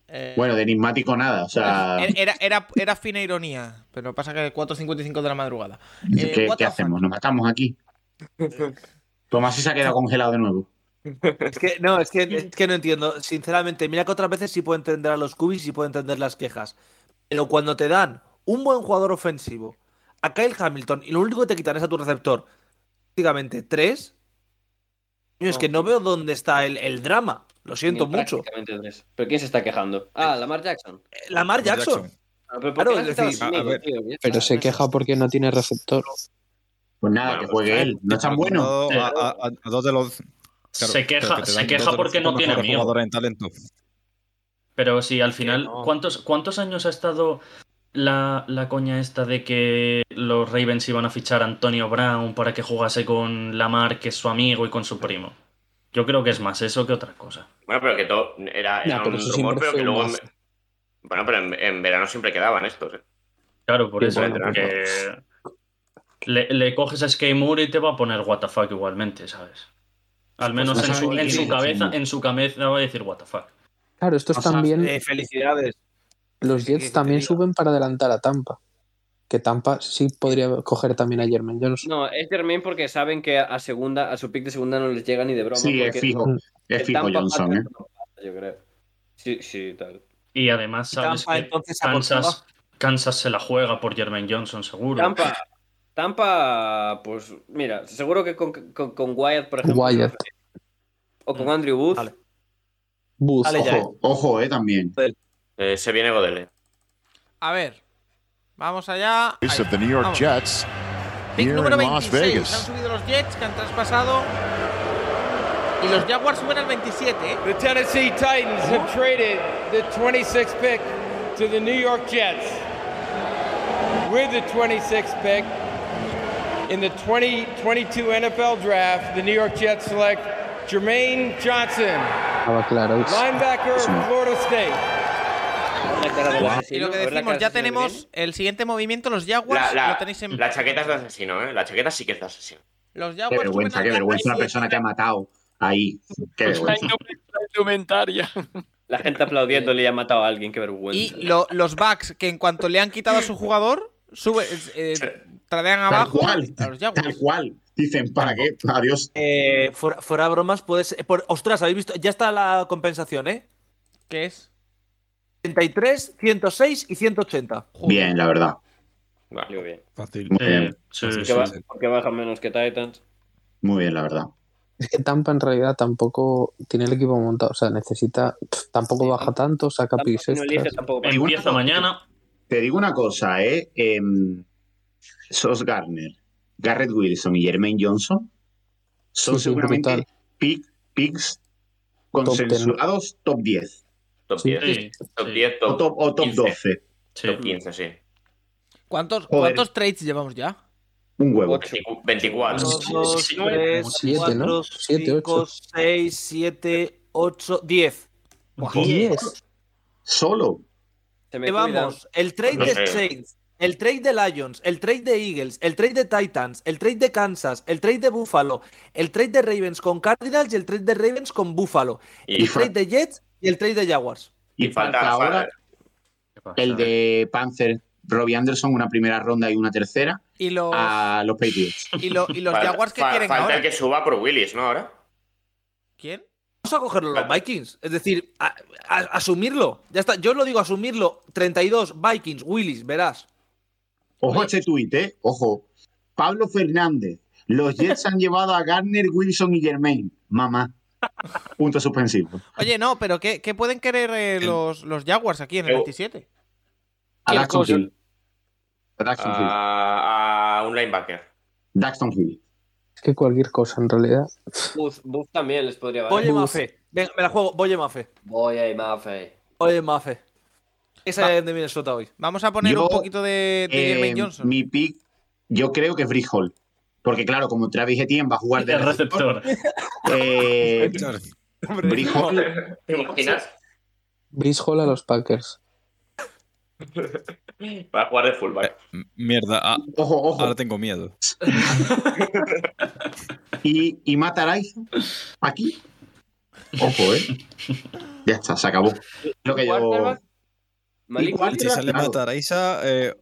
Eh,
Bueno, de enigmático nada. O sea,
era, era, era- era fina ironía, pero pasa que 4.55 de la madrugada. Eh,
¿qué,
what
qué
the
hacemos? ¿Nos matamos aquí? Tomás se ha quedado congelado de nuevo.
Es que, no, es que, es que no entiendo. Sinceramente, mira que otras veces sí puedo entender a los cubis y sí puedo entender las quejas. Pero cuando te dan un buen jugador ofensivo a Kyle Hamilton y lo único que te quitan es a tu receptor, prácticamente tres, yo es que no veo dónde está el, el drama. Lo siento
Ni
mucho.
prácticamente tres. ¿Pero quién se está quejando? Ah, Lamar Jackson.
Eh, Lamar Jackson.
Ah, pero ¿por
Claro,
qué
es
le has quitado
decir,
a
a- a
Smith,
ver,
tío? Ya
Pero
está,
se
no sé.
queja porque no tiene receptor.
Pues nada,
Bueno,
que juegue
pues,
él. No es tan bueno.
Dado A, a- a- a dos de los. claro,
se
pero que
queja,
te
se
dan
queja
dos de los
porque no
cinco
tiene
mejores
miedo.
jugadores en talento.
Pero sí, al final,
no.
¿cuántos, ¿cuántos años ha estado la, la coña esta de que los Ravens iban a fichar a Antonio Brown para que jugase con Lamar, que es su amigo, y con su primo? Yo creo que es más eso que otra cosa.
bueno, pero que todo era, era
Ya, pero
un
eso
rumor,
siempre
pero
fue
que luego.
un
en- Bueno, pero en, en verano siempre quedaban estos. ¿eh?
Claro, por
Sí,
eso.
bueno,
porque le, le coges a Sky Moore y te va a poner what the fuck igualmente, ¿sabes? Al
pues,
menos
no
en, su,
sabe
en
ni
su
quién es,
cabeza,
sí.
en su cabeza va a decir what the fuck.
Claro, estos
O sea,
también.
Eh, felicidades.
los
sí, que
Jets
te
también
diga.
suben para adelantar a Tampa. Que Tampa sí podría coger también a Jermaine Johnson.
No, es Jermaine porque saben que a segunda, a su pick de segunda no les llega ni de broma.
Sí, es
porque
fijo.
el
Es fijo
Tampa
Johnson,
pasa
¿eh?
por la- Yo creo. Sí, sí, tal.
Y además, sabes
Tampa,
que
entonces, a por
Kansas, Kansas se la juega por Jermaine Johnson, seguro.
Tampa. Tampa, pues mira, seguro que con, con, con Wyatt, por ejemplo.
Wyatt.
O con Andrew Booth.
Vale.
Booth,
Dale ya,
ojo.
eh.
Ojo, eh, también.
Eh, se viene Godele.
A ver, vamos allá. Ahí
Use of
está,
the New York
vamos.
Jets
Pick
here
número
in Las
26. Han
Vegas.
subido los Jets que han traspasado. Y los Jaguars suben al 27. ¿eh?
The Tennessee Titans have traded the 26th pick to the New York Jets. With the 26th pick in the 2022 NFL Draft, the New York Jets select Jermaine Johnson,
Estaba claro.
linebacker,
Sí.
Florida State.
Una chaqueta de
Y lo que decimos, ya tenemos el siguiente movimiento, los Jaguars,
La, la-
lo tenéis en...
la chaqueta es de asesino, ¿eh? La chaqueta sí que es de asesino.
Los
Qué
Jaguars
vergüenza,
suben
qué
al
vergüenza una
37.
persona que ha matado ahí. Qué
Pues
vergüenza.
Indumentaria.
La gente aplaudiendo le ha matado a alguien, qué vergüenza.
Y lo- los backs, que en cuanto le han quitado a su jugador, sube, eh, tradean abajo
cual.
a los Jaguars.
Tal cual. Dicen, ¿para qué? Adiós.
Eh, fuera, fuera bromas, puedes. eh, por- ostras, habéis visto. Ya está la compensación, ¿eh?
¿Qué es?
33, 106 y 180.
Joder.
Bien, la verdad.
Muy bien.
Fácil.
Muy
Eh,
bien,
sí,
Porque,
sí,
ba-
sí.
porque baja menos que Titans.
muy bien, la verdad.
Es que Tampa en realidad tampoco tiene el equipo montado. O sea, necesita. pff, Tampoco
Sí,
baja tanto, saca
Tampoco,
pis
si no elige,
extras.
tampoco pasa.
Empieza mañana.
Te digo una cosa, ¿eh? Em, Sos Garner, Garrett Wilson y Jermaine Johnson son
Sí, sí,
seguramente
brutal.
pick- picks
Top ten.
consensuados top 10
Top
Sí.
10,
Sí,
top
sí.
10,
o
top,
top, o top
15,
12.
sí.
top 15, sí.
¿Cuántos,
Joder.
¿Cuántos trades llevamos ya?
Un huevo.
Ocho.
24.
1, 2,
Sí,
3,
siete,
4,
¿no? Siete,
5,
ocho.
6, 7, 8, 10.
Diez.
Solo.
Se me cuidan.
Llevamos el trade
No sé.
de Saints, el trade de Lions, el trade de Eagles, el trade de Titans, el trade de Kansas, el trade de Buffalo, el trade de Ravens con Cardinals y el trade de Ravens con Buffalo,
Y,
Y
el trade de Jets y el trade de Jaguars.
Y,
y
falta, ahora
¿Qué pasa?
el de Panther, Robbie Anderson, una primera ronda y una tercera
Y los,
a los Patriots.
y lo- y los
falta-
Jaguars que
fa-
quieren
Falta
ahora.
el que suba por Willis, ¿no? Ahora.
¿Quién?
Vamos a cogerlo los Vikings, es decir, a- a- asumirlo. Ya está, yo os lo digo, asumirlo. 32 Vikings, Willis, verás.
Ojo a este tuit, ¿eh? Ojo. Pablo Fernández. Los Jets han llevado a Garner, Wilson y Germain. Mamá. Punto suspensivo.
Oye, no, pero ¿qué, qué pueden querer eh, los, los Jaguars aquí en el
Eu-
27?
A
¿Qué
Daxton
cosa?
Hill. A Daxton Hill.
Ah, A, a un linebacker.
Daxton Hill.
Es que cualquier cosa en realidad.
Booth, Booth también les podría valer.
Boye Mafe. Venga, me la juego, Boye Mafe.
Voy a Mafe.
Boye Mafe. Esa
Va.
es de Minnesota hoy.
Vamos a poner
Yo,
un poquito de, de
Eh,
Jermaine Johnson.
Mi pick, yo creo que es Brick Hall. Porque, claro, como Travis Etienne va a jugar de
El receptor.
eh, Brick Hall,
¿Te imaginas?
Brice Hall a los Packers.
Va a jugar de fullback.
Mierda, ah,
ojo, ojo.
ahora tengo miedo.
Y, y Matt Araiza, aquí. Ojo, ¿eh? Ya está, se acabó. Lo que yo.
Quarterback. Malik
Igual-
Willis.
Si sale
Claro.
matar a Isa, eh,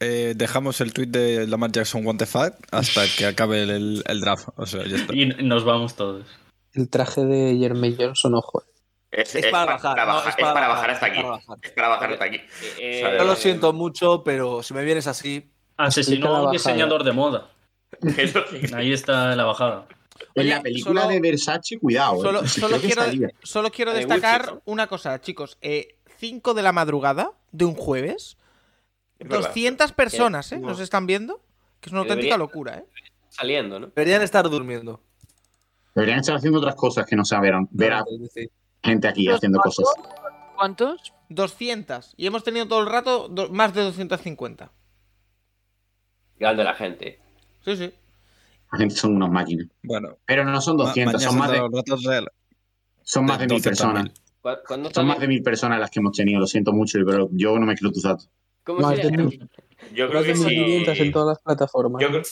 eh, dejamos el tweet de Lamar Jackson What the fuck hasta que acabe el, el draft. O sea, ya está.
Y nos vamos todos.
El traje de Jermaine Johnson, ojo.
Es,
Es para bajar. no,
baja- es para bajar hasta
es
aquí.
para bajar.
Es para bajar hasta aquí.
Eh,
Yo
Yo lo
Eh,
siento mucho, pero si me vienes así.
Asesinó
Explica la
a un
bajada.
diseñador de moda.
Eso sí.
Ahí está la bajada.
En
Oye,
la película
solo-
de Versace, cuidado. ¿eh?
Solo,
Sí,
solo
creo que
quiero,
salía.
solo quiero
Eh,
destacar
Wilson, ¿no?
una cosa, chicos. 5 de la madrugada de un jueves.
Es verdad.
200 personas, ¿eh?
no.
Nos están viendo. Que es una
Que
auténtica
debería-
locura, ¿eh?
Saliendo, ¿no?
Deberían estar durmiendo.
Deberían estar haciendo otras cosas que no se verán. Ver a gente aquí haciendo cosas.
¿Cuántos?
200. Y hemos tenido todo el rato do- más de 250.
Grande la gente.
Sí, sí.
La gente son unas máquinas.
Bueno,
Pero no son
ma-
200, son
mañana
más de,
saldrá los datos real-
son más de mil
200.000.
personas.
¿Cu- ¿Cuándo
Son más de
sale?
mil personas las que hemos tenido, lo siento mucho, pero yo no me creo tus datos.
¿Cómo
Más
se
de
llama?
mil-
Yo creo
más de
que sí.
1500 en todas las plataformas.
Yo, creo-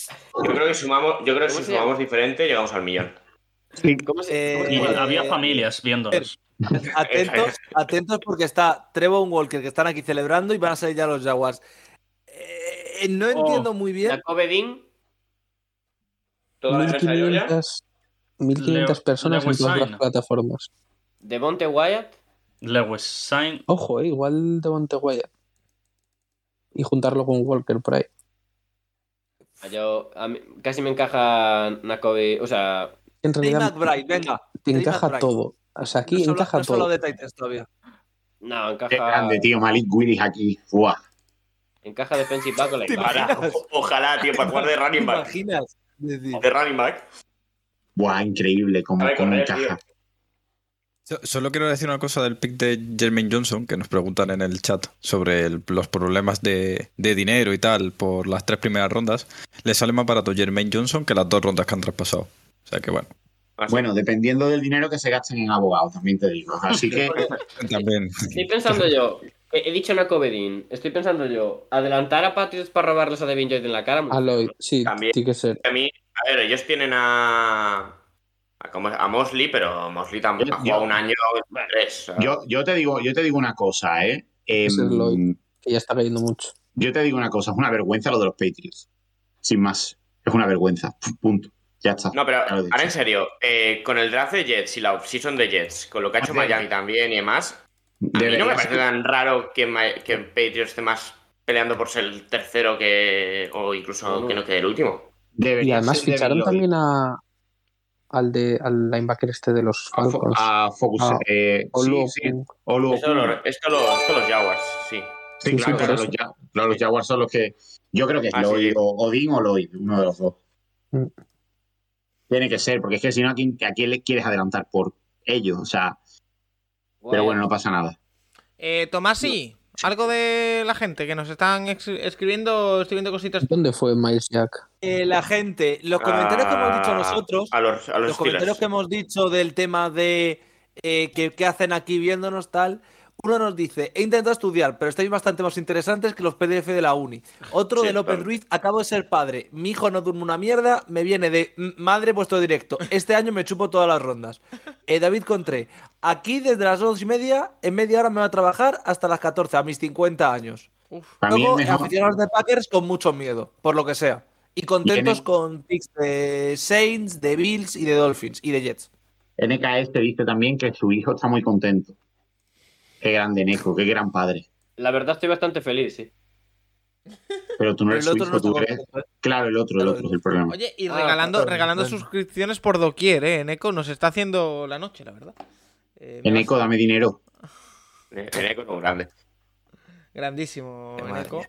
yo creo que sumamos, yo creo que
¿Cómo
si
se llama?
sumamos diferente llegamos al millón.
¿Cómo se
Eh,
cómo se
Y
llama?
había familias viéndonos.
Atentos, atentos porque está Trevon Walker, que están aquí celebrando y van a salir ya los Jaguars. Eh, no entiendo muy bien.
Oh, Jacob Edin.
Toda la defensa de Georgia.
1500, 1500
Leo-
personas en
Lewis
todas las
Sign.
plataformas.
Devonte Wyatt.
Lewis Sain.
Ojo, eh, igual de Wyatt. Y juntarlo con Walker por ahí.
Ah, Yo, a mí- casi me encaja Nakobe. O sea,
En
Trey
realidad
McBride, venga.
te
Trey
encaja
McBride.
todo. O sea, aquí
no solo,
encaja
no solo
todo.
de Titans todavía.
no,
Qué
encaja.
grande, tío, Malik Willis aquí. Buah.
Encaja defensive back con la
Ojalá, o- ojalá, tío, para jugar de
¿Te
running back.
imaginas? Es decir,
De running back.
Buah, increíble cómo,
Sabe
cómo
correr,
encaja.
So- Solo quiero decir una cosa del pick de Jermaine Johnson que nos preguntan en el chat sobre el- los problemas de, de dinero y tal por las tres primeras rondas. Le sale más barato Jermaine Johnson que las dos rondas que han traspasado. O sea que bueno,
Así.
Bueno, dependiendo del dinero que se gasten en abogados, también te digo. Así que
también.
Estoy pensando yo, He, he dicho Naco Bedin. Estoy pensando yo, adelantar a Patriots para robarles a Devin Lloyd en la cara.
A Lloyd, sí,
También.
tiene que ser.
A mí, a ver, ellos tienen a. A, ¿cómo es? a Mosley, pero Mosley también
Yo-
ha jugado
yo-
un año tres.
Yo, yo te digo, yo te digo una cosa, ¿eh? Em,
Es el Lloyd, que ya está cayendo mucho.
yo te digo una cosa, es una vergüenza lo de los Patriots. Sin más. Es una vergüenza. Punto. Ya está.
No, pero
Ya lo he dicho.
ahora en serio, eh, con el draft de Jets y la offseason de Jets, con lo que ha hecho
Hombre.
Miami también y demás, a mí
Debería
no me
ser-
parece tan raro que, Ma- que Patriots esté más peleando por ser el tercero que. o incluso que no quede el último.
debería
Y además
ser Devin
ficharon
Lloyd.
también a, al, de, al linebacker este de los
a, fo-
Falcons.
a Focus.
Ah,
eh, sí,
Olu-
sí, Olu-
Esto lo, esto lo- esto los Jaguars, sí.
Sí,
Sí,
claro,
sí, por
claro,
eso.
los, Ja- claro, los Jaguars son los que. Yo creo que es
Ah,
Lloyd,
sí.
o Odín o Lloyd, uno de los dos.
Mm.
Tiene que ser, porque es que si no, ¿a quién, a quién le quieres adelantar? Por ellos, o sea. Pero bueno, no pasa nada.
Eh, Tomás, sí. Algo de la gente que nos están ex- escribiendo, estoy viendo cositas.
¿Dónde fue Miles Jack?
Eh, la gente, los comentarios que hemos dicho
Ah,
nosotros,
A los, a los
los comentarios
Steelers.
que hemos dicho del tema de eh, que, que hacen aquí viéndonos tal, uno nos dice, he intentado estudiar, pero estáis bastante más interesantes que los PDF de la uni. Otro
Sí,
de López
claro.
Ruiz, acabo de ser padre, mi hijo no duerme una mierda, me viene de "Mm, madre puesto directo, este año me chupo todas las rondas. Eh, David Contré, aquí desde las dos y media, en media hora me voy a trabajar hasta las 14, a mis 50 años.
Para mí, el
Luego,
mejor,
aficionados de Packers con mucho miedo, por lo que sea. Y
Vienen-
contentos con picks de Saints, de Bills y de Dolphins y de Jets.
NKS te dice también que su hijo está muy contento. Qué grande, Neko, qué gran padre.
La verdad estoy bastante feliz, sí.
Pero tú no
Pero
eres
el
su
otro
hijo,
no está
tú eres.
contento, ¿eh?
Claro, el otro, el
Claro,
otro es el problema.
Oye, y
Ah,
regalando,
claro,
regalando
claro.
suscripciones por doquier, eh, Neko. Nos está haciendo la noche, la verdad. Eh, me
Neko,
vas-
dame dinero.
Eh,
Tenía que ser un grande.
Grandísimo,
Qué madre
Neko.
mía.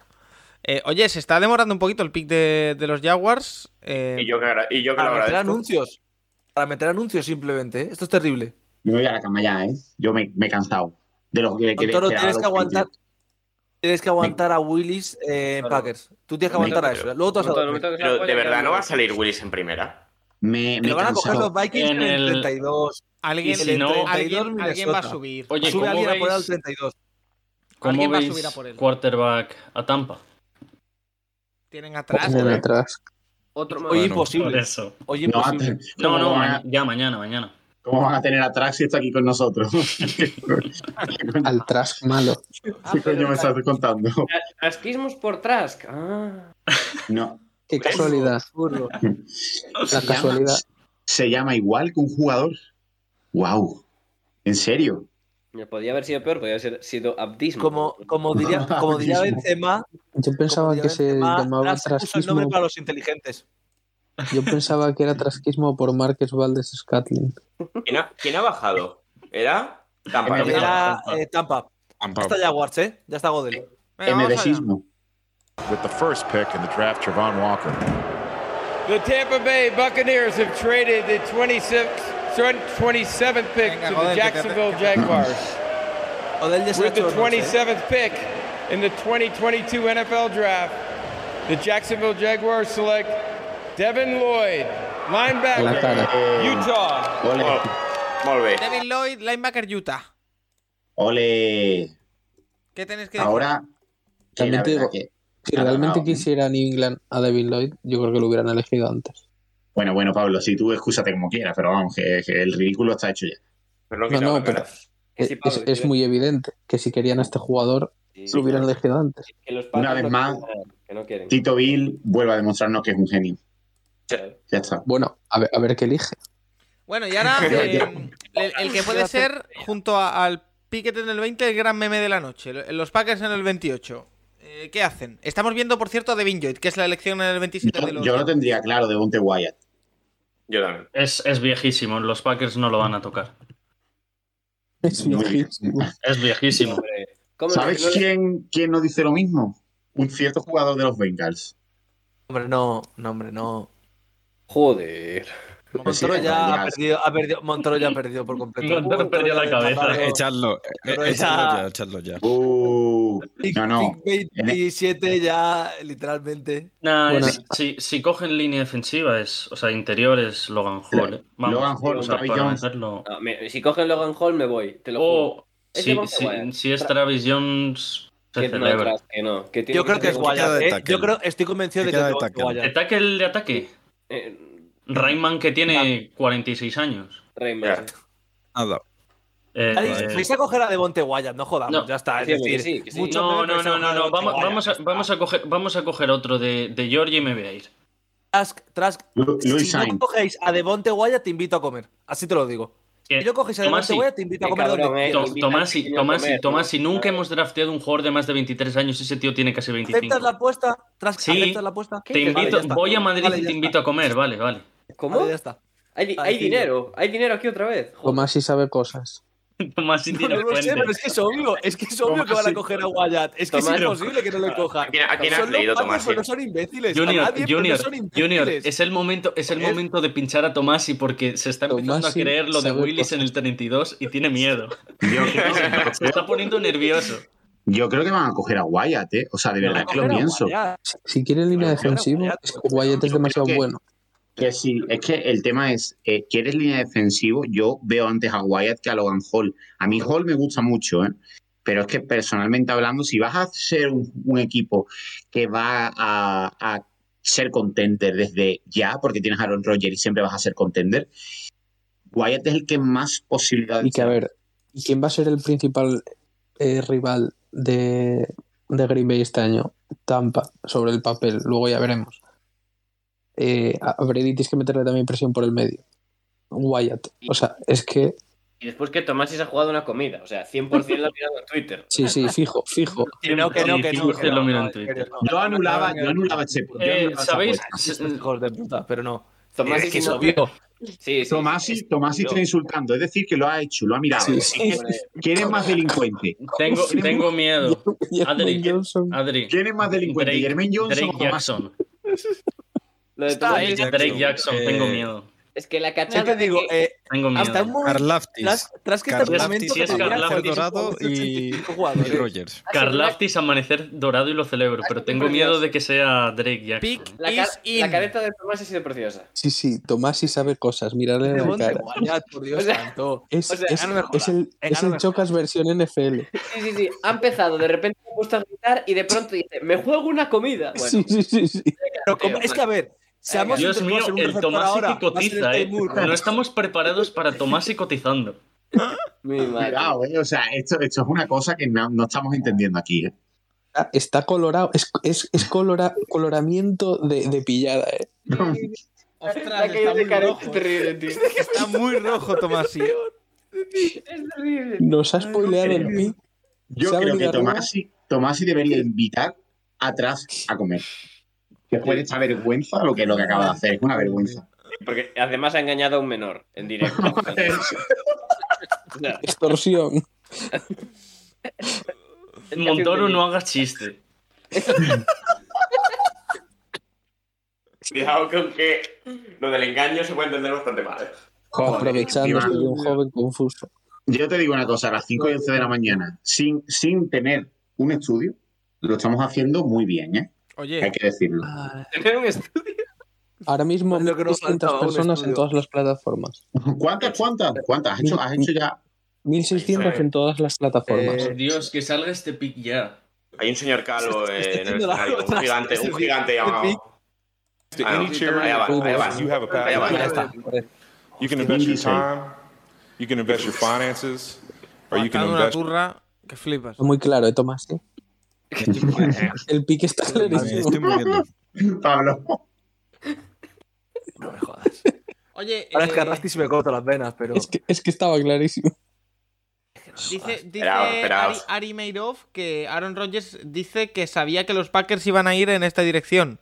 Eh, oye, se está demorando un poquito el pick de, de los Jaguars. eh,
Y yo que, agra- y yo que lo
Ah,
Para meter
agradezco.
anuncios. Para meter anuncios simplemente. ¿eh? Esto es terrible.
Me voy a la cama ya, ¿eh? Yo me, me he cansado. De los que, que
Toro,
de- de-
tienes
de-
que aguantar. Tienes que aguantar a Willis eh, en
Claro.
Packers. Tú tienes que
No me
aguantar a
toques,
eso. Luego tú vas a
no me
dormir.
toques la
Pero
polla,
de verdad
que-
no va a salir Willis en primera.
Me, me
Te
he
van a coger
cansado.
los Vikings en
En
el
el-
32.
alguien,
y si no-
alguien, alguien va a
Minnesota.
subir.
Oye,
Sube
¿cómo
alguien a por el
veis,
32.
cómo
Alguien va a
veis
subir a por él.
quarterback a Tampa?
Tienen atrás.
Tienen
¿eh?
atrás.
Otro
Hoy
más.
Bueno,
Por
imposible.
eso.
Hoy
No,
imposible.
antes-
No,
¿cómo
no,
van a-
maña- ya mañana, mañana.
¿Cómo van a tener a Trax si está aquí con nosotros?
Al Trask malo.
Ah,
¿Qué coño
pero
me
está-
estás contando?
Trasquismos por Trask. Ah.
No.
Qué
Pues,
casualidad.
Burro.
La casualidad.
Se llama igual que un jugador. Wow. ¿En serio?
Podría haber sido peor, podría haber sido abdismo.
Como, como diría, como diría
Abdismo.
Benzema,
Yo pensaba
como
que
diría
se
Benzema,
llamaba
Trask puso el nombre
trasquismo.
para los inteligentes.
Yo pensaba que era trasquismo por Márquez Valdés Scatlin.
¿Quién ha, quién ha bajado? ¿Era? Tampa.
Tampa.
¿no?
Era eh, Tampa. Ya está
Tampa.
Jaguars, ¿eh? Ya está Godel.
Venga, vamos allá.
MBCismo.
With the first pick in the draft, Travon Walker.
The Tampa Bay Buccaneers have traded the 26th, 27th pick
Venga,
to the
joder, que te-
Jacksonville
que te-
Jaguars.
Godel ya se ha
With the
hecho los noches, ¿eh?
27th pick in the 2022 NFL Draft, the Jacksonville Jaguars select Devin Lloyd,
La cara.
linebacker, Utah.
Ole.
Mol- molt bé.
Devin Lloyd, linebacker Utah.
Ole.
¿Qué tenéis que decir?
Ahora. que
También
la
te
verdad
digo-
que-
Si
Ah,
realmente
ah,
quisiera New England a Devin Lloyd, yo creo que lo hubieran elegido antes.
Bueno, bueno, Pablo, si tú excúsate como quieras, pero vamos, que, que el ridículo está hecho ya.
Pero no,
No,
quita
no,
la cara.
Que sí,
Es-
Pablo,
es,
que
es
yo-
muy evidente que si querían a este jugador, lo hubieran elegido antes.
Que los
Una
Packers
vez
no
más,
quieren, que no quieren.
Tito Bill vuelve a demostrarnos que es un genio. Ya está.
Bueno, a ver, a ver qué elige.
Bueno, y ahora eh, el, el que puede ser, junto a- al Pickett en el 20, el gran meme de la noche. Lo- Los Packers en el 28. Eh, ¿Qué hacen? Estamos viendo, por cierto, a Devin Lloyd, que es la elección en el 27 de
Yo,
los...
yo lo tendría claro de Bonte Wyatt.
Yo también.
Es, es viejísimo, los Packers no lo van a tocar.
Es
No,
viejísimo.
Es viejísimo.
Hombre, ¿cómo no?
¿Sabes
No le-
quién, quién no dice lo mismo? Un cierto jugador de los Bengals.
Hombre, no, no, hombre, no.
Joder.
Montoro
Sí,
ya
ya.
ha perdido, ha perdido, Montoro ya ha perdido por completo.
Montoro
Montoro
perdió
ya
la
ha
cabeza.
tapado
Echadlo, eh,
Pero
echadlo
esa-
ya, echadlo ya.
Uh,
pick-
no, no.
pick 27 ya, literalmente.
Nah,
Bueno.
es- si, si cogen línea defensiva, es, o sea, interior es Logan Hall. eh. Vamos,
Logan Hall,
o sea,
Travis
para
Ah,
Jones.
meterlo-
No, me- si cogen Logan Hall me voy, te lo juro.
O,
Es
Si,
Devonta
si-
Wyatt.
si es Travis Jones, se
Que no,
celebra.
atrás, que no, que tiene
Yo
que
creo que
ser
es
un-
Wyatt. ¿eh? Yo creo, estoy convencido de que es
¿De
Wyatt.
tackle de ataque? Eh, Rayman que tiene 46 años.
Rayman.
Nada.
Eh,
Alex, Vais a coger a Devonte Wyatt, no jodamos,
No.
ya está. Es
Sí,
decir,
sí, que sí.
mucho
no,
menos
no,
vais a
no, no,
coger a
no,
Devonte
Vamos,
Wyatt.
vamos, a, vamos, a coger, vamos a coger otro de, de Georgia y me voy a ir.
Trask, Trask,
Lu- Luis
si no
Sainz.
cogéis a Devonte Wyatt, te invito a comer. Así te lo digo. Si no cogéis a Devonte
Tomasi.
Wyatt, Pues te
Eh,
invito a comer donde
To-
quieras.
Tomasi, Tomasi, Tomasi, nunca hemos drafteado un jugador de más de 23 años. Ese tío tiene casi 25.
¿Aceptas la apuesta? Trask,
Sí.
¿aceptas la apuesta?
Te invito,
Vale, ya está.
voy a Madrid
Vale,
y
ya
te
está.
invito a comer, vale, vale.
¿Cómo?
ya está.
Hay, di-
Vale,
hay
sí.
dinero, hay dinero aquí otra vez.
Tomás sí sabe cosas.
Tomás
No, no lo sé, pero es que es obvio. Es que es obvio que van a coger a Wyatt. Es que es
Tomás-
imposible que no le
¿A
cojan.
quién- a quién has
Son los
leído,
Packers,
Tomás?
pero No son imbéciles. Pues A
Junior,
nadie, pero no
Junior,
son imbéciles.
Junior, es el momento, es el momento de pinchar a Tomasi porque se está empezando
Tomasi
a creer lo de
sabe
Willis en el 32 y tiene miedo. se está poniendo nervioso.
Yo creo que van a coger a Wyatt, ¿eh? O sea, de
No,
verdad
van a
que lo
coger a
pienso.
Si, si quiere línea defensiva, es que Wyatt es demasiado
que-
bueno.
Que sí, es que el tema es, eh, ¿quieres línea defensivo? Yo veo antes a Wyatt que a Logan Hall. A mí Hall me gusta mucho, ¿eh? Pero es que personalmente hablando, si vas a ser un, un equipo que va a, a ser contender desde ya, porque tienes a Aaron Rodgers y siempre vas a ser contender, Wyatt es el que más posibilidades
Y que a ver, ¿y quién va a ser el principal eh, rival de, de Green Bay este año? Tampa, sobre el papel, luego ya veremos. Eh, a a Brady tienes que meterle también presión por el medio. Wyatt. O sea, es que.
Y después que Tomás se ha jugado una comida, o sea, 100% lo ha mirado en Twitter.
Sí, sí, fijo, fijo.
Que no, que no, que no, que no, no,
Yo anulaba, yo anulaba ese yo
Eh,
anulaba esa
¿Sabéis?
apuesta.
Hijos de puta, pero no.
Tomás
Es que
es
es
un-
obvio.
Sí, sí.
Tomasi, Tomasi está insultando, es decir, que lo ha hecho, lo ha mirado.
Sí,
¿Quién
sí.
es más delincuente?
Tengo, tengo miedo. Adri, Adri.
¿Quién es más delincuente?
Drake-
Jermaine Johnson
Drake
o Tomás?
Jackson.
Lo de
Está
Tomás
ahí,
es-
Jackson. Drake Jackson, tengo miedo.
Es que la
Yo te
cachada.
digo, eh,
Tengo miedo.
hasta un momento.
Carlaftis.
Tras, tras que este
Carlaftis,
momento
si
que
es
tendría
Carlaftis
45
dorado y,
jugadores.
y Rogers.
Carlaftis amanecer dorado y lo celebro, pero tengo miedo de que sea Drake Jackson.
La, ca- la careta de Tomás ha sido preciosa.
Sí, sí, Tomás sí sabe cosas. Mirarle la
Devonte
cara.
Wyatt, por Dios
O sea-
santo.
Es,
O sea,
es-
ya no me jodas.
es el,
Ya
es
no
el
me
Chocas versión NFL.
Sí, sí, sí. Ha empezado, de repente me ha puesto a gritar y de pronto dice, me juego una comida. Bueno, eh,
Sí, sí, sí, sí.
Pero como- es que a ver, seamos
Dios mío,
sinceros, en un
el
receptor
Tomás
ahora,
que cotiza,
va a ser
eh.
el Taimur.
No estamos preparados para Tomás y cotizando.
muy mal.
Cuidado, eh, O sea, esto, esto es una cosa que no, no estamos entendiendo aquí. eh.
Ah, Está colorado. Es, es, es colora- coloramiento de, de pillada, ¿eh?
La
Ostras,
caída
está muy
de careta
rojo.
es terrible, tío.
Está muy rojo, Tomasi.
Es terrible.
Nos ha spoileado el
creo.
pick.
Yo
Se ha
creo que
venido arriba.
Tomasi, Tomasi debería invitar atrás a comer. Después de esta vergüenza, lo que, lo que acaba de hacer es una vergüenza.
Porque además ha engañado a un menor en directo. No,
Extorsión.
es casi un
Montoro,
delito.
no hagas chiste.
Cuidado con que lo del engaño se puede entender bastante mal.
Joder,
Aprovechando
encima-
este de un joven confuso.
Yo te digo una cosa, a las 5 y 11 de la mañana, sin, sin tener un estudio, lo estamos haciendo muy bien, ¿eh? Hay
Oye,
que decirlo.
Tener un estudio.
Ahora mismo
Es lo que nos
1.600
faltaba, un
personas en
estudio.
todas las plataformas.
¿Cuántas, cuántas? ¿Cuántas? ¿Has hecho, has hecho ya?
1.600 en todas las plataformas.
Eh,
Por Eh, Dios, que salga este pick ya.
Hay un señor calvo eh, en el escenario, un gigante, un gigante llamado.
To
Ah, no.
any charity
Allá va, allá va.
organization, you have a
Allá va, allá
passion.
va.
You can invest your
Sí.
time, you can invest your finances, or you can
matando una
invest.
turra que flipas.
Muy claro, ¿eh, Tomás. eh? El pique está
Me
clarísimo.
estoy moviendo.
Pablo.
No me jodas.
Oye,
Ahora
eh,
es que arrastras y me corto las venas, pero.
Es que, es que estaba clarísimo.
Dice, dice
Esperaos, esperaos.
Ari, Ari Madoff que Aaron Rodgers dice que sabía que los Packers iban a ir en esta dirección.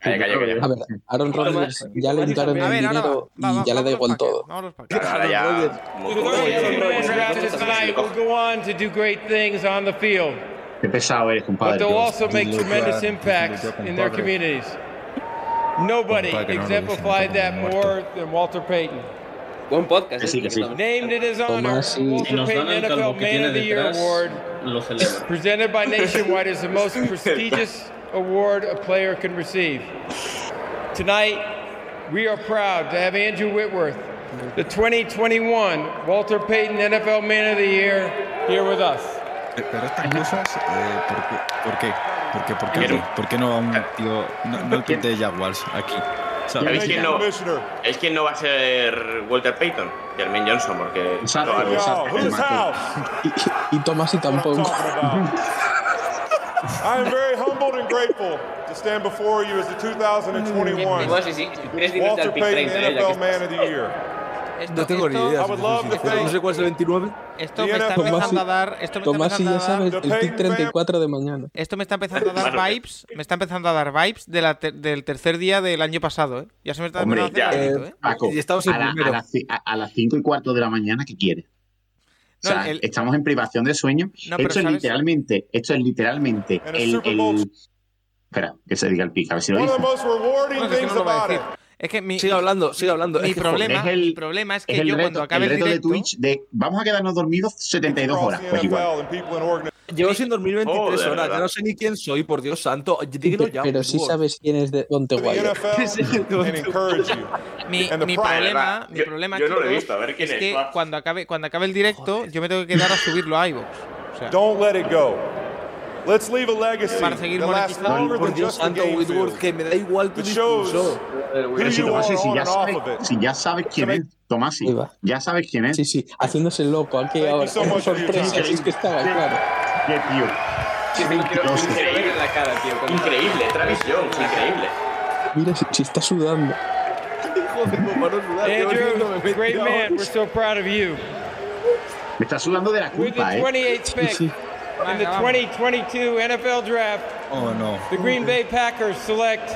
Calla, calla,
A
calla.
ver, Aaron Rodgers ya le quitaron
A
el
ver, ahora va.
dinero
Va, va,
y ya le
vamos
da
los
igual
Packers,
todo.
vamos los Packers.
Ahora ya.
The players drafted tonight will go on to do great things on the field,
Qué pesado eres,
but
compadre.
they'll also
Dios.
make tremendous
Luchar,
impacts
luchar con
in their
padre.
communities. Nobody
Con padre, no, no,
exemplified
dicen,
that
como
more than Walter Payton.
Buen podcast.
Que sí,
¿eh?
que sí.
Named in his honor,
Tomás y-
Si
Walter
nos dan
Payton
al calvo
NFL
que
Man
tiene
of the Year
detrás,
Award.
lo celebro.
presented by Nationwide is the most prestigious award a player can receive. Tonight, we are proud to have Andrew Whitworth, the 2021 Walter Payton NFL Man of the Year, here with us.
Eh, Pero estas cosas, eh, ¿por qué? ¿Por qué? ¿Por qué, por qué,
Quiero-
aquí? ¿Por qué no a un tío, no, no el pick de Jaguars aquí?
¿Sabéis
¿Sabes?
quién no? ¿Sabéis quién no va a ser Walter Payton? Jermaine Johnson, porque.
Exacto,
lo han-
exacto.
Whose house?
Y, y Tomás y tampoco.
I am very humbled and grateful to stand before you as
Mm.
the 2021
Igual si, si, si quieres dirigirte
Walter
al pick
Payton
30, eh, ya que
NFL Man of
estás.
the Year.
Esto-
No tengo ni
esto-
idea.
I would
si
love
soy
to
sincero.
thank-
No sé cuál es el 29.
Esto me está
Tomás y-
empezando a dar. Esto me está
Tomás y
empezando
ya
a dar.
sabes, el pick 34 de mañana.
Esto me está empezando a dar vibes. Me está empezando a dar vibes de la ter- del tercer día del año pasado, ¿eh? Ya se me está
Hombre,
empezando a hacer
ya.
rarito, ¿eh?
Paco,
Y estamos en
a, la- a
primero.
las ci- a- a las 5 y cuarto de la mañana, ¿qué quieres? O
No,
sea,
el-
estamos en privación de sueño.
No, pero
esto es
¿sabes?
literalmente, esto es literalmente
En el
el,
Super
el-
Bowl.
Espera, que se diga el pick, a ver si lo
One of the
dice.
most rewarding
Bueno, que si
things
no lo va a
about it.
decir. Es que mi,
Sigue hablando, sigue hablando.
mi
Es que,
problema,
joder, es
mi
el-
problema es que
Es el
yo
reto,
cuando acabe
el
el,
reto de
directo.
Twitch de vamos a quedarnos dormidos 72
Across
horas.
the
Pues igual.
NFL and people in organization.
joder, llevo sin dormir 23
Joder,
horas.
¿verdad?
Ya no sé ni quién soy, por Dios santo. Oye, Dígelo
Pero,
ya.
pero
por
sí
favor.
sabes quién es de Dante
The
Guayo.
NFL and encourage you.
Mi,
And the
mi
pride,
problema,
¿verdad?
mi
Yo-
problema,
yo no lo he
chicos,
visto, a ver quién
es
es,
que
va.
cuando acabe, cuando acabe el directo, yo me tengo que quedar a subirlo a iVoox. O sea,
Don't let it go. Let's leave a legacy
Para seguir
that lasts
monetizando.
longer
Por
than
Dios
just the
santo,
game
Whitworth,
field.
que me da igual tu
It shows
discurso.
Pero si
who you are
Tomasi, si
on
ya
and off of
sabes,
it.
si ya sabes quién es, Tomasi,
Ahí va.
ya sabes quién es.
Sí, sí, haciéndose loco aquí
Thank you
ahora.
so much for your
Sorpresa,
time.
si es que estaba claro.
Qué tío.
Sí, sí, lo quiero- lo quiero ver en la cara, tío. cuando-
Increíble, Travis Jones, increíble.
Mira, si, si está sudando.
Joder, como para no sudar, llevo siendo
Andrew,
me-
great
me-
man. We're so proud of you.
Me está sudando de la
With the
culpa, eh.
28th
Sí,
pick
sí.
in the 2022 NFL Draft,
Oh, no.
the Green Bay Packers select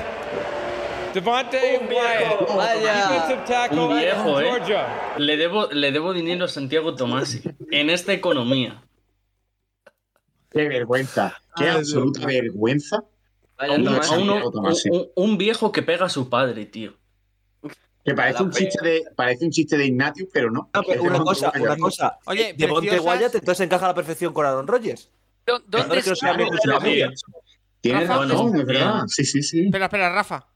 Devontae Wyatt, Oh, defensive tackle,
Un viejo, eh.
Georgia.
Le debo, le debo dinero a Santiago Tomasi en esta economía.
Qué vergüenza. Qué absoluta vergüenza.
Vaya,
Aún
Tomás,
A uno-
Santiago Tomasi.
un, un viejo que pega a su padre, tío.
Que parece
La
un chiste de, parece un chiste de Ignatius, pero no.
No, pero una cosa, una cosa.
Oye,
Devonte
preciosas-
Wyatt entonces encaja a la perfección con Aaron Rodgers.
¿Dó- ¿Dónde
Perdona que os
está?
hable,
Claro, claro,
tía.
Tienes
Rafa,
razón,
es-
es verdad. Sí, sí, sí.
Espera, espera, Rafa.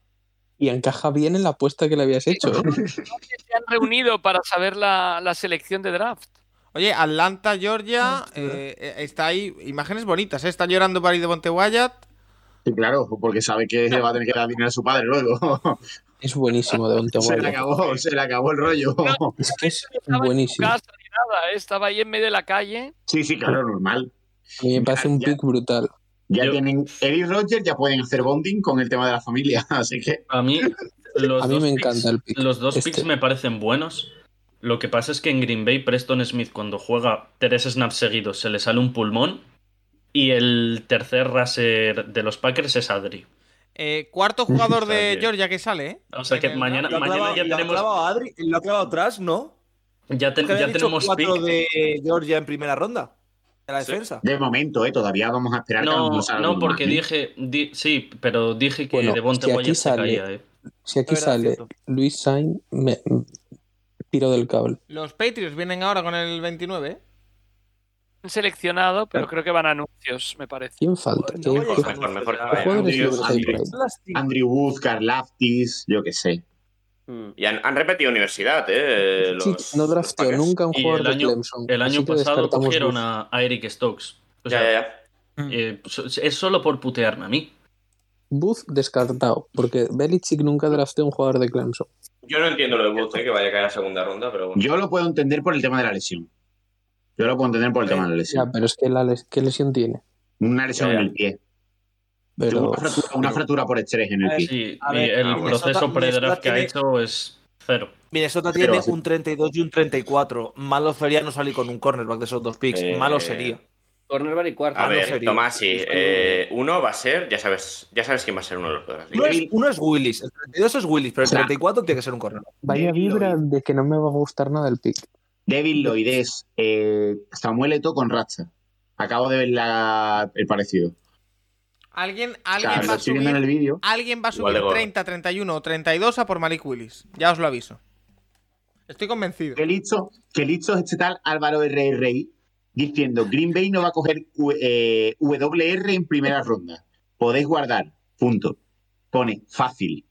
Y encaja bien en la apuesta que le habías hecho. ¿eh?
¿Dónde se han reunido para saber la, la selección de draft?
Oye, Atlanta,
Mm,
Georgia, eh, eh, está ahí, imágenes bonitas, ¿eh? Está llorando para ir de Bonte Wyatt.
Sí, claro, porque sabe que le va a tener que dar dinero a su padre luego.
Es buenísimo de Dante
se le
Guayo.
acabó, se le acabó el rollo.
Es que es
estaba
buenísimo.
en su casa ni nada, ¿eh? estaba ahí en medio de la calle.
Sí, sí, claro, normal.
A mí me parece un
Ya-
pick brutal.
Ya
Yo-
tienen Eddie y Roger, ya pueden hacer bonding con el tema de la familia, así que
A mí, los
A mí
dos
me
picks-
encanta el pick.
Los dos
Este.
picks me parecen buenos. Lo que pasa es que en Green Bay, Preston Smith, cuando juega tres snaps seguidos, se le sale un pulmón. Y el tercer raser de los Packers es Adri.
Eh, cuarto jugador
Está
de
bien.
Georgia que sale, ¿eh?
O sea
En
que
el-
mañana,
Lo ha
mañana
clavado,
ya
lo ha
tenemos,
clavado Adri, lo ha clavado atrás, ¿no?
ya ten-
Porque
ya
había dicho
tenemos
cuatro
pick.
de Georgia en primera ronda. De la
Sí.
defensa.
de momento, eh, todavía vamos a esperar que a lo
No,
mejor salga
no,
algo
porque
más, ¿eh?
dije. di- sí, pero dije que
Bueno,
Devonta
si aquí
Wyatt se
sale-
caía, eh.
Si aquí
Es verdad,
sale
cierto.
Luis Sainz, me me tiro del cable.
Los Patriots vienen ahora con el 29, ¿eh?
Han seleccionado, pero creo que van a anuncios, me parece.
¿Quién falta?
No,
¿Quién
oye,
falta?
Mejor, mejor que
¿Qué
vaya.
jugadores
Dios,
libres hay por ahí?
Son las cinco.
Andrew Wood, Karlaftis, yo qué sé.
Mm.
Y han, han repetido universidad, ¿eh?
Sí,
Los,
no
los
drafteó
Packers.
nunca un
Y
jugador
el
de
año-
Clemson.
El
así
año
que
pasado
descartamos
cogieron
Buff.
a, a Eric Stokes. O
Ya,
sea,
ya, ya.
eh, so- es solo por putearme a mí.
Booth descartado, porque Belichick nunca drafteó un jugador de Clemson.
Yo no entiendo lo de Booth, ¿eh? que vaya a caer a segunda ronda, pero bueno.
Yo lo puedo entender por el tema de la lesión. Yo lo puedo entender por el tema de la
Ya,
lesión.
pero es que la les- ¿qué lesión tiene?
Una lesión
Ya, ya.
en el pie. Tuvo
Pero
una fractura, una
pero-
fractura por estrés en el
Eh,
pie.
Sí,
A
y
ver,
el
ah, bueno.
proceso
Minnesota-
pre-draft que ha
Minnesota
hecho es cero.
Minnesota
Pero
tiene
así-
un 32 y un 34. Malo sería no salir con un cornerback de esos dos picks.
Eh,
Malo sería.
Cornerback y cuarto.
A
Ah, no
ver,
sería.
Tomás, sí. eh, uno va a ser, ya sabes, ya sabes quién va a ser uno de los dos.
Uno es, uno es Willis. El 32 es Willis, pero el 34 tiene que ser un cornerback.
vaya
David
vibra
Lloyd.
de que no me va a gustar nada el pick.
Devin Loides, eh, Samuel Eto con Racha. Acabo de ver la- el parecido.
Alguien,
O sea,
alguien va
lo
a
estoy viendo en el
subir.
vídeo.
Alguien va a
Igual
subir
de gordo.
30, 31 o 32 a por Malik Willis. Ya os lo aviso. Estoy convencido.
Qué listo, qué listo es este tal Álvaro RRI diciendo Green Bay no va a coger U- eh, WR en primera ronda. Podéis guardar. Punto. Pone fácil.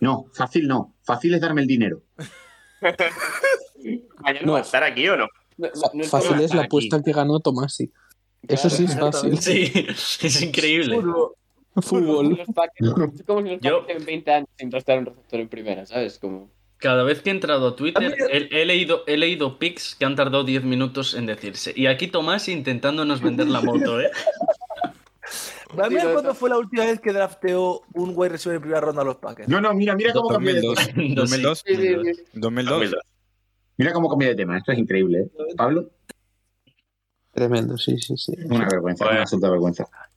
No, fácil no. Fácil es darme el dinero.
¿Mañana
No.
va a estar aquí o no?
No- no-
Fácil
no-
es la apuesta que ganó Tomasi. Eso sí es fácil.
Sí, es increíble.
Fútbol.
Los Packers- es como si los Packers tienen 20 años sin gastar un receptor en primera, ¿sabes? Como...
Cada vez que he entrado a Twitter, he, he leído, he leído pics que han tardado 10 minutos en decirse. Y aquí Tomás intentándonos vender la moto, ¿eh?
Damián, ¿cuándo fue la última vez que drafteó un wide receiver en primera ronda a los Packers?
No, no, mira, mira cómo cambié de
2002.
tema.
2002.
Sí, sí, sí.
2002.
Mira cómo cambié de tema. Esto es increíble, ¿eh? Pablo,
Tremendo, sí, sí, sí.
una vergüenza, una absoluta vergüenza.
Eh,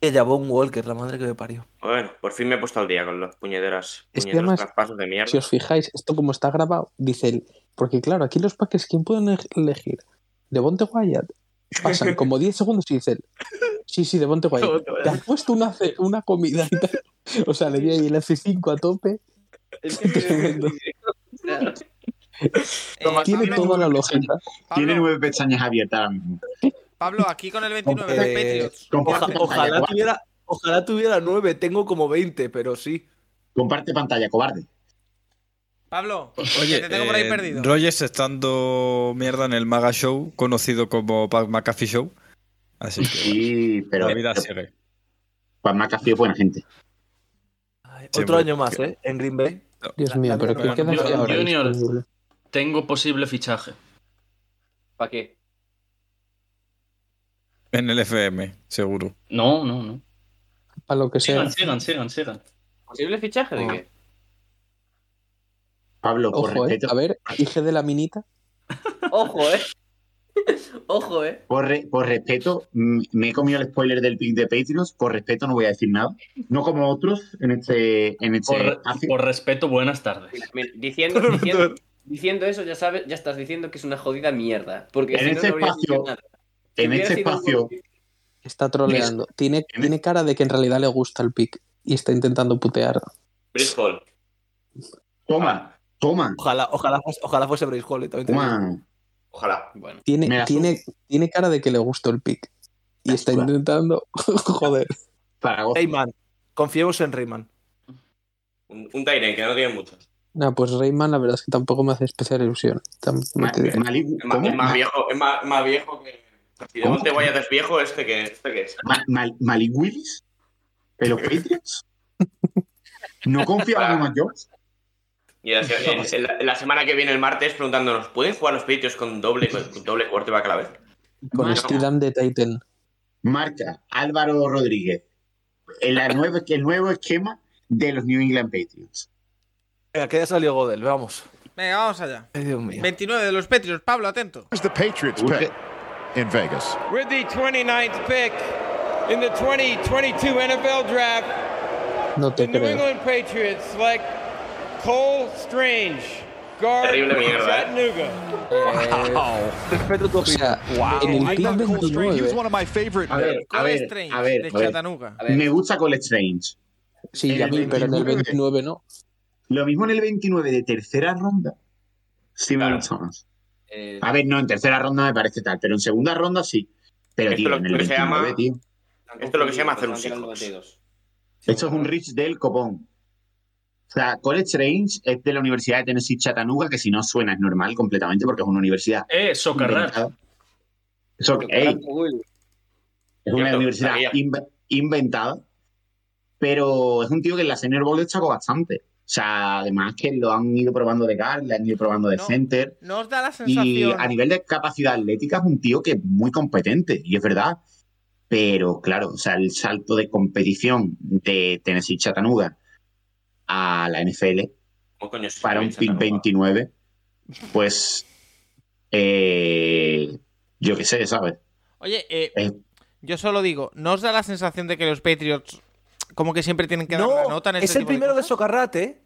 Que Javon Walker, la madre que me parió.
Bueno, por fin me he puesto al día con los puñederas,
Es que
puñederos
además,
traspasos de mierda.
Si os fijáis, esto como está grabado, dice él. Porque claro, aquí los Packers, ¿quién pueden e- elegir? Devonte Wyatt. Pasan como 10 segundos y dice él. Sí, sí, Devonte Wyatt.
Devonte Wyatt.
Te has puesto una, ce- una comida y tal. O sea, le di ahí el F5 a tope.
Es que-
Tremendo.
Eh,
Tiene
Pablo,
toda la lógica.
Tiene
Pablo,
nueve pestañas abiertas ahora mismo.
Pablo, aquí con el 29 de
Eh,
Patriots.
Comparte
Oja- ojalá,
pantalla,
tuviera, ojalá tuviera nueve, tengo como 20, pero sí.
Comparte pantalla, cobarde.
Pablo,
Oye,
que te tengo por ahí
eh,
perdido.
Rogers está dando mierda en el Maga Show, conocido como Pat McAfee Show. Así que
Sí, pero
la vida
pero
sigue.
Juan Macafí es buena gente.
Sí,
Otro
porque-
año más, ¿eh? En Green Bay.
Dios mío, pero ¿qué
Bueno,
queda
Junior-
ahora?
Junior.
disponible?
Tengo posible fichaje.
¿Para qué?
En el FM, seguro.
No, no, no.
Para lo que sea.
Sigan, sigan, sigan, sigan.
¿Posible fichaje de qué?
Pablo, por
Ojo, eh.
respeto,
A ver, hija de la minita.
Ojo, eh. Ojo, eh.
por, re- por respeto, mm, me he comido el spoiler del pick de Patriots, por respeto no voy a decir nada. No como otros en este en este
Por,
espacio.
por respeto, buenas tardes.
Mira, mira, diciendo, diciendo, diciendo eso, ya sabes, ya estás diciendo que es una jodida mierda. Porque
En
si no,
ese
no habrías dicho
espacio-
nada.
en
Si hubiera
este
sido un
espacio,
buen-
Está troleando. Tiene, tiene cara de que en realidad le gusta el pick. Y está intentando putear.
Brice Hall.
toma, toma,
Ah. Ojalá, ojalá, fuese- ojalá fuese Brace Hall. eh, también te digo.
toma.
Ojalá.
Bueno,
Tiene,
Me asusta.
tiene, tiene cara de que le gustó el pick. Y está
Claro.
intentando. Joder.
Zaragoza.
Rayman. Confiemos en Rayman.
Un, un Tyren que no tiene muchos.
Nah, pues Rayman, la verdad es que tampoco me hace especial ilusión. Tam- no
Ma-
te diré.
Malibu-
Es más,
¿cómo?
es más
Ma-
viejo, es más, más viejo que. Si de
¿Cómo?
Monte Guayas es viejo, este que, este que es.
Ma- Mal- Malik Willis de los Patriots. No confiaba en Aaron Jones.
Y la, se- en- en la- en la semana que viene, el martes, preguntándonos: ¿pueden jugar los Patriots con doble, con doble quarterback a la vez?
Con
Malibu.
Steve Dunn de Titan.
Marca Álvaro Rodríguez. El, la nueva- el nuevo esquema de los New England Patriots.
Venga, que ya salió Godel, vamos.
eh.
Venga, vamos allá.
Ay, Dios mío.
29 de los Patriots, Pablo, atento.
Here's the Patriots pick in Vegas.
With the 29th pick in the 2022 NFL Draft,
No
The
te
New
creo.
England Patriots select Cole Strange, guard
Terrible mierda, eh.
Chattanooga.
Respeto tu
O sea, en
I
el pick
love Cole Strange. He was
29,
one of my favorite.
A ver, a
Cole
ver,
Strange,
a ver,
de
a ver.
Chattanooga.
a ver,
Me gusta Cole Strange.
sí, a
el
mí, pero en
29.
el 29 no.
Lo mismo en el 29 de tercera ronda. Sí, me
Claro.
gusta más.
eh,
A ver, no, en tercera ronda me parece tal, pero en segunda ronda sí. Pero,
Esto
tío,
lo-
en el
lo que se
29,
llama-
tío.
Esto es lo que se llama hacer un
Están quedando
Seahawks.
batidos.
Esto es un Rich del copón. O sea, Cole Strange es de la Universidad de Tennessee Chattanooga, que si no suena es normal completamente porque es una universidad.
Eh, socarrat.
inventada. Eso, ey, es una
Cierto,
universidad
sabía.
inve- inventada, pero es un tío que en la Senior Bowl destacó bastante. O sea, además que lo han ido probando de guard, le han ido probando de
No.
center.
¿No os da la
Y
sensación?
a nivel de capacidad atlética es un tío que es muy competente, y es verdad. Pero claro, o sea, el salto de competición de Tennessee Chattanooga a la NFL
¿Cómo Oh, coño se
para un
llama
pick
Chattanooga?
29, pues eh, yo qué sé, ¿sabes?
Oye, eh,
Eh.
yo solo digo, ¿no os da la sensación de que los Patriots como que siempre tienen que dar la
No,
nota en este
es el
tipo de
primero de,
cosas?
Socarrate, ¿eh?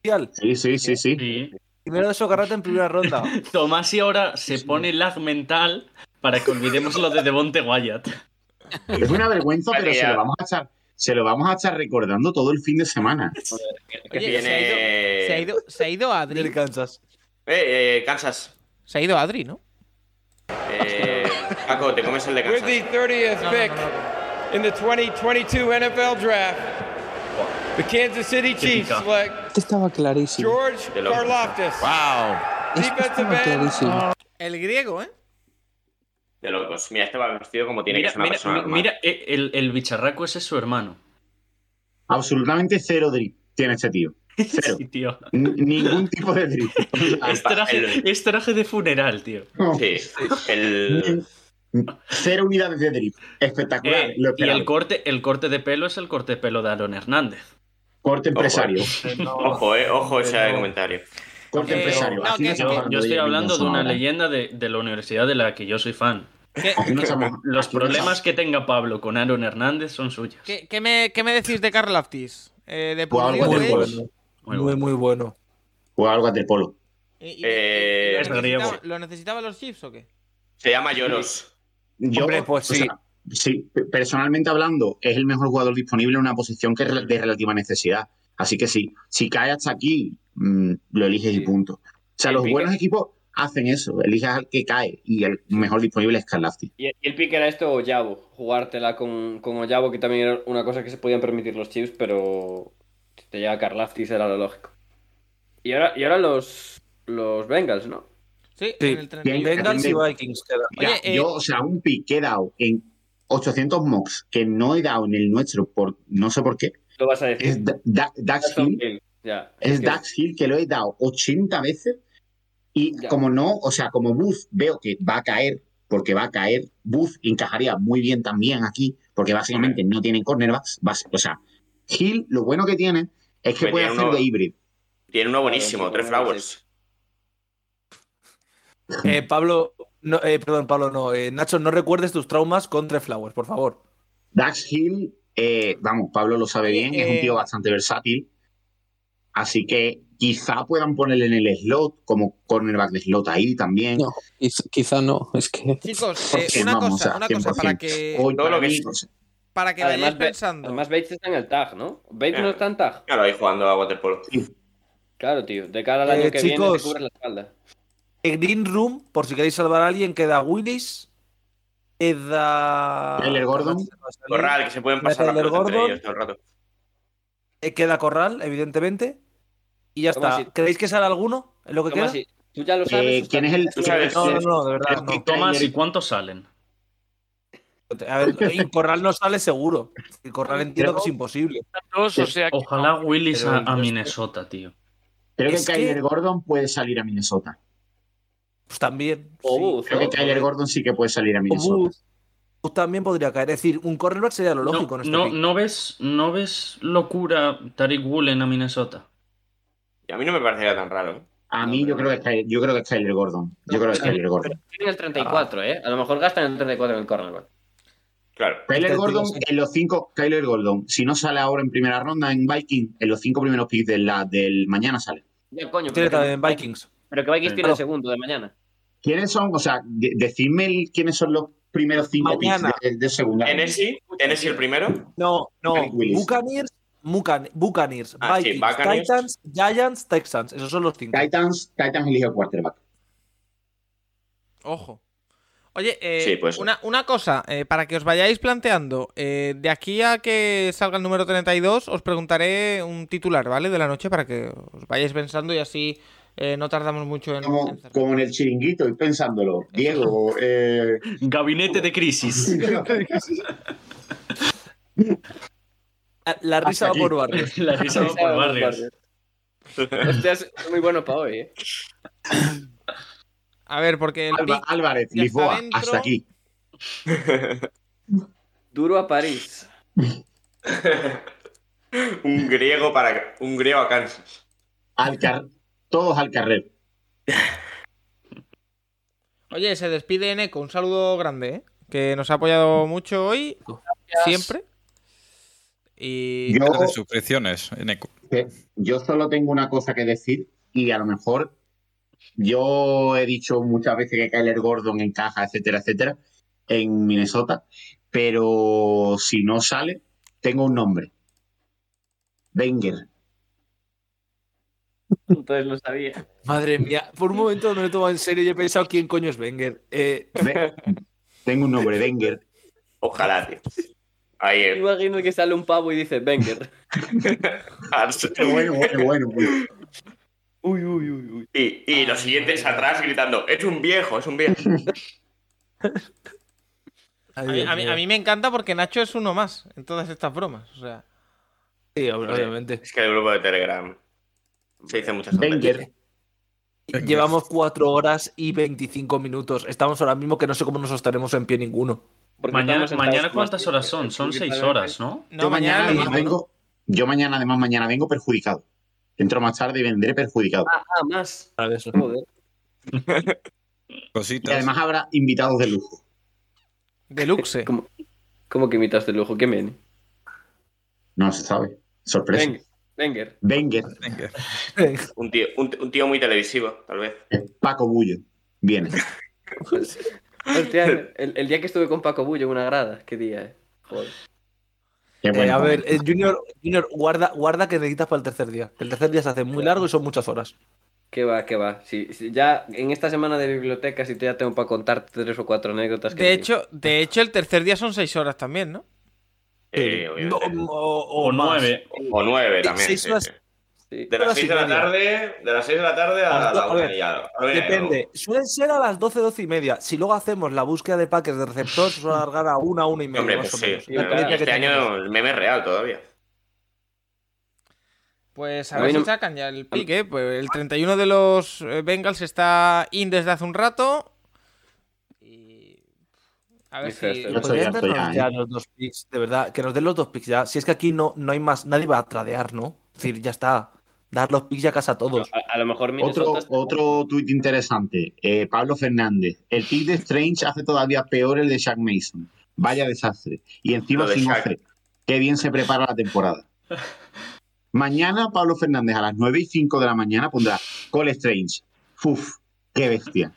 Oficial.
Sí, sí, sí, sí.
Sí.
Primero de Socarrate en primera ronda.
Tomás y ahora se pone lag mental para que olvidemos lo de Devonte Wyatt.
Es una vergüenza, pero se
Ya.
lo vamos a estar, se lo vamos a estar recordando todo el fin de semana.
Que
Oye,
viene.
se ha ido- Se ha ido, se ha ido
Del
Adri.
Kansas.
Eh, eh, Kansas.
Se ha ido Adri, ¿no?
Eh, Paco, te comes el de
With
Kansas.
the 30th
No, no,
pick
no, no.
in the 2022 NFL Draft, the Kansas City Chiefs
pica.
select
Este estaba clarísimo.
George
De loco.
Karloftis,
Wow.
Este
defensive end,
estaba clarísimo.
El griego, ¿eh?
De locos. Mira, este va vestido como tiene
mira,
que ser una
mira,
persona
mi-
normal.
mira, eh, el, el bicharraco ese es su hermano.
Absolutamente cero drip tiene este tío. Cero.
Sí, tío.
N- Ningún tipo de drip. O sea,
Es traje, es traje de funeral, tío.
no.
Sí, el...
Cero unidades de drip. Espectacular.
Eh,
lo
y
esperaba.
el corte, el corte de pelo es el corte de pelo de Aaron Hernández.
Corte empresario.
Ojo, eh, ojo ese comentario.
Corte
Eh,
empresario.
no,
Aquí
que-
no estamos
que-
Yo
de
estoy
Jimmy
hablando de
Johnson
una
ahora.
leyenda de, de la universidad de la que yo soy fan.
¿Qué,
Aquí no estamos-
Los
aquí no estamos-
problemas que tenga Pablo con Aaron Hernández son suyos.
qué- qué me, qué me decís de Carl Laftis? Eh, de
Pues algo
Purdue
del
Edge
polo.
Muy
Muy, muy, bueno.
Pues algo del polo.
y- y-
Eh,
y- y-
es
¿lo,
griego.
necesitaba, ¿Lo necesitaban los Chiefs o qué?
Se llama Lloros.
Yo,
Hombre, pues
o
sí.
sea, sí, pe- personalmente hablando, es el mejor jugador disponible en una posición que es re- de relativa necesidad. Así que sí, si cae hasta aquí, mm, lo eliges y punto. O sea,
El
los
pique-
buenos equipos hacen eso, eliges al que cae y el mejor disponible es Carlafti.
Y y el pick era esto o Yabo, jugártela con, con Oyabo, que también era una cosa que se podían permitir los Chiefs, pero si te llega Karlaftis era lo lógico. Y ahora, y ahora los, los Bengals, ¿no?
Sí,
Sí.
en el 31.
Bien,
Bengals y Vikings quedan.
Mira,
Oye, eh,
yo, o sea, un pick que he dado en 800 mocks que no he dado en el nuestro, por no sé por qué,
Lo vas a decir.
es Da- Da- Dax Hill.
Ya.
Es
que-
Dax Hill que lo he dado 80 veces y
Ya.
como no, o sea, como Booth veo que va a caer, porque va a caer, Booth encajaría muy bien también aquí, porque básicamente no tienen cornerbacks, bas- o sea, Hill lo bueno que tiene es
Pues
que
Que
puede
tiene
hacer
uno-
de híbrido.
Tiene uno buenísimo,
Claro,
tres
sí,
flowers.
Eh, Pablo, no, eh, perdón, Pablo, no. eh, Nacho, no recuerdes tus traumas con Tres Flowers, por favor.
Dax Hill, eh, vamos, Pablo lo sabe
Oye,
bien, es
eh,
un tío bastante versátil, así que quizá puedan ponerle en el slot como cornerback de slot ahí también.
No, quiz- quizá no, es que
Chicos, eh,
Porque,
una
vamos, o
cosa,
sea,
una cosa, para
100%.
que,
Hoy
Todo
para
lo que
mí,
es-
o sea,
para que
Además,
vayáis
Be-
pensando.
Además, Bates está en el tag, ¿no? Bates no
Ya.
está en tag.
Claro, ahí jugando a waterpolo.
Claro, tío. De cara al año
Eh,
que viene
chicos.
te cubres la espalda.
En Eh, Green Room, por si queréis salvar a alguien, queda Willis, queda.
Tyler Gordon.
Corral, que se pueden pasar la
Metal
pelota entre
Gordon.
ellos todo el rato.
Eh, queda Corral, evidentemente. Y ya
Tomás,
está.
sí.
¿Creéis que sale alguno? ¿Es lo que
Tomás,
queda?
sí, tú ya lo sabes.
eh,
está-
¿Quién es el?
Tú sabes,
No, no, no, de verdad.
Pero
No.
Tomás,
Kyler-
¿y cuántos salen?
A ver, y Corral no sale seguro. Y Corral entiendo que es imposible.
Dos, o sea, que-
Ojalá Willis
pero
a,
entonces-
a Minnesota, tío.
Creo que
Es que-
Kyler Gordon puede salir a Minnesota.
Pues también.
o
sí.
Booth,
Creo
¿no?
que Kyler Gordon sí que puede salir a Minnesota.
Booth también podría caer. Es decir, un cornerback sería lo
no,
lógico en este
no-
pick.
no ves, ¿No ves locura Tariq Woolen a Minnesota?
Y a mí no me parecería tan raro. ¿eh?
A mí
No,
yo creo, que es Kyler, yo creo que es Kyler Gordon. Yo creo que es Kyler Gordon.
Tienen el 34,
Ah.
¿eh? A lo mejor gastan el 34 en el cornerback.
Claro.
Kyler
Este
Gordon
tío sí.
en los cinco, Kyler Gordon. Si no sale ahora en primera ronda en Viking, en los cinco primeros picks de la, del mañana sale.
Ya, coño.
Tiene
Pero que,
también Vikings.
pero que Vikings tiene
Claro.
el segundo de mañana.
¿Quiénes son? O sea, de- decidme el- quiénes son los primeros cinco
Mañana.
picks de, de segunda.
Tennessee, Tennessee el primero.
No, no.
Malik Willis.
Buccaneers, Mucan- Buccaneers,
Ah, sí,
Vikings,
Buccaneers.
Titans, Giants, Texans. Esos son los cinco.
Titans, Titans elige quarterback.
Ojo. Oye, eh,
Sí, puede ser.
una, una cosa, eh, para que os vayáis planteando, eh, de aquí a que salga el número 32, os preguntaré un titular, ¿vale? De la noche para que os vayáis pensando y así eh, no tardamos mucho en...
Como,
en cerrar.
como en el chiringuito y pensándolo. Diego, eh,
Gabinete de crisis.
La, la risa va
aquí.
por barrios.
La risa va por barrios.
Hostia, Este es muy bueno para hoy, ¿eh?
A ver, porque el
Alba-
pick-
Álvarez,
ya está
Lisboa,
dentro.
hasta aquí.
Duro a París.
Un griego para un griego a Kansas.
Al car- todos al carrer.
Oye, se despide Eneco, un saludo grande, ¿eh? Que nos ha apoyado mucho hoy, siempre. Y...
Yo,
de suscripciones en Eco.
yo solo tengo una cosa que decir y a lo mejor yo he dicho muchas veces que Kyler Gordon encaja, etcétera, etcétera, en Minnesota, pero si no sale, tengo un nombre. Wenger.
Entonces lo sabía.
Madre mía, por un momento me lo he tomado en serio y he pensado quién coño es Wenger. Eh,
Ve- tengo un nombre, Wenger.
Ojalá, tío. Ahí
Me
es.
Imagino que sale un pavo y dice, Wenger.
pues, Bueno, bueno, bueno, bueno.
Uy, uy, uy, uy.
Y, y los siguientes atrás gritando, es un viejo, es un viejo.
A mí, a mí- a mí me encanta porque Nacho es uno más en todas estas bromas. O sea,
Sí,
obviamente. Es que el grupo de Telegram se dice muchas
Wenger.
tonterías.
Llevamos 4 horas y 25 minutos. Estamos ahora mismo que no sé cómo nos sostenemos en pie ninguno.
Mañana, mañana ¿cuántas horas son? Son seis horas, ¿no?
yo mañana, además vengo, yo mañana además mañana vengo perjudicado. Entro más tarde y vendré perjudicado.
Ah, ah, más. Joder.
Y además habrá invitados de lujo.
Deluxe.
¿Cómo, cómo que imitas de lujo? ¿Qué men?
No se sabe. Sorpresa.
Wenger. Wenger.
Wenger.
Un tío, un, un tío muy televisivo, tal vez.
Paco Bullo. Viene.
Hostia, el, el día que estuve con Paco Bullo en una grada, qué día, eh. Joder.
Eh, a ver, eh, Junior, Junior guarda, guarda que necesitas para el tercer día. El tercer día se hace muy largo y son muchas horas.
Qué va, qué va. Si, si ya en esta semana de biblioteca, si te ya tengo para contar tres o cuatro anécdotas que
de hecho, de hecho, el tercer día son seis horas también, ¿no?
No,
o,
nueve.
O nueve también.
Seis
sí,
horas-
sí. De las
horas
6
y
de la
media.
tarde, de las 6 de la tarde a,
Las do-
la
a
una
ver,
y algo. A ver,
Depende. Suelen ser a las 12, 12 y media. Si luego hacemos la búsqueda de paques de receptor, se suele alargar a una, una y media.
Hombre,
más
pues
o
sí.
menos.
Y
La experiencia
Este
que tenemos.
año el meme es real todavía.
Pues
A
a ver
mí no-
si sacan ya el pique. Pues el 31 de los eh, Bengals está in desde hace un rato. Y. A ver
Sí,
si.
este,
podrían darnos este, Pues ya los dos picks, de verdad, que nos den los dos picks ya. Si es que aquí no, no hay más, nadie va a tradear, ¿no? Es decir, ya está. Dar los picks ya casi a todos.
A, lo mejor
Otro, otro tuit interesante. Eh, Pablo Fernández. El pick de Strange hace todavía peor el de Shaq Mason. Vaya desastre. Y encima
Lo de
sin
Shaq.
ofre. Qué bien se prepara la temporada. Mañana Pablo Fernández a las 9 y 5 de la mañana pondrá Cole Strange. Uf, qué bestia.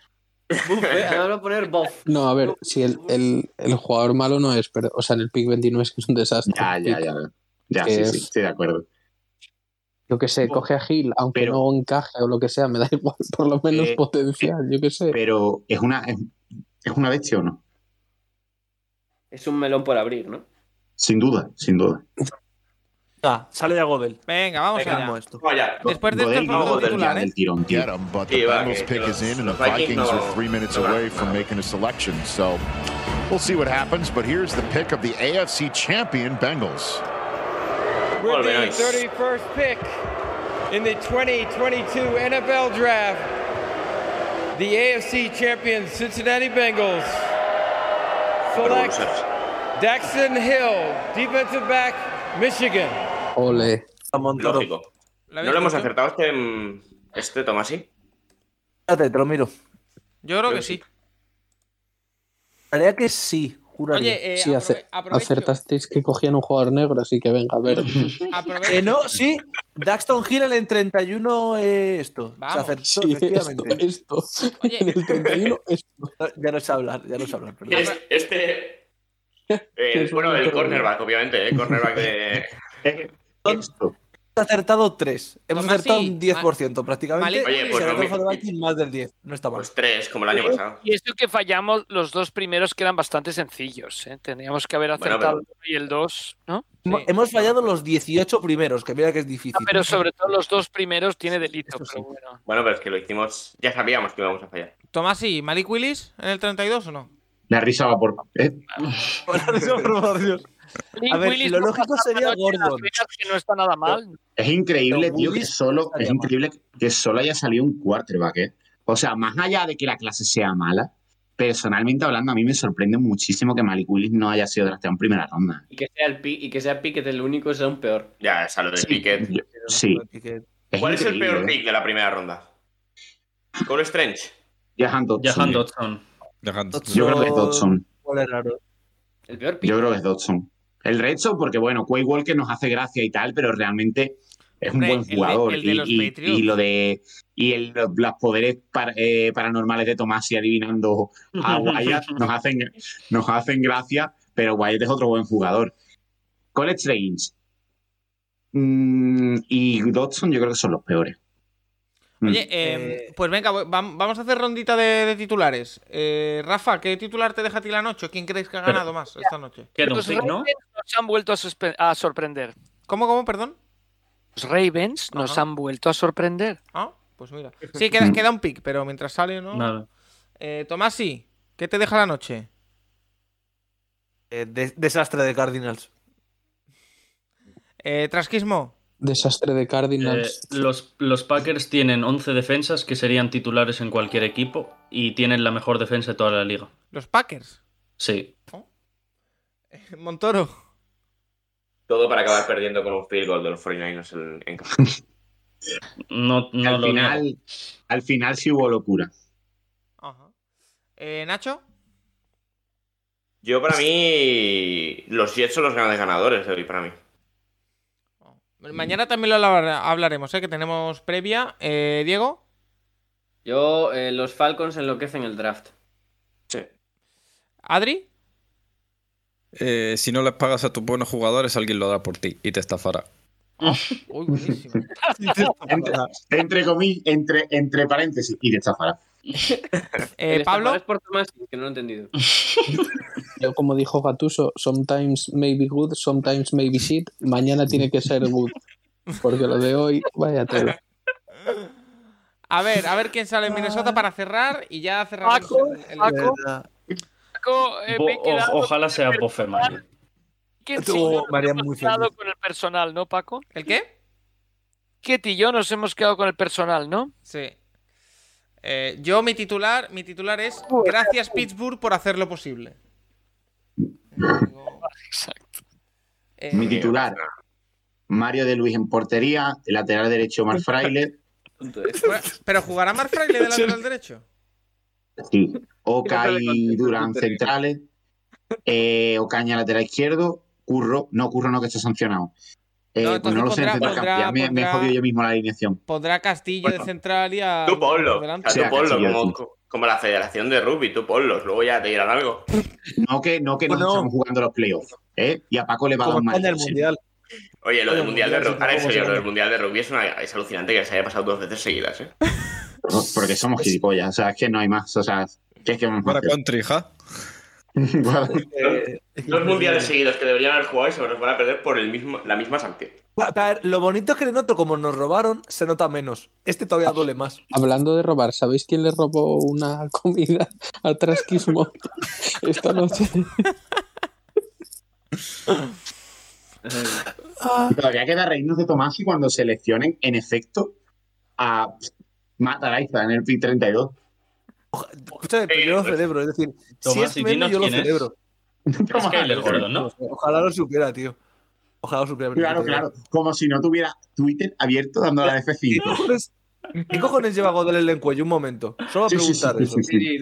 Buf, eh, ahora voy a poner buff.
No, a ver, si el, el- el jugador malo no es, pero, o sea, en el pick 29 es que es un desastre.
Ya, ya, ya. Ya,
Que
sí,
es-
sí, estoy de acuerdo.
Yo que sé, coge a Gil, aunque
pero-
no encaje o lo que sea, me da igual, por lo menos
Eh,
potencial, yo que sé.
Pero es una, es, es una bestia o no?
Es un melón por abrir, ¿no?
Sin duda, sin duda.
Ya, sale ya Godel.
Venga, vamos
Venga,
allá.
vamos esto.
Vaya.
Después de
Godel
este
no
famoso
Godel ya
titular, ¿eh?
del tirón, tío.
Get 'em, but the
Sí, va,
Bengals
que
pick is
los-
in, and the
los Vikings
Vikings
no-
are three minutes
no van,
away
no
from
van.
making a selection. So we'll see what happens. But here's the pick of the AFC champion Bengals.
With the
Volveremos.
31st pick in the 2022 NFL Draft, the AFC champion Cincinnati Bengals select Daxton Hill, defensive back, Michigan.
Ole.
A Montoro.
Lógico.
¿Lo
¿No
habéis
lo hemos
dicho?
acertado este, mm, este Tomasi?
Espérate, te lo miro.
Yo creo que sí.
Haría que sí, juraría.
Oye, eh,
Sí, ace-
aprove- aprovecho.
acertasteis que cogían un jugador negro, así que venga, a ver.
aprovecho.
Que Eh, no, sí. Daxton Hill en el 31 eh, esto. Se
Vamos.
acertó,
Sí, esto,
efectivamente.
esto.
Oye.
En el 31, esto.
Ya no sé hablar, ya no sé hablar, perdón.
Es- Este.
Que
eh,
es
bueno,
un
el
otro-
cornerback, obviamente. El cornerback de.
Eh, Esto.
Hemos acertado 3. Hemos
Tomás,
acertado
sí.
un 10% prácticamente.
Malik-
Oye,
y
pues
se
lo
acertó
mismo.
Fadebaki más del 10. No está mal.
Pues tres, como el año pasado.
Y eso que fallamos los dos primeros que eran bastante sencillos. ¿eh? Tendríamos que haber
Bueno,
acertado el uno y el dos, ¿no?
Hemos- Hemos fallado los 18 primeros, que mira que es difícil.
No, Ah, Pero sobre todo los dos primeros tiene delito. Pero bueno.
Bueno, pero es que lo hicimos. Ya sabíamos que íbamos a fallar.
Tomás y Malik Willis en el 32 o no?
La risa va por. ¿eh?
Por eso, por Dios.
Link
A ver,
Willis
lo
por
lógico
pasar la
sería
noche en Las
Gordon.
Vegas, que no está nada mal.
Es increíble,
Pero
tío, que
Willis
solo,
estaría
es increíble que solo haya salido un quarterback, ¿eh? O sea, más allá de que la clase sea mala, personalmente hablando, a mí me sorprende muchísimo que Malik Willis no haya sido drafteado en primera ronda.
Y que sea el pi y que sea Pickett el único es aún peor.
Ya, es a lo de Pickett.
Yo- Sí.
¿Cuál es el
increíble,
peor
¿eh?
pick de la primera ronda? Cole Strange.
Jahan Dodson.
Jahan Dodson.
Dejando-
Yo creo que es Dodson.
Huele raro.
El peor pick.
Yo creo que es Dodson. El Red Zone, porque bueno, Quay Walker nos hace gracia y tal, pero realmente es un
Hombre,
buen
el de-
jugador.
el de
y-
los
y,
Patriots.
y lo de. Y el- los, los poderes par- eh, paranormales de Tomás y adivinando a Wyatt nos hacen, nos hacen gracia, pero Wyatt es otro buen jugador. Cole Strange mm, y Dodson, yo creo que son los peores. Mm.
Oye, eh, pues venga, va- vam- vamos a hacer rondita de, de titulares. Eh, Rafa, ¿qué titular te deja a ti la noche? ¿Quién crees que ha ganado más esta noche?
Queda un
Los
pick, ¿no?
Ravens nos han vuelto a, suspe- a sorprender.
¿Cómo, cómo, perdón?
Los Ravens nos
Ajá.
han vuelto a sorprender.
¿Ah? Pues mira. Sí, queda, queda un pick, pero mientras sale, ¿no?
Nada.
Eh, Tomasi, ¿qué te deja la noche?
Eh, de- desastre de Cardinals.
Eh, Trasquismo.
Desastre de Cardinals.
Eh, los, los Packers tienen 11 defensas que serían titulares en cualquier equipo y tienen la mejor defensa de toda la liga.
Los Packers.
Sí.
Montoro.
Todo para acabar perdiendo con un field goal de los 49ers en, en casa.
No,
no al,
lo
final, al final sí hubo locura.
Eh, Nacho.
Yo, para mí, los Jets son los grandes ganadores de hoy, para mí.
Mañana también lo hablar- hablaremos, ¿eh? que tenemos previa. Eh, Diego.
Yo, eh, los Falcons enloquecen el draft.
Sí.
Adri.
Eh, si no les pagas a tus buenos jugadores, alguien lo da por ti y te estafará.
Uy, buenísimo.
entre, entre comi- entre, entre paréntesis, y de estafará.
Eh,
El estafador Es por Tomás, que no lo he entendido.
Yo, como dijo Gatuso, sometimes maybe good, sometimes maybe shit. Mañana tiene que ser good. Porque lo de hoy, vaya tela.
A ver, a ver quién sale en Minnesota para cerrar y ya cerramos.
Paco,
el- el-
Paco. eh,
Bo-
eh,
o- ojalá sea Bofferman.
¿Qué
Tú,
tío nos
María,
hemos
muy
quedado
feliz.
con el personal, ¿no, Paco?
¿El qué?
Ket y yo nos hemos quedado con el personal, ¿no?
Sí. Eh, yo, mi titular, mi titular es Gracias Pittsburgh por hacer lo posible.
Exacto.
Mi titular. Mario de Luis en portería, el lateral derecho Mar Fraile,
Pero jugará Mark Fraile del lateral derecho.
sí. Oca y Durán centrales, eh, Ocaña lateral izquierdo, Curro, no, Curro no que está sancionado. Eh,
No,
pues
entonces
no lo sé,
pondrá-
tendrá que
pondrá-
ampliar. me, me he
pondrá-
jodido yo mismo la alineación.
Pondrá Castillo de central y a.
Tú ponlo.
por delante.
O sea, tú ponlo,
Castillo,
como, como la federación de rugby, tú ponlos, luego ya te dirán algo.
No que, no que nos estamos jugando los playoffs, ¿eh? Y a Paco le va a dar
Como
un mal.
España el Mundial. Oye, lo
Oye, pues
del Mundial de
Mundial,
Rugby, ahora en
¿cómo
serio,
se
lo del
llama?
Mundial de Rugby es, una, es alucinante que se haya pasado dos veces seguidas, ¿eh?
Porque somos gilipollas, o sea, es que no hay más, o sea, ¿qué es que vamos a
Para
hacer?
country, ja.
Dos mundiales seguidos que deberían haber jugado y se los van a perder por el mismo, la misma sanción.
A ver, Lo bonito es que en otro, como nos robaron, se nota menos. Este todavía duele más.
Hablando de robar, ¿sabéis quién le robó una comida a Trasquismo esta noche?
Todavía queda reírnos de Tomás y cuando seleccionen, en efecto, a Mataraiza en el PIC 32.
Escúchame, pero yo lo celebro. Es decir, si
Tomás,
es
y
meme,
Eh, pues, dinos
yo lo
quién es.
celebro.
Es Kyler Gordon, ¿no?
Ojalá lo supiera, tío. Ojalá lo supiera. pero
Claro,
no te digo.
claro. Como si no tuviera Twitter abierto dando la
¿Qué
F5.
cojones, qué cojones lleva Godel en el cuello? Un momento. Solo a
Sí, sí,
preguntar
sí,
eso.
sí, sí.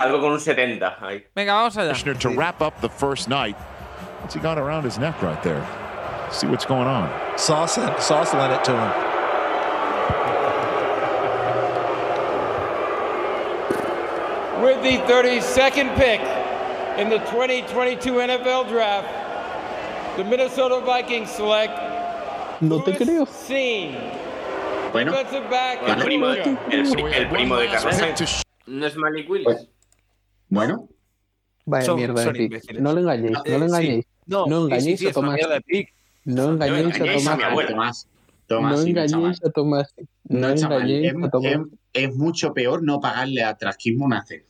Algo con un 70 ahí.
Venga, vamos allá.
Kushner to wrap up the first night. What's he got around his neck right there? See what's going on. Sauce, sauce lent it to him.
With the 32nd pick in the 2022 NFL Draft, the Minnesota Vikings select
No te creo.
Scene.
Bueno,
defensive back
El primo de, el, pri- el primo de Carlos Sainz.
No es Malik Willis.
Bueno.
Vaya
Son-
mierda de
son
pick.
imbéciles.
No le engañéis, no le
Eh, sí.
engañéis. No,
No, sí, sí,
engañéis
sí,
a
es una
Tomás.
mierda de
No engañéis a
engañéis a mi abuela.
Tomás.
Tomás,
No
sí,
engañéis a Tomás. No
No, em, está mal.
engañéis
Es,
a Tomás.
es- es mucho peor no pagarle a Trasquismo una C.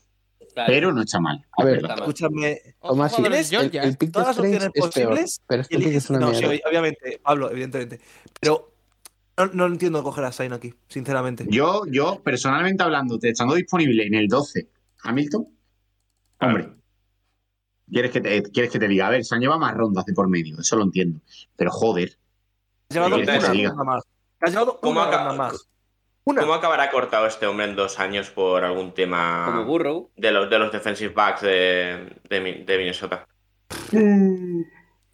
Pero no está mal.
A ver,
escúchame.
Tomás, sí,
Tienes
el, el pick de
todas las
Strange
opciones
es peor,
posibles.
pero este
y
pick
eliges-
es una
no, sí,
mierda.
obviamente, Pablo, evidentemente. Pero no, no entiendo coger a Sain aquí, sinceramente.
Yo, yo, personalmente hablando, te estando disponible en el 12, Hamilton, hombre, ¿quieres que, te, quieres que te diga, a ver, se han llevado más rondas de por medio, eso lo entiendo, pero joder.
Has llevado
¿qué quieres que
una
te diga?
ronda más. Has llevado
¿Cómo
una
acaba-
ronda más.
¿Cómo acabará cortado este hombre en dos años por algún tema
Como Burrow.
de los, de los defensive backs de, de, Mi- de Minnesota?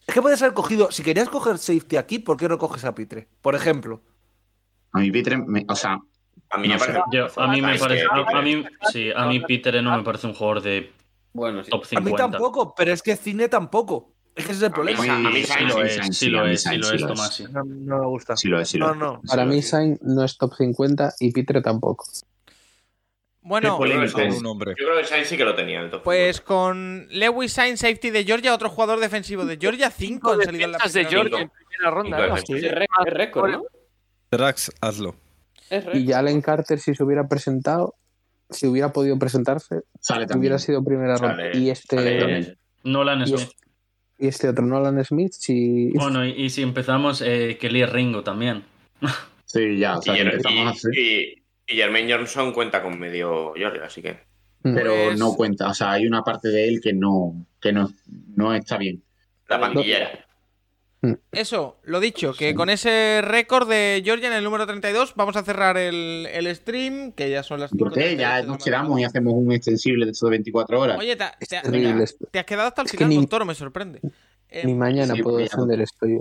Es que puedes haber cogido, si querías coger safety aquí, ¿por qué no coges a Pitre? Por ejemplo.
A mí Pitre, me- o sea...
A
mí
Yo- a mí me parece. A, a mí, sí, a mí Peter no me parece un jugador de top
A mí
50.
tampoco, pero es que Cine tampoco. Es que ese es el problema.
sí, a mí sí lo es, sí lo es, sí lo es, Tomás, sí.
No, no me gusta.
Sí lo es, sí
lo No, es. no.
Para mí, Sain no es top 50 y Pitre tampoco.
Bueno,
Ah, Yo creo que Sainz sí que lo tenía en el top.
pues con Lewis Sainz, safety de Georgia, otro jugador defensivo de Georgia, cinco han salido en la
defensas de
primera
Georgia en primera ronda.
Cinco
¿no?
defensas.
Sí.
récord, ¿no?
Drax, hazlo.
Y ya Allen Carter, si se hubiera presentado, si hubiera podido presentarse,
Sale también.
hubiera sido primera ronda.
Sale-
Y este,
sale también.
Nolan
y
Smith.
este, y este otro, Nolan Smith, si.
Bueno, y, y si empezamos, eh, Kelly Ringo también.
Sí, ya. O sea,
Y,
empezamos así.
y, y- y Jermaine Johnson cuenta con medio Georgia, así que.
Pero
Pues-
no cuenta. O sea, hay una parte de él que no, que no, no está bien.
La pandillera.
Eso, lo dicho, que con ese récord de Georgia en el número 32 vamos a cerrar el, el stream, que ya son las
¿Por qué? Ya
5:37 de la
nos
madrugada.
quedamos y hacemos un extensible de esos de 24 horas.
Oye, te, te-
terrible
venga,
esto.
te has quedado hasta el
Es que
final,
ni-
doctor, me sorprende. Eh,
Ni mañana
Sí,
puedo
porque ya no-
defender esto yo.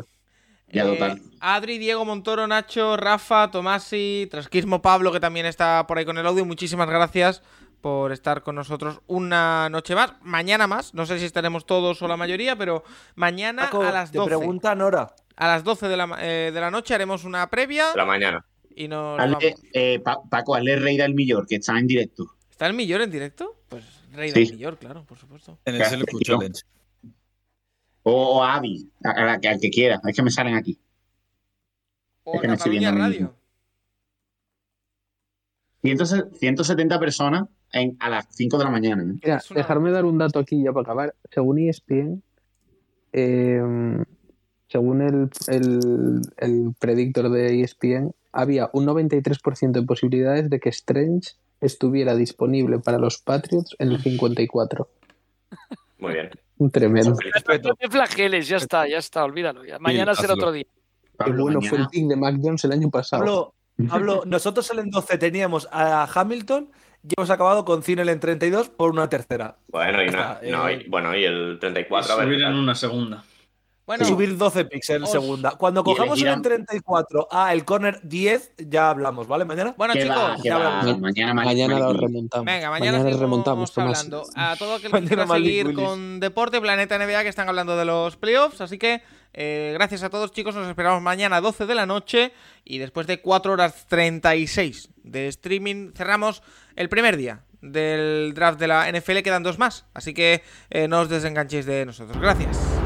Ya,
Eh,
total.
Adri, Diego, Montoro, Nacho, Rafa, Tomasi, Trasquismo, Pablo, que también está por ahí con el audio. Muchísimas gracias por estar con nosotros una noche más. Mañana más. No sé si estaremos todos o la mayoría, pero mañana
Paco,
a las
te
12.
preguntan hora.
A las 12 de la, ma- eh, de la noche haremos una previa
De la mañana.
y nos
Hazle,
vamos.
eh, Pa- Paco, hazle rey del millor, que está en directo.
¿Está el Millor en directo? Pues Rey
Sí.
del Millor, claro, por supuesto.
En el
Claro,
Selku
yo-
Challenge.
O, o a Avi, a- a la que- al que quiera. Es que me salen aquí.
O
Es
a
que no estoy
Cataluña
viendo a mí
Radio.
mismo. 100 170 personas en- a las 5 de la mañana. ¿eh?
Mira,
Es una-
dejarme dar un dato aquí ya para acabar. Según E ESPN, eh, según el, el, el predictor de E ESPN, había un 93% de posibilidades de que Strange estuviera disponible para los Patriots en el 54.
Muy bien.
Tremendo.
No te flageles, ya está, ya está, olvídalo. ya. Mañana será
hazlo.
otro día.
Qué
Pablo,
bueno
mañana-
fue el pick de Mac Jones el año pasado.
Pablo, Pablo, nosotros en el 12 teníamos a Hamilton y hemos acabado con Cinel en 32 por una tercera.
Bueno, y, una-
Ah, eh,
no, y- bueno, y el 34. A ver,
Subir
qué
en
tal.
una segunda.
Bueno,
Subir 12 píxeles
Os-
segunda. Cuando cojamos
elegir
el
a-
en 34 a el corner 10, ya hablamos, ¿vale? Mañana.
bueno
¿Qué
chicos,
va? ¿Qué va?
hablamos.
Mañana, ma-
Mañana lo
ma-
remontamos.
Venga, mañana, seguimos
remontamos, Tomás.
hablando. A todo aquel que
Mañana
quiera
Malik
seguir
Willis.
con Deporte, Planeta NBA, que están hablando de los playoffs. Así que eh, gracias a todos, chicos. Nos esperamos mañana a 12 de la noche. Y después de 4 horas 36 de streaming, cerramos el primer día del draft de la NFL. Quedan dos más. Así que eh, no os desenganchéis de nosotros. Gracias.